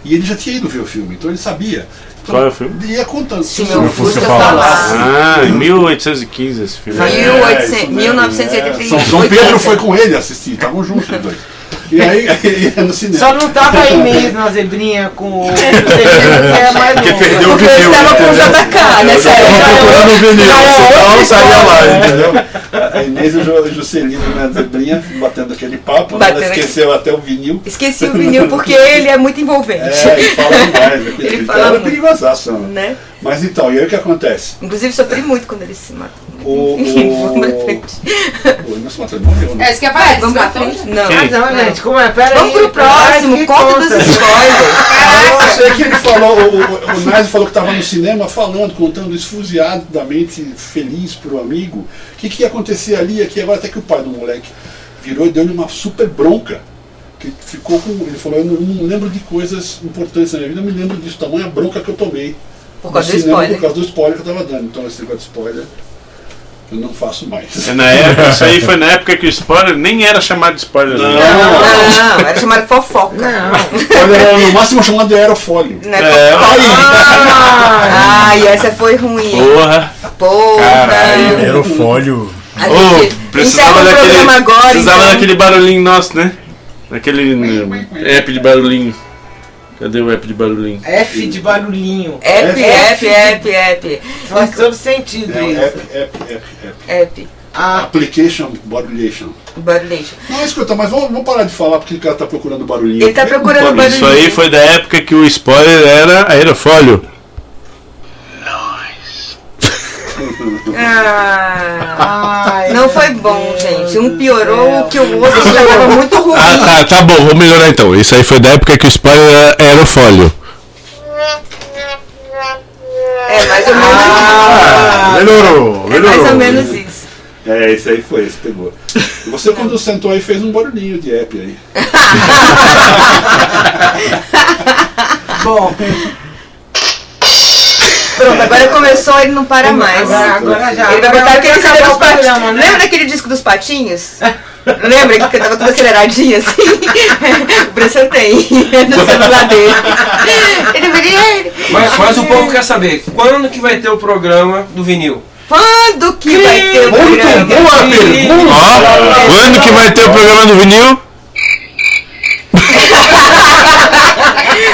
Speaker 3: E ele já tinha ido ver o filme, então ele sabia.
Speaker 5: Qual é o filme?
Speaker 3: Ia contando.
Speaker 4: Se meu Fusca falasse.
Speaker 5: Ah, em 1815 esse filme.
Speaker 4: 1800,
Speaker 3: É, isso mesmo,
Speaker 4: 1988.
Speaker 3: é. São, São Pedro foi com ele assistir, estavam juntos os dois. E aí, e é no cinema.
Speaker 6: Só não tava a Inês na zebrinha com o outro zebrinho, que é mais
Speaker 7: Porque
Speaker 6: longa.
Speaker 7: perdeu o né? vinil.
Speaker 4: Eu estava com o JK nessa
Speaker 7: Tava
Speaker 4: época.
Speaker 7: procurando o vinil, senão eu estaria lá, entendeu?
Speaker 3: A Inês e o Jo- Juscelino na zebrinha, batendo aquele papo, né? ela
Speaker 4: Batendo
Speaker 3: esqueceu até o vinil.
Speaker 4: Esqueci o vinil porque ele é muito envolvente.
Speaker 3: É, ele fala demais. aquele
Speaker 4: Ele
Speaker 3: tipo.
Speaker 4: fala
Speaker 3: Ela é
Speaker 4: muito.
Speaker 3: perigosaço. né?
Speaker 4: Né?
Speaker 3: Mas então, e aí o que acontece?
Speaker 4: Inclusive sofri muito quando ele se matou.
Speaker 3: O,
Speaker 4: Enfim, vamos pra
Speaker 3: o,
Speaker 4: frente.
Speaker 3: o nosso matador morreu, né?
Speaker 8: É, isso que é pra
Speaker 4: Vamos pra frente? Não.
Speaker 6: Ah, não, gente, como é? Pera
Speaker 4: Vamos
Speaker 6: aí.
Speaker 4: pro próximo,
Speaker 6: Ai, que
Speaker 4: conta
Speaker 6: conta.
Speaker 4: dos spoilers.
Speaker 3: Eu achei que ele falou, o, o, o Nazi falou que estava no cinema falando, contando esfuziadamente feliz pro amigo. O que, que ia acontecer ali aqui agora, até que o pai do moleque virou e deu-lhe uma super bronca. Que ficou com. Ele falou, eu não, não lembro de coisas importantes na minha vida, eu me lembro disso, tamanha bronca que eu tomei.
Speaker 4: Por causa
Speaker 3: no
Speaker 4: do
Speaker 3: cinema,
Speaker 4: spoiler.
Speaker 3: Por causa do spoiler que eu estava dando. Então esse negócio de spoiler eu não faço mais.
Speaker 5: É na época, isso aí foi na época que o spoiler nem era chamado de spoiler. né?
Speaker 4: Não, era chamado fofoca. Não,
Speaker 3: Olha, era no máximo chamado de aerofólio.
Speaker 4: não é
Speaker 5: É,
Speaker 4: fofoca. Ai, essa foi ruim.
Speaker 5: Porra!
Speaker 4: Porra.
Speaker 7: Caralho, era o fólio.
Speaker 4: A gente
Speaker 5: Ô,
Speaker 4: encerra
Speaker 5: precisava
Speaker 4: o
Speaker 5: daquele.
Speaker 4: programa agora.
Speaker 5: precisava
Speaker 4: então.
Speaker 5: daquele barulhinho nosso, né? Daquele né, app de barulhinho. Cadê o app de barulhinho?
Speaker 6: F de barulhinho.
Speaker 4: App, app,
Speaker 6: F.
Speaker 4: app, app.
Speaker 6: Faz todo sentido
Speaker 3: É um
Speaker 6: isso.
Speaker 3: app, app, app, app.
Speaker 4: App.
Speaker 6: Ah,
Speaker 3: Application Barulhation.
Speaker 4: Barulhento.
Speaker 3: Não, escuta, mas vamos, vamos parar de falar porque o cara tá procurando barulhinho.
Speaker 4: Ele tá
Speaker 3: Vem com
Speaker 4: procurando
Speaker 3: barulhinho.
Speaker 5: Isso aí foi da época que o spoiler era aerofólio.
Speaker 4: Ah,
Speaker 6: ai,
Speaker 4: não foi bom, gente. Um piorou o que o outro já tava muito ruim.
Speaker 5: Ah, ah, tá bom, vou melhorar então. Isso aí foi da época que o spoiler era aerofólio.
Speaker 4: É mais ou menos
Speaker 5: Ah,
Speaker 7: Melhorou,
Speaker 4: É mais ou
Speaker 7: melhorou.
Speaker 4: menos isso.
Speaker 3: É, isso aí foi, esse pegou. Você quando sentou aí fez um barulhinho de app aí.
Speaker 6: bom.
Speaker 4: Pronto, agora começou, ele não para mais.
Speaker 6: Agora, agora já.
Speaker 4: Ele vai botar
Speaker 6: Agora
Speaker 4: aquele
Speaker 6: vai
Speaker 4: CD
Speaker 6: acabar
Speaker 4: dos
Speaker 6: o programa,
Speaker 4: patinhos.
Speaker 6: né?
Speaker 4: Lembra daquele disco dos patinhos? Lembra que cantava tudo aceleradinho assim? o Bressan tem no celular dele. Ele vai.
Speaker 13: Mas, mas
Speaker 6: um
Speaker 13: o povo quer saber, quando que vai ter o programa do vinil?
Speaker 4: Quando que vai ter o programa?
Speaker 13: boa pergunta!
Speaker 6: Ah,
Speaker 13: Ah,
Speaker 5: Quando que vai ter o programa do vinil?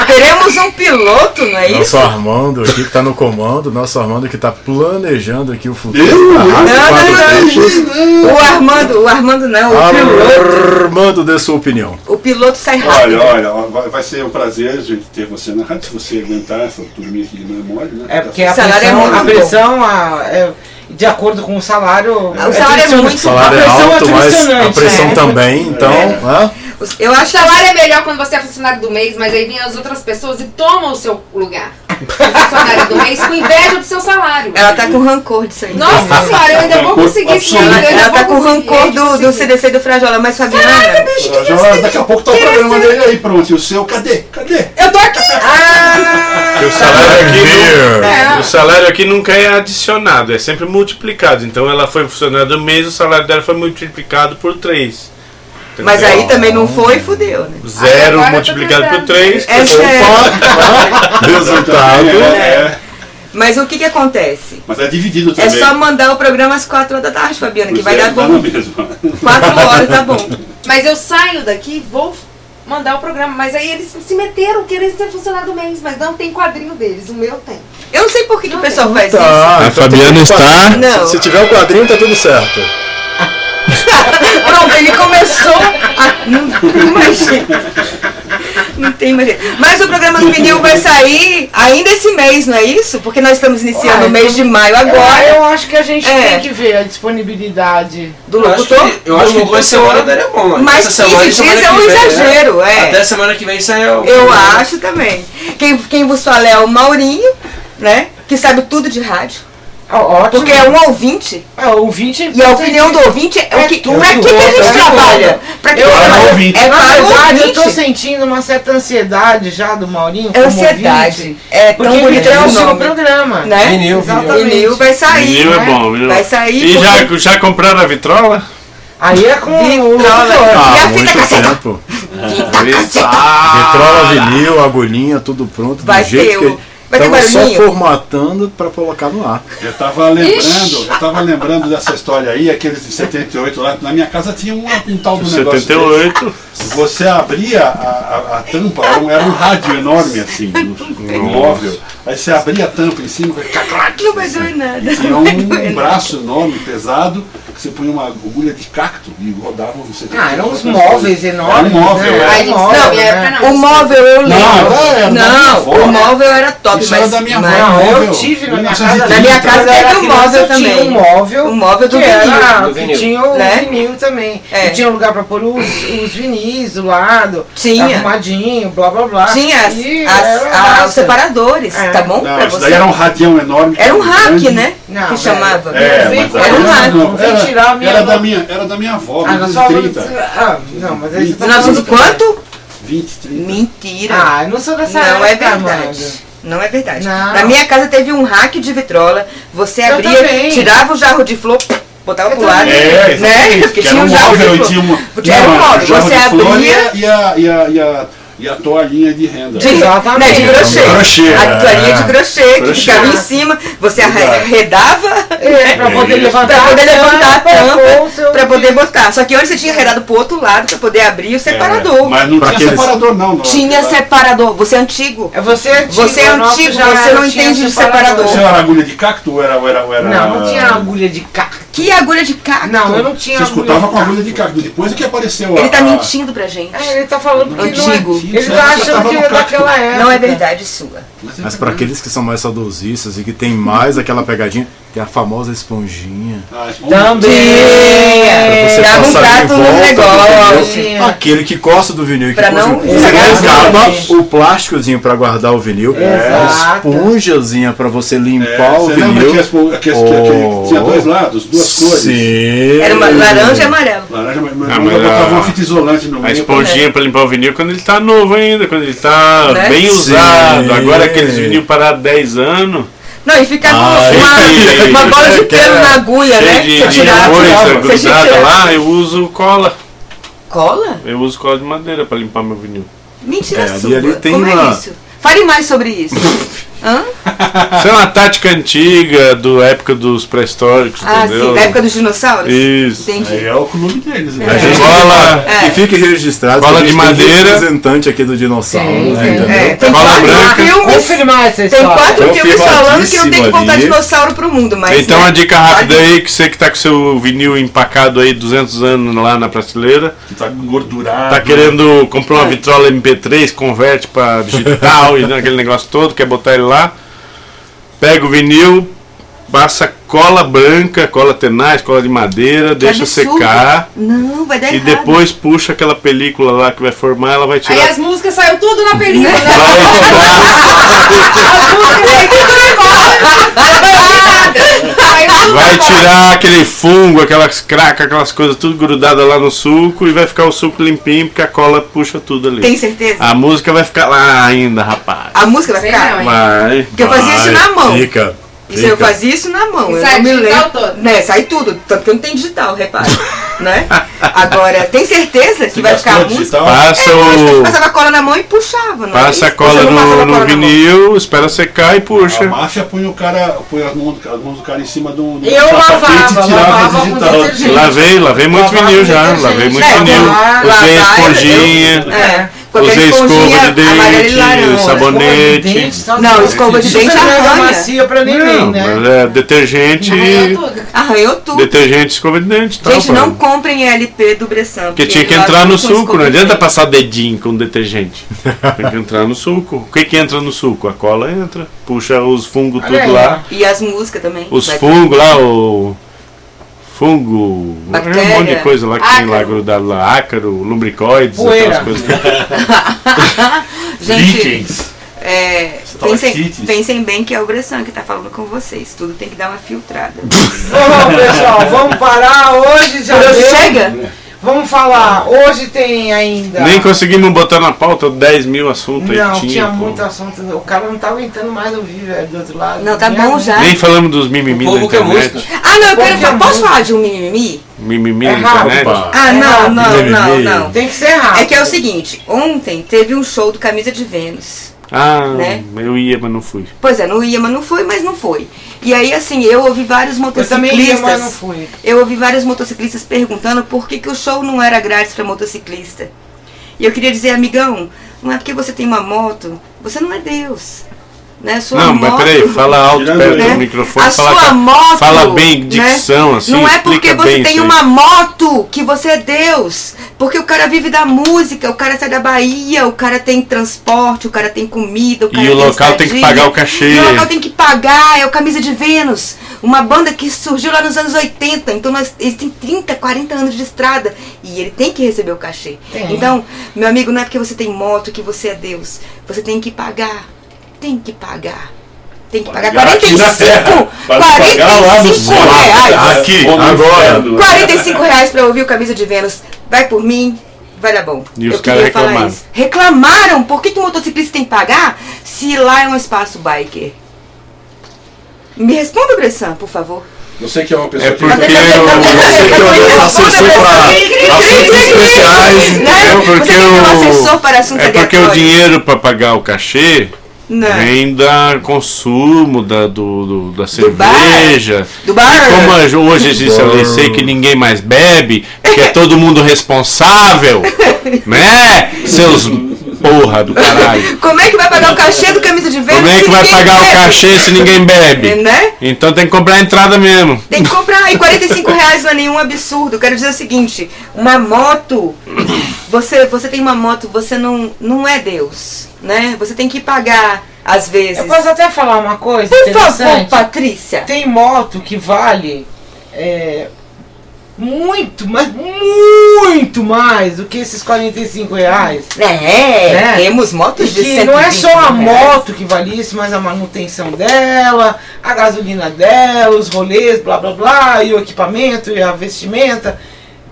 Speaker 4: Teremos um piloto, não é isso?
Speaker 7: Nosso Armando aqui que tá no comando, nosso Armando que tá planejando aqui o
Speaker 3: Eu?
Speaker 7: futuro.
Speaker 6: Ah,
Speaker 7: da Rádio
Speaker 4: Não,
Speaker 7: Quatro Ah, Tempos.
Speaker 4: não, não. O Armando, o Armando não, o piloto.
Speaker 7: Armando dê sua opinião.
Speaker 4: O piloto sai rápido.
Speaker 3: Olha, olha, ó, vai, vai ser um prazer, gente, ter você na rádio, se você aguentar essa turminha aqui de memória, né?
Speaker 6: É porque a
Speaker 4: Salário é
Speaker 6: pressão,
Speaker 4: muito
Speaker 6: a pressão a- é, de acordo com o salário.
Speaker 4: O salário é
Speaker 6: tradicional.
Speaker 4: muito
Speaker 7: O salário
Speaker 6: A
Speaker 7: é
Speaker 6: pressão é
Speaker 7: alto, mas a
Speaker 6: tradicionante,
Speaker 7: pressão
Speaker 6: né?
Speaker 7: também, então. né?
Speaker 4: Eu
Speaker 8: O
Speaker 4: acho
Speaker 8: salário é melhor quando você é funcionário do mês, mas aí vem as outras pessoas e tomam o seu lugar. O funcionário do mês com inveja do seu salário.
Speaker 4: Ela tá com rancor disso aí.
Speaker 7: tá
Speaker 8: Nossa senhora, eu ainda vou conseguir esse
Speaker 3: Absoluto.
Speaker 8: ano. eu ainda
Speaker 4: Ela
Speaker 8: vou
Speaker 4: tá com
Speaker 8: conseguir,
Speaker 4: rancor
Speaker 8: eu
Speaker 4: do, do
Speaker 8: consegui.
Speaker 4: CDC e do é Frajola, mas Fabiana.
Speaker 3: Já- já- daqui a pouco tá o programa dele aí, pronto. E o seu, cadê? Cadê?
Speaker 4: Eu tô aqui! Ah!
Speaker 5: O salário aqui
Speaker 7: Beer.
Speaker 5: O salário aqui nunca é adicionado, é sempre multiplicado. Então ela foi funcionária do mês, o salário dela foi multiplicado por 3.
Speaker 4: Mas aí também não foi, fudeu, né?
Speaker 5: Zero
Speaker 8: Agora eu tô
Speaker 5: multiplicado por
Speaker 8: tentando.
Speaker 5: 3.
Speaker 4: É sério.
Speaker 7: tá, né? Resultado.
Speaker 3: É, é.
Speaker 4: Mas o que que acontece?
Speaker 3: Mas é dividido
Speaker 4: É
Speaker 3: também.
Speaker 4: só mandar o programa às 4 horas da tarde, Fabiana, que
Speaker 3: Os
Speaker 4: vai
Speaker 7: é,
Speaker 4: dar
Speaker 3: zero dá na
Speaker 4: bom.
Speaker 3: mesma.
Speaker 4: 4 horas, tá bom.
Speaker 8: Mas eu saio daqui, vou mandar o programa. Mas aí eles se meteram querendo ser funcionário do mês, mas não tem quadrinho deles, o meu tem.
Speaker 4: Eu não sei por que, que o pessoal faz isso.
Speaker 7: Tá,
Speaker 5: A
Speaker 7: então
Speaker 5: Fabiana
Speaker 7: tem um
Speaker 5: está-
Speaker 6: assim.
Speaker 7: quadrinho.
Speaker 4: Não.
Speaker 7: Se, se tiver o quadrinho, tá tudo certo.
Speaker 4: Pronto, ele começou a. Não tem mais jeito. Não tem mais jeito. Mas o programa do vinil vai sair ainda esse mês, não é isso? Porque nós estamos iniciando o mês de maio
Speaker 6: Agora
Speaker 4: agora.
Speaker 6: então É, eu acho que a gente
Speaker 4: É.
Speaker 6: tem que ver a disponibilidade.
Speaker 4: Do
Speaker 13: Eu acho que,
Speaker 4: locutor.
Speaker 13: eu acho que duas semanas daria é bom.
Speaker 4: Mas
Speaker 13: Essa semana e
Speaker 4: 15
Speaker 13: semana
Speaker 4: dias é
Speaker 13: que
Speaker 4: um
Speaker 13: vem, né?
Speaker 4: exagero, é.
Speaker 13: Até semana que vem sai o...
Speaker 4: Eu acho também. Quem, quem vos fala é o Maurinho, né? Que sabe tudo de rádio.
Speaker 6: Ó, Ah, Ótimo.
Speaker 4: Porque é um ouvinte.
Speaker 6: Ah, o ouvinte.
Speaker 4: E a opinião do ouvinte é o que.
Speaker 6: tudo,
Speaker 4: pra que, que a gente
Speaker 6: é
Speaker 4: trabalha? Pra que
Speaker 6: Eu-
Speaker 4: que
Speaker 3: Para o ouvinte.
Speaker 4: É
Speaker 6: Na
Speaker 4: para o
Speaker 6: verdade, eu tô
Speaker 4: ouvinte.
Speaker 6: sentindo uma certa ansiedade já do Maurinho.
Speaker 4: É
Speaker 6: como
Speaker 4: ansiedade.
Speaker 6: ouvinte,
Speaker 4: É tão
Speaker 6: Porque ele
Speaker 4: bonito
Speaker 6: é o
Speaker 4: esse
Speaker 6: seu
Speaker 4: nome.
Speaker 6: programa.
Speaker 4: Né?
Speaker 13: Vinil, vinil.
Speaker 6: Exatamente.
Speaker 4: Vinil vai sair.
Speaker 5: Vinil é
Speaker 4: né?
Speaker 5: bom, vinil.
Speaker 4: Vai sair.
Speaker 5: E já, é
Speaker 4: porque-
Speaker 5: já compraram a vitrola?
Speaker 6: Aí é com o
Speaker 4: Vitrola.
Speaker 6: locutor.
Speaker 7: Ah,
Speaker 4: E a
Speaker 7: há
Speaker 4: fita
Speaker 7: muito
Speaker 4: cassete?
Speaker 5: tá.
Speaker 7: tempo. Vitrola, vinil, agulhinha, tudo pronto.
Speaker 4: Ah, Vai
Speaker 7: do jeito
Speaker 4: ter o-
Speaker 7: que
Speaker 4: Vai ter
Speaker 7: Tava só
Speaker 4: barulhinho?
Speaker 7: formatando para colocar no ar.
Speaker 3: Eu tava lembrando, eu tava lembrando dessa história aí, aqueles de 78 lá. Na minha casa tinha um, um tal do negócio.
Speaker 5: 78.
Speaker 3: desse. Você abria a, a- a tampa, era um, era um rádio enorme assim, um móvel. Aí você abria a tampa em cima,
Speaker 4: Não vai doer nada.
Speaker 3: e tinha
Speaker 4: não vai doer
Speaker 6: É
Speaker 3: um
Speaker 4: nada.
Speaker 3: braço enorme, pesado, que você punha uma agulha de cacto e rodava você.
Speaker 6: Ah, eram uns móveis enormes,
Speaker 3: Era um móvel,
Speaker 6: né?
Speaker 3: era.
Speaker 6: Aí, não,
Speaker 4: Não,
Speaker 6: Olha,
Speaker 4: é-
Speaker 6: né?
Speaker 4: o móvel eu lembro.
Speaker 3: Não, era- era da minha
Speaker 4: Não,
Speaker 3: avó.
Speaker 4: o móvel era top,
Speaker 3: Isso
Speaker 4: mas,
Speaker 3: era da minha avó,
Speaker 4: mas-
Speaker 3: móvel.
Speaker 6: Eu tive na minha casa.
Speaker 3: 1930.
Speaker 4: Na minha casa
Speaker 6: Quando eu era
Speaker 4: teve um
Speaker 6: criança,
Speaker 4: móvel
Speaker 6: eu Tinha
Speaker 4: também.
Speaker 6: um móvel.
Speaker 4: O móvel do
Speaker 6: que era-
Speaker 4: vinil. Do
Speaker 6: que
Speaker 4: vinil.
Speaker 6: tinha o
Speaker 4: Né?
Speaker 6: vinil também.
Speaker 4: É.
Speaker 6: E tinha um lugar pra pôr os, os vinis do lado.
Speaker 4: Tinha.
Speaker 6: Arrumadinho, blá blá blá.
Speaker 4: Tinha as-
Speaker 6: E
Speaker 4: as-
Speaker 6: era
Speaker 4: a-
Speaker 6: massa. É.
Speaker 4: os separadores, tá bom?
Speaker 3: Não,
Speaker 4: pra
Speaker 3: isso
Speaker 4: você.
Speaker 3: daí era um radião enorme.
Speaker 4: Era um hack,
Speaker 3: grande.
Speaker 4: né?
Speaker 6: Não,
Speaker 4: que
Speaker 6: velho.
Speaker 4: chamava.
Speaker 3: É, mas
Speaker 4: era um hack.
Speaker 3: não,
Speaker 6: Vem
Speaker 3: era-
Speaker 6: tirar a minha
Speaker 3: era da
Speaker 6: mão.
Speaker 3: minha, era da minha avó,
Speaker 6: Ah, nós falamos.
Speaker 3: 1930.
Speaker 6: Ah, não, mas aí você tá
Speaker 4: Nós somos
Speaker 6: falando.
Speaker 4: quanto?
Speaker 3: 20, 30.
Speaker 4: Mentira.
Speaker 6: Ah, eu não sou dessa
Speaker 4: Não é
Speaker 6: época,
Speaker 4: verdade.
Speaker 6: Amanda.
Speaker 4: Não é verdade.
Speaker 6: Não.
Speaker 4: Na minha casa teve um rack de vitrola. Você
Speaker 6: Eu
Speaker 4: abria,
Speaker 6: também.
Speaker 4: tirava o jarro de flor, botava pro lado.
Speaker 3: É,
Speaker 4: né?
Speaker 3: exatamente,
Speaker 4: Porque
Speaker 3: que era
Speaker 4: tinha
Speaker 3: um
Speaker 4: um jarro de
Speaker 3: móvel e
Speaker 4: flor.
Speaker 3: tinha uma,
Speaker 4: Era um
Speaker 3: uma
Speaker 4: móvel.
Speaker 3: jarra
Speaker 4: Você
Speaker 3: de flor
Speaker 4: abria.
Speaker 3: E a, e a, e a, e a toalhinha de renda.
Speaker 4: De,
Speaker 6: Exatamente.
Speaker 4: né, de crochê.
Speaker 3: De crochê,
Speaker 4: A
Speaker 3: é.
Speaker 4: toalhinha de crochê, que
Speaker 3: Crochê.
Speaker 4: ficava em cima, você arredava né?
Speaker 6: É, pra poder
Speaker 3: isso.
Speaker 6: levantar.
Speaker 4: pra poder levantar a
Speaker 6: pôr o
Speaker 4: tampa,
Speaker 6: seu
Speaker 4: pra poder botar. Só que antes você tinha arredado pro outro lado, pra poder abrir o
Speaker 3: É,
Speaker 4: separador.
Speaker 3: mas não
Speaker 7: Pra
Speaker 3: tinha
Speaker 7: aqueles-
Speaker 3: separador, não. não.
Speaker 4: Tinha
Speaker 3: Aquela-
Speaker 4: separador, você é antigo.
Speaker 6: É você é antigo.
Speaker 4: Você é
Speaker 6: o nosso
Speaker 4: antigo,
Speaker 6: já
Speaker 4: você não
Speaker 6: tinha
Speaker 4: entende de
Speaker 3: Você
Speaker 4: separador.
Speaker 3: era agulha de cacto ou era. ou era, ou era
Speaker 6: Não, não tinha agulha de cacto.
Speaker 4: Que agulha de cacto.
Speaker 6: Não, eu não tinha
Speaker 3: Você escutava
Speaker 6: agulha
Speaker 3: com agulha de cacto. Depois é que apareceu a.
Speaker 4: Ele tá
Speaker 3: a-
Speaker 4: mentindo pra gente.
Speaker 6: É, ele tá falando que
Speaker 4: Antigo.
Speaker 6: não é. Ele tá achando que é daquela época.
Speaker 4: Não é verdade sua.
Speaker 7: Mas para aqueles que são mais saudosistas e que tem mais aquela pegadinha, tem a famosa esponjinha.
Speaker 3: a-
Speaker 7: Pra
Speaker 4: Também.
Speaker 7: você
Speaker 4: Dava um
Speaker 7: passar de
Speaker 4: gato no
Speaker 7: volta do
Speaker 4: negócio.
Speaker 7: vinil. Aquele que gosta do vinil, que
Speaker 4: Pra não
Speaker 7: gosta-
Speaker 4: estragar É,
Speaker 7: você acaba o plásticozinho para guardar o vinil, a
Speaker 6: Exato.
Speaker 7: esponjazinha para você
Speaker 3: É,
Speaker 7: limpar o
Speaker 3: você lembra
Speaker 7: vinil. Oh.
Speaker 3: que, as, que, as- que, que- que tinha dois lados, duas cores?
Speaker 7: Sim.
Speaker 4: Era uma laranja e amarelo.
Speaker 3: Laranja, mas, mas,
Speaker 5: Ah,
Speaker 3: eu
Speaker 5: mas
Speaker 3: botava
Speaker 5: a-
Speaker 3: uma fita isolante no
Speaker 5: A
Speaker 3: meio.
Speaker 5: esponjinha pra limpar o vinil quando ele tá novo ainda, quando ele tá
Speaker 4: Né?
Speaker 5: bem
Speaker 7: Sim.
Speaker 5: usado. Agora aqueles vinil parados 10 anos,
Speaker 4: Não, e ficava
Speaker 7: Ah,
Speaker 5: entendi.
Speaker 4: É uma, uma bola de pelo na agulha,
Speaker 5: cheio
Speaker 4: né?
Speaker 5: de,
Speaker 4: Você
Speaker 5: de
Speaker 4: tirava,
Speaker 5: coisa
Speaker 4: tirava. Você
Speaker 5: grudada
Speaker 4: tirava.
Speaker 5: lá, eu uso cola.
Speaker 4: Cola?
Speaker 5: Eu uso cola de madeira pra limpar meu vinil.
Speaker 7: É,
Speaker 4: Mentira
Speaker 7: ali-
Speaker 4: sua.
Speaker 7: ali tem
Speaker 4: Como é
Speaker 7: uma-
Speaker 4: isso? Fale mais sobre isso. Hã?
Speaker 5: Isso é uma tática antiga, do época dos pré-históricos,
Speaker 4: Ah,
Speaker 5: entendeu?
Speaker 4: sim, da época dos dinossauros?
Speaker 5: Isso.
Speaker 3: Aí
Speaker 4: Entendi.
Speaker 3: é o clube deles, né?
Speaker 7: A gente
Speaker 5: Cola,
Speaker 7: E fique registrado.
Speaker 5: Cola
Speaker 7: que a
Speaker 5: de
Speaker 7: gente tem
Speaker 5: madeira.
Speaker 7: representante aqui do dinossauro.
Speaker 6: Sim,
Speaker 7: né,
Speaker 6: sim.
Speaker 7: entendeu?
Speaker 4: É, tem
Speaker 5: Cola branca. Tá
Speaker 4: quatro filmes.
Speaker 6: Confirmar essa
Speaker 4: Tem
Speaker 6: história.
Speaker 4: quatro filmes falando que eu tenho que
Speaker 7: Confirmadíssimo
Speaker 4: voltar
Speaker 7: ali.
Speaker 4: dinossauro pro mundo, mas.
Speaker 5: Então
Speaker 4: né,
Speaker 5: a dica rápida
Speaker 4: vale-
Speaker 5: aí, que você que tá com seu vinil empacado aí 200 anos lá na prateleira,
Speaker 3: Que tá engordurado.
Speaker 4: Ah,
Speaker 5: tá querendo comprar
Speaker 4: É.
Speaker 5: uma vitrola MP3, converte pra digital e né, aquele negócio todo, quer botar ele lá, pega o vinil, passa cola branca, cola tenaz, cola de madeira,
Speaker 4: Que
Speaker 5: deixa
Speaker 4: absurdo.
Speaker 5: secar
Speaker 4: Não, vai dar
Speaker 5: e
Speaker 4: Tá errado.
Speaker 5: depois puxa aquela película lá que vai formar, ela vai
Speaker 8: Aí
Speaker 5: tirar
Speaker 8: as músicas saíram tudo na película. né? As músicas saíram tudo na película. Saiu tudo na
Speaker 5: Vai
Speaker 8: película.
Speaker 5: tirar aquele fungo, aquelas cracas, aquelas coisas tudo grudada lá no suco e vai ficar o suco limpinho porque a cola puxa tudo ali.
Speaker 4: Tem certeza?
Speaker 5: A música vai ficar lá ainda, rapaz.
Speaker 4: A música vai
Speaker 8: Sei
Speaker 4: ficar?
Speaker 8: não, hein?
Speaker 5: Vai.
Speaker 4: Ah, é. Porque eu fazia isso na mão.
Speaker 7: Fica.
Speaker 4: Isso eu
Speaker 7: fica.
Speaker 4: fazia isso na mão.
Speaker 8: E
Speaker 4: eu
Speaker 8: sai
Speaker 4: não me
Speaker 8: é digital
Speaker 4: lembro.
Speaker 8: todo?
Speaker 4: Né, sai tudo, tanto que eu não tenho digital, repara. né? Agora, tem certeza que vai ficar a música?
Speaker 5: Passa
Speaker 4: eu
Speaker 5: o.
Speaker 4: passava a cola na mão e puxava, não é isso?
Speaker 5: Passa a cola
Speaker 4: Você não passava
Speaker 5: no,
Speaker 4: a
Speaker 5: no
Speaker 4: cola na mão?
Speaker 5: vinil, espera secar e
Speaker 3: A
Speaker 5: puxa.
Speaker 3: máfia um põe o cara, põe as mãos, do- as mãos do cara em cima um, do. do
Speaker 6: Eu
Speaker 3: sapatete
Speaker 6: lavava,
Speaker 3: e tirava
Speaker 6: lavava com
Speaker 3: digital.
Speaker 6: detergente.
Speaker 5: Lavei, lavei muito
Speaker 6: Lavar
Speaker 5: vinil
Speaker 6: com
Speaker 5: já.
Speaker 6: detergente.
Speaker 5: Lavei muito
Speaker 4: É,
Speaker 5: vinil.
Speaker 4: lavar-
Speaker 5: Usei
Speaker 4: lavar,
Speaker 5: esponjinha.
Speaker 4: É, com aquela
Speaker 5: Usei
Speaker 4: esponjinha
Speaker 5: escova de
Speaker 4: amarela e
Speaker 5: dente,
Speaker 4: laranja.
Speaker 5: sabonete.
Speaker 4: Não, escova de dente arranha.
Speaker 6: macia pra neném,
Speaker 5: Não,
Speaker 6: né?
Speaker 5: mas é detergente.
Speaker 8: Arranhou tudo.
Speaker 4: Arranhou tudo.
Speaker 5: Detergente, escova de dente. tal,
Speaker 4: Gente,
Speaker 5: pá.
Speaker 4: não comprem LP do Bressan.
Speaker 5: Porque tinha que
Speaker 4: lá
Speaker 5: entrar no
Speaker 4: junto com
Speaker 5: suco,
Speaker 4: escova
Speaker 5: não
Speaker 4: de
Speaker 5: adianta
Speaker 4: dente.
Speaker 5: passar dedinho com detergente. Tem que entrar no suco. O que que entra no suco? A cola entra, puxa os fungos
Speaker 6: Olha aí,
Speaker 5: tudo lá.
Speaker 4: E as músicas também.
Speaker 5: Os
Speaker 4: Vai-
Speaker 5: fungos lá, o fungo,
Speaker 4: Bactéria,
Speaker 5: um monte de coisa lá que tem lá
Speaker 8: ácaro.
Speaker 5: grudado lá, ácaro, lubricoides,
Speaker 6: Poeira.
Speaker 5: aquelas coisas.
Speaker 4: Gente, é,
Speaker 6: tá
Speaker 4: pensem,
Speaker 3: Estalactites.
Speaker 4: pensem bem que é o Bressan que tá falando com vocês. Tudo tem que dar uma filtrada.
Speaker 6: Bom, pessoal, vamos parar hoje já.
Speaker 4: Hoje
Speaker 6: deu.
Speaker 4: chega?
Speaker 6: Vamos falar. Hoje tem ainda.
Speaker 5: Nem conseguimos botar na pauta 10 mil assuntos aí.
Speaker 6: Não, tinha
Speaker 5: pô.
Speaker 6: muito assunto. O cara não tá aguentando mais ouvir, velho, do outro lado. Né?
Speaker 4: Não, tá
Speaker 6: Minha
Speaker 4: bom
Speaker 6: mãe.
Speaker 4: já.
Speaker 5: Nem falamos dos mimimi
Speaker 13: O
Speaker 5: da
Speaker 13: povo quer
Speaker 5: internet.
Speaker 13: música.
Speaker 4: Ah, não, eu quero
Speaker 6: Qualquer
Speaker 4: falar. Posso
Speaker 6: música.
Speaker 4: falar de um mimimi?
Speaker 5: Mimimi
Speaker 6: É
Speaker 5: da
Speaker 6: raro,
Speaker 5: internet.
Speaker 7: pá.
Speaker 4: Ah,
Speaker 13: É
Speaker 4: não, não, não,
Speaker 7: Mimimi.
Speaker 4: não.
Speaker 6: Tem que ser rápido.
Speaker 4: É que é o seguinte, ontem teve um show do Camisa de Vênus.
Speaker 5: Ah,
Speaker 4: Né?
Speaker 5: eu ia, mas não fui.
Speaker 4: Pois é, não ia, mas não foi, mas não foi. E aí, assim, eu ouvi vários motociclistas.
Speaker 6: também ia, mas não fui.
Speaker 4: Eu ouvi vários motociclistas perguntando por que, que o show não era grátis para motociclista. E eu queria dizer, amigão, não é porque você tem uma moto, você não é Deus. Né? Sua
Speaker 5: não, mas
Speaker 4: moto-
Speaker 5: peraí, fala alto perto
Speaker 4: né?
Speaker 5: do microfone.
Speaker 4: A
Speaker 5: fala,
Speaker 4: sua
Speaker 5: ca-
Speaker 4: moto.
Speaker 5: Fala bem,
Speaker 4: né?
Speaker 5: dicção, assim.
Speaker 4: Não é
Speaker 5: explica
Speaker 4: porque você
Speaker 5: bem
Speaker 4: tem
Speaker 5: isso aí.
Speaker 4: uma moto que você é Deus. Porque o cara vive da música, o cara sai da Bahia, o cara tem transporte, o cara tem comida, o cara
Speaker 5: E o
Speaker 4: tem
Speaker 5: local tem que
Speaker 4: estadia,
Speaker 5: pagar o cachê.
Speaker 4: E o local tem que pagar, é o Camisa de Vênus. Uma banda que surgiu lá nos anos 80. Então nós, eles têm 30, 40 anos de estrada. E ele tem que receber o cachê.
Speaker 6: Tem.
Speaker 4: Então, meu amigo, não é porque você tem moto que você é Deus. Você tem que pagar. Tem que pagar. Tem que pagar
Speaker 3: Pagar aqui
Speaker 4: 45,
Speaker 3: na terra. Para pagar lá Tá no
Speaker 4: 45
Speaker 3: céu.
Speaker 4: reais.
Speaker 5: Aqui,
Speaker 3: Ou no
Speaker 5: agora.
Speaker 3: inferno.
Speaker 4: 45 reais pra ouvir o Camisa de Vênus. Vai por mim, vai dar bom.
Speaker 5: E os
Speaker 4: Eu queria
Speaker 5: caras
Speaker 4: falar
Speaker 5: reclamaram.
Speaker 4: isso. Reclamaram? Por que, que o motociclista tem que pagar se lá é um espaço biker? Me responda, Bressan, por favor.
Speaker 3: Você que é uma pessoa
Speaker 7: É
Speaker 3: que.
Speaker 7: porque eu, eu sei que eu dei assunto
Speaker 4: Ah,
Speaker 7: para assuntos especiais,
Speaker 4: Né?
Speaker 7: entendeu?
Speaker 5: Porque
Speaker 4: Você tem um
Speaker 5: o-
Speaker 4: assessor para assuntos
Speaker 5: É porque o
Speaker 4: aleatórios.
Speaker 5: dinheiro para pagar o cachê
Speaker 4: Não.
Speaker 5: vem da consumo, da, do, do- da cerveja.
Speaker 4: Do bar.
Speaker 5: E Como a- hoje existe a lei sei que ninguém mais bebe, porque é todo mundo responsável, né? Seus porra do caralho.
Speaker 4: Como é que vai pagar o cachê do Camisa de Vênus?
Speaker 5: Como é
Speaker 4: se
Speaker 5: que vai
Speaker 4: ninguém
Speaker 5: pagar o
Speaker 4: bebe?
Speaker 5: cachê se ninguém
Speaker 4: É,
Speaker 5: bebe?
Speaker 4: Né?
Speaker 5: Então tem que comprar a entrada mesmo.
Speaker 4: Tem que comprar. E 45 reais não é nenhum absurdo. Eu quero dizer o seguinte: uma moto. Você, você tem uma moto, você não, não é Deus, né? Você tem que pagar, às vezes.
Speaker 6: Eu posso até falar uma coisa
Speaker 4: Por favor,
Speaker 6: interessante?
Speaker 4: Patrícia.
Speaker 6: Tem
Speaker 4: um
Speaker 6: moto que vale é, muito, mas muito mais do que esses 45 reais. Né?
Speaker 4: É, temos motos
Speaker 6: E
Speaker 4: de
Speaker 6: que Não é só a
Speaker 4: 120
Speaker 6: moto que vale isso, mas a manutenção dela, a gasolina dela, os rolês, blá blá blá, e o equipamento e a vestimenta.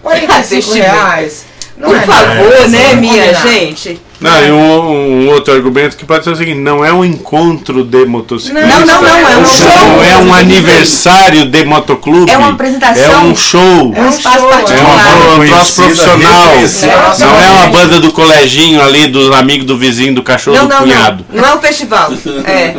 Speaker 6: 45
Speaker 4: Vestimenta.
Speaker 6: reais. Não
Speaker 4: Por
Speaker 6: é
Speaker 4: favor,
Speaker 6: nada,
Speaker 4: né,
Speaker 6: vamos
Speaker 4: minha
Speaker 6: combinar.
Speaker 4: gente?
Speaker 5: Não, e um, um outro argumento que pode ser o seguinte: não é um encontro de motociclistas.
Speaker 4: Não, não, não, é um show.
Speaker 5: Não é um aniversário de motoclube.
Speaker 4: É uma apresentação.
Speaker 5: É um show.
Speaker 4: É um espaço
Speaker 5: É uma
Speaker 4: particular. Né?
Speaker 5: banda um troço profissional.
Speaker 4: reconhecida
Speaker 5: Não é uma
Speaker 4: nacionalmente.
Speaker 5: banda do coleginho ali, dos amigos do vizinho, do cachorro,
Speaker 4: Não,
Speaker 5: do
Speaker 4: não,
Speaker 5: cunhado.
Speaker 4: não. Não é um festival. É.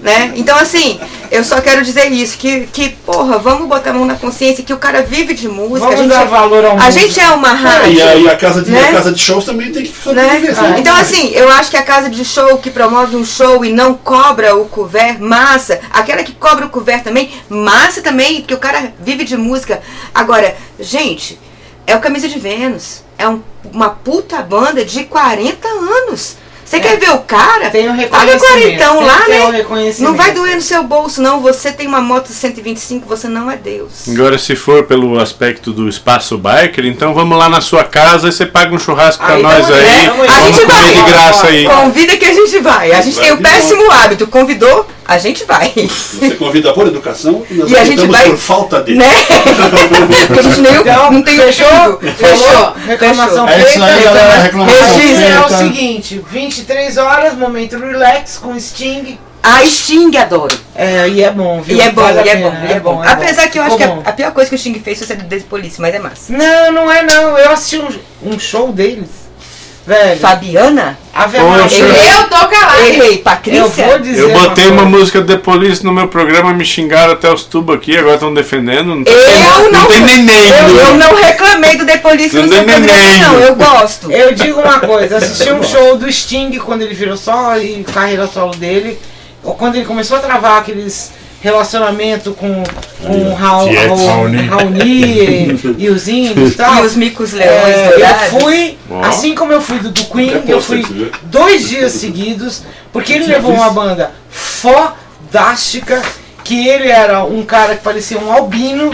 Speaker 4: Né? Então, assim, eu só quero dizer isso, que, que, porra, vamos botar a mão na consciência que o cara vive de música.
Speaker 6: Vamos
Speaker 4: a gente
Speaker 6: dar
Speaker 4: é,
Speaker 6: valor ao
Speaker 4: A
Speaker 6: músico.
Speaker 4: gente é uma rádio.
Speaker 3: E a, e a casa de,
Speaker 4: né?
Speaker 3: a casa de shows também tem que
Speaker 4: Né?
Speaker 3: sobreviver.
Speaker 4: Ah, Então, assim, eu acho que a casa de show que promove um show e não cobra o couvert, massa. Aquela que cobra o couvert também, massa também, porque o cara vive de música. Agora, gente, é o Camisa de Vênus. É um- uma puta banda de 40 anos. Você quer ver o cara?
Speaker 6: É. Tem um
Speaker 4: Paga
Speaker 6: reconhecimento.
Speaker 4: quarentão
Speaker 6: tem
Speaker 4: lá,
Speaker 6: que ter um
Speaker 4: né?
Speaker 6: reconhecimento.
Speaker 4: Não vai doer no seu bolso, não. Você tem uma moto 125, você não é Deus.
Speaker 5: Agora, se for pelo aspecto do espaço biker, então vamos lá na sua casa e você paga um churrasco pra
Speaker 4: Aí,
Speaker 5: nós
Speaker 4: então,
Speaker 5: aí.
Speaker 4: é, vamos
Speaker 5: vamos
Speaker 4: aí. A gente
Speaker 5: comer
Speaker 4: vai.
Speaker 5: de graça aí.
Speaker 4: Convida que a gente vai. A gente tem o péssimo hábito. Convidou, a gente vai.
Speaker 3: Você convida por educação e nós
Speaker 4: E a gente
Speaker 3: aceitamos
Speaker 4: vai-
Speaker 3: por falta dele.
Speaker 4: Né? Porque a gente nem,
Speaker 6: Então,
Speaker 4: não tem
Speaker 6: fechou?
Speaker 4: fechou.
Speaker 6: Fechou. Reclamação
Speaker 4: Fechou.
Speaker 6: feita.
Speaker 4: Reclama-
Speaker 6: Registro é o
Speaker 4: Registro.
Speaker 6: seguinte, 23 horas, momento relax com Sting.
Speaker 4: A Sting adoro.
Speaker 6: É, e é bom, viu?
Speaker 4: E é bom,
Speaker 6: Vale a
Speaker 4: e é
Speaker 6: pena,
Speaker 4: bom, e é bom.
Speaker 6: é
Speaker 4: Apesar que eu acho que
Speaker 6: Ficou
Speaker 4: a, a pior coisa que o Sting fez foi ser do Polícia, mas é massa.
Speaker 6: bom. Não, não é não. Eu assisti um, um show deles. Velho.
Speaker 4: Fabiana?
Speaker 6: Ave
Speaker 5: Poxa.
Speaker 6: Maria.
Speaker 5: Eu
Speaker 4: tô calada. Errei, tá, Patrícia.
Speaker 6: Eu vou dizer
Speaker 5: Eu botei uma
Speaker 6: coisa.
Speaker 5: música The Police no meu programa, me xingaram até os tubos aqui, agora estão defendendo. Não, tem-
Speaker 4: Eu não,
Speaker 5: tem nem nem.
Speaker 4: eu, eu não reclamei do The Police
Speaker 5: Não
Speaker 4: no
Speaker 5: tem
Speaker 4: seu programa,
Speaker 5: neném.
Speaker 4: não. Eu gosto.
Speaker 6: Eu digo uma coisa, assisti um show do Sting quando ele virou só e carreira solo dele, ou quando ele começou a travar aqueles relacionamento com, com o Raul,
Speaker 5: Fiat.
Speaker 6: Raul-
Speaker 5: Raoni.
Speaker 6: Raoni e, e os índios e tal.
Speaker 4: E os micos leões
Speaker 6: É,
Speaker 4: dourados.
Speaker 6: eu fui,
Speaker 4: Ó.
Speaker 6: assim como eu fui do, do Queen,
Speaker 4: Até
Speaker 6: eu
Speaker 4: posso
Speaker 6: fui
Speaker 4: te ver.
Speaker 6: dois dias seguidos, porque ele levou uma banda fodástica, que ele era um cara que parecia um albino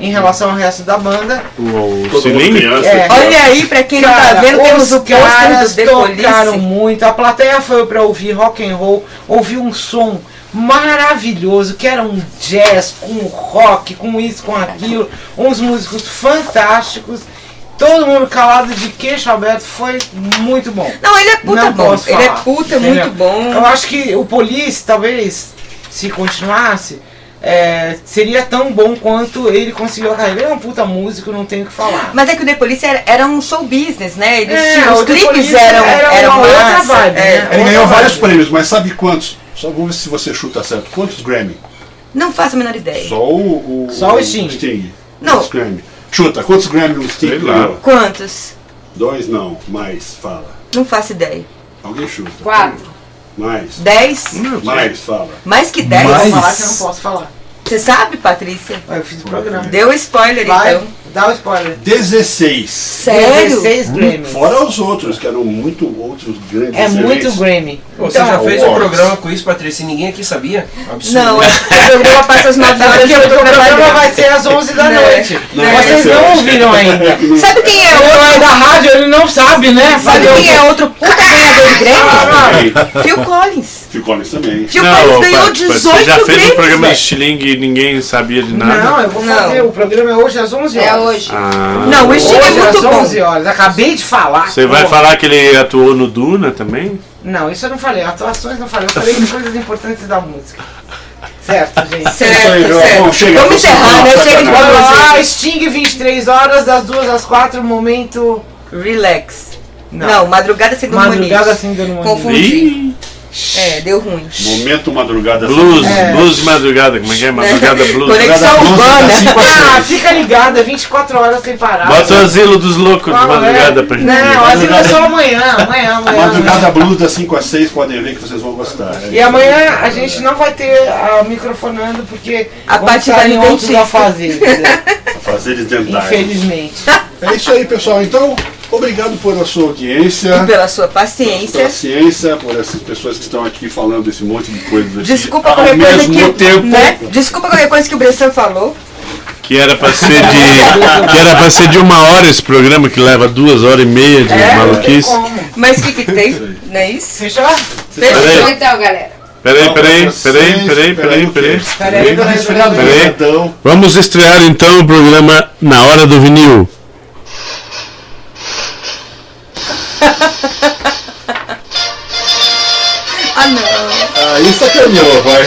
Speaker 6: em relação ao resto da banda.
Speaker 5: O
Speaker 3: mundo
Speaker 5: Cilindro?
Speaker 3: criança.
Speaker 6: É.
Speaker 4: Olha aí, pra quem não tá vendo, temos o
Speaker 6: os
Speaker 4: pôster do
Speaker 6: caras
Speaker 4: The
Speaker 6: tocaram
Speaker 4: Police.
Speaker 6: muito. A plateia foi pra ouvir rock and roll, ouvir um som maravilhoso, que era um jazz com rock, com isso, com aquilo, uns músicos fantásticos. Todo mundo calado de queixo aberto foi muito bom.
Speaker 4: Não, ele é puta
Speaker 6: Não
Speaker 4: bom.
Speaker 6: posso
Speaker 4: Ele é
Speaker 6: falar,
Speaker 4: puta,
Speaker 6: entendeu?
Speaker 4: muito bom.
Speaker 6: Eu acho que o Police, talvez, se continuasse, é, seria tão bom quanto ele conseguiu a carreira. Ele é um puta músico, não tenho o que falar.
Speaker 4: Mas é que o The Police era, era um show business, né? Eles
Speaker 6: É,
Speaker 4: tinham- os
Speaker 6: o é- The
Speaker 4: clipes
Speaker 6: Police
Speaker 4: eram,
Speaker 6: era
Speaker 4: eram
Speaker 6: uma outra
Speaker 4: massa, é.
Speaker 6: vibe, né?
Speaker 3: Ele ganhou vários prêmios, mas sabe quantos? Só vamos ver se você chuta certo. Quantos Grammy?
Speaker 4: Não faço a menor ideia.
Speaker 3: Só o, o
Speaker 4: Só o
Speaker 3: Sting.
Speaker 4: Não.
Speaker 3: Quantos Grammy? Chuta, quantos Grammy o Sting? ganhou?
Speaker 4: Quantos?
Speaker 3: Dois não, mais, fala.
Speaker 4: Não faço ideia.
Speaker 3: Alguém chuta.
Speaker 4: Quatro.
Speaker 3: Mais.
Speaker 4: Dez?
Speaker 3: Mais, fala.
Speaker 4: Mais que dez?
Speaker 3: Mais?
Speaker 6: posso falar.
Speaker 4: Você sabe, Patrícia?
Speaker 6: Ah, Eu fiz o programa.
Speaker 4: Deu spoiler,
Speaker 6: Vai,
Speaker 4: então.
Speaker 6: dá o spoiler.
Speaker 3: 16.
Speaker 4: Sério?
Speaker 6: 16 Grammys.
Speaker 3: Hum. Fora os outros, que eram muito outros grandes.
Speaker 6: É muito
Speaker 3: excelentes.
Speaker 6: Grammy.
Speaker 13: Pô,
Speaker 6: Então,
Speaker 4: Então,
Speaker 13: Você já fez um
Speaker 3: Awards.
Speaker 13: programa com isso, Patrícia, e ninguém aqui sabia? Absurdo.
Speaker 4: Não, é o programa passa às nove horas.
Speaker 6: É Porque
Speaker 4: eu
Speaker 6: o
Speaker 4: tô
Speaker 6: programa
Speaker 4: trabalhando.
Speaker 6: vai ser às 11 da
Speaker 4: Né?
Speaker 6: noite.
Speaker 4: Né?
Speaker 6: Vocês
Speaker 3: é
Speaker 6: não ouviram ainda.
Speaker 4: Sabe quem é
Speaker 6: O
Speaker 4: outro?
Speaker 6: cara da rádio, ele não sabe, né? Ah,
Speaker 4: Sabe quem é outro puta ganhador de Grêmio? Phil Collins.
Speaker 3: Phil Collins também.
Speaker 4: Phil Collins ganhou
Speaker 5: Pat, Pat, Você já
Speaker 4: 18
Speaker 5: fez
Speaker 4: prêmios,
Speaker 5: um programa
Speaker 4: velho.
Speaker 5: de estilingue e ninguém sabia de nada?
Speaker 6: Não, eu vou fazer. O programa é hoje às 11 horas. É hoje.
Speaker 5: Ah.
Speaker 6: Não, o Sting é muito
Speaker 4: bom.
Speaker 6: bom. 11 horas. Acabei de falar.
Speaker 5: Você vai
Speaker 6: Pô.
Speaker 5: falar que ele atuou no Duna também?
Speaker 6: Não, isso eu não falei. Atuações eu não falei. Eu falei de coisas importantes da música. Certo, gente.
Speaker 3: Certo, Isso aí, João. certo. Bom, chega, Vamos você encerrar, tá né? Chega de sacanagem.
Speaker 6: Vamos lá,
Speaker 3: baboseira.
Speaker 6: Sting, 23 horas, das 2 às 4, momento...
Speaker 4: Relax. Não, Madrugada Sem Dormonite.
Speaker 6: Madrugada Sem Dormonite.
Speaker 4: Confundi.
Speaker 6: Ah,
Speaker 4: É, deu ruim.
Speaker 3: Momento madrugada. assim.
Speaker 5: Blues,
Speaker 6: É.
Speaker 5: blues de madrugada, como é que é? Madrugada blues.
Speaker 4: Conexão
Speaker 5: Madrugada blues, das cinco às
Speaker 6: Ah,
Speaker 5: seis.
Speaker 6: fica ligada, 24 horas sem parar.
Speaker 5: Bota o asilo dos loucos de
Speaker 6: Fala,
Speaker 5: madrugada
Speaker 6: é.
Speaker 5: pra gente. ver.
Speaker 6: Não, o asilo é só amanhã, amanhã,
Speaker 3: A
Speaker 6: amanhã.
Speaker 3: madrugada blues das 5 às 6 podem ver que vocês vão gostar.
Speaker 6: E amanhã a gente não vai ter a microfonando porque
Speaker 3: A
Speaker 6: vamos
Speaker 3: Paty
Speaker 6: estar
Speaker 3: vai
Speaker 6: em
Speaker 3: no
Speaker 6: outros
Speaker 3: dentista.
Speaker 6: a fazer.
Speaker 3: Fazer dentários.
Speaker 6: Infelizmente.
Speaker 3: É isso aí, pessoal. Então, obrigado pela sua audiência.
Speaker 4: E pela sua paciência.
Speaker 3: Pela ciência, por essas pessoas que estão aqui falando esse monte de coisas. aqui
Speaker 4: Desculpa
Speaker 3: ao
Speaker 4: qualquer coisa
Speaker 3: mesmo
Speaker 4: que.
Speaker 3: tempo.
Speaker 4: né? Desculpa qualquer coisa que o Bressan falou.
Speaker 5: Que era pra ser de. que era pra ser de uma hora esse programa que leva duas horas e meia de
Speaker 6: É.
Speaker 5: maluquice.
Speaker 4: É? Mas o que, que tem? Não é isso?
Speaker 6: Fechou?
Speaker 5: Fechou.
Speaker 4: então, galera.
Speaker 5: Peraí, peraí, peraí, peraí, peraí, peraí.
Speaker 3: Peraí, tá resfriado,
Speaker 5: Peraí.
Speaker 3: então.
Speaker 5: Vamos estrear então o programa Na Hora do Vinil.
Speaker 4: Ah, não.
Speaker 3: Aí sacaneou, vai.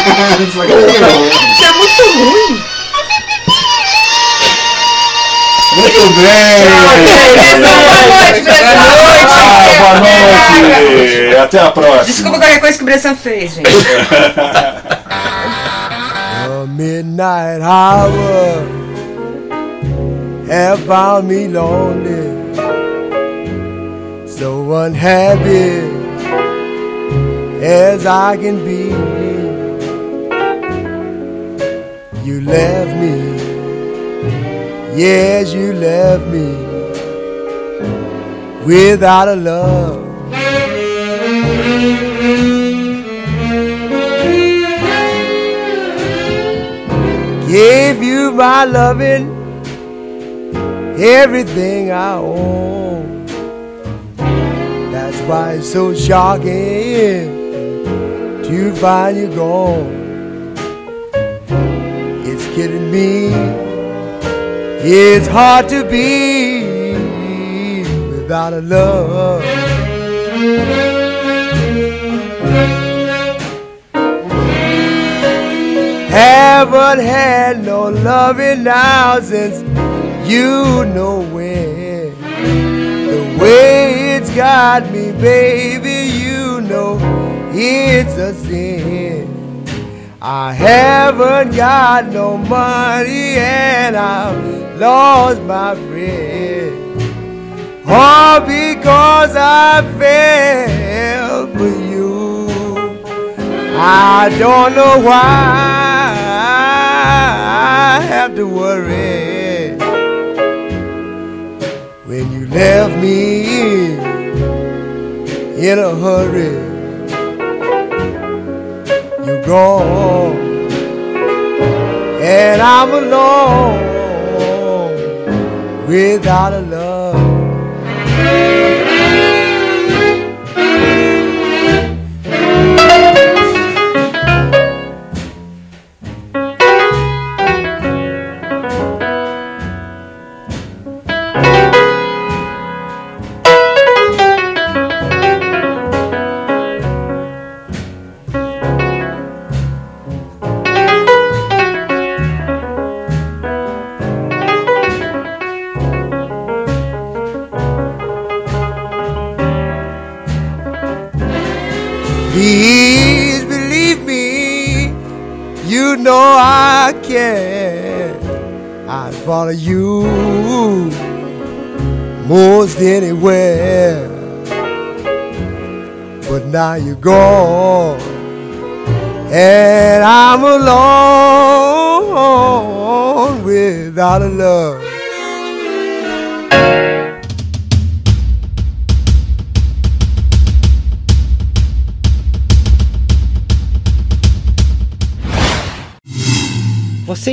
Speaker 3: Sacaneou.
Speaker 4: Isso é muito ruim.
Speaker 3: Muito bem! Ah, boa noite! É, Até a próxima!
Speaker 4: Desculpa qualquer coisa que o Bressan fez, gente.
Speaker 14: The midnight hour have found me lonely, so unhappy as I can be. You left me, yes, you left me without a love. Gave you my loving, everything I own. That's why it's so shocking to find you gone. It's killing me. It's hard to be without a love. Haven't had no loving now since you know when. The way it's got me, baby, you know it's a sin. I haven't got no money and I've lost my friend. All because I fell for you. I don't know why I have to worry when you left me in a hurry. You're gone and I'm alone without a love. You know I can. I'd follow you most anywhere. But now you're gone, and I'm alone without a love.
Speaker 6: Você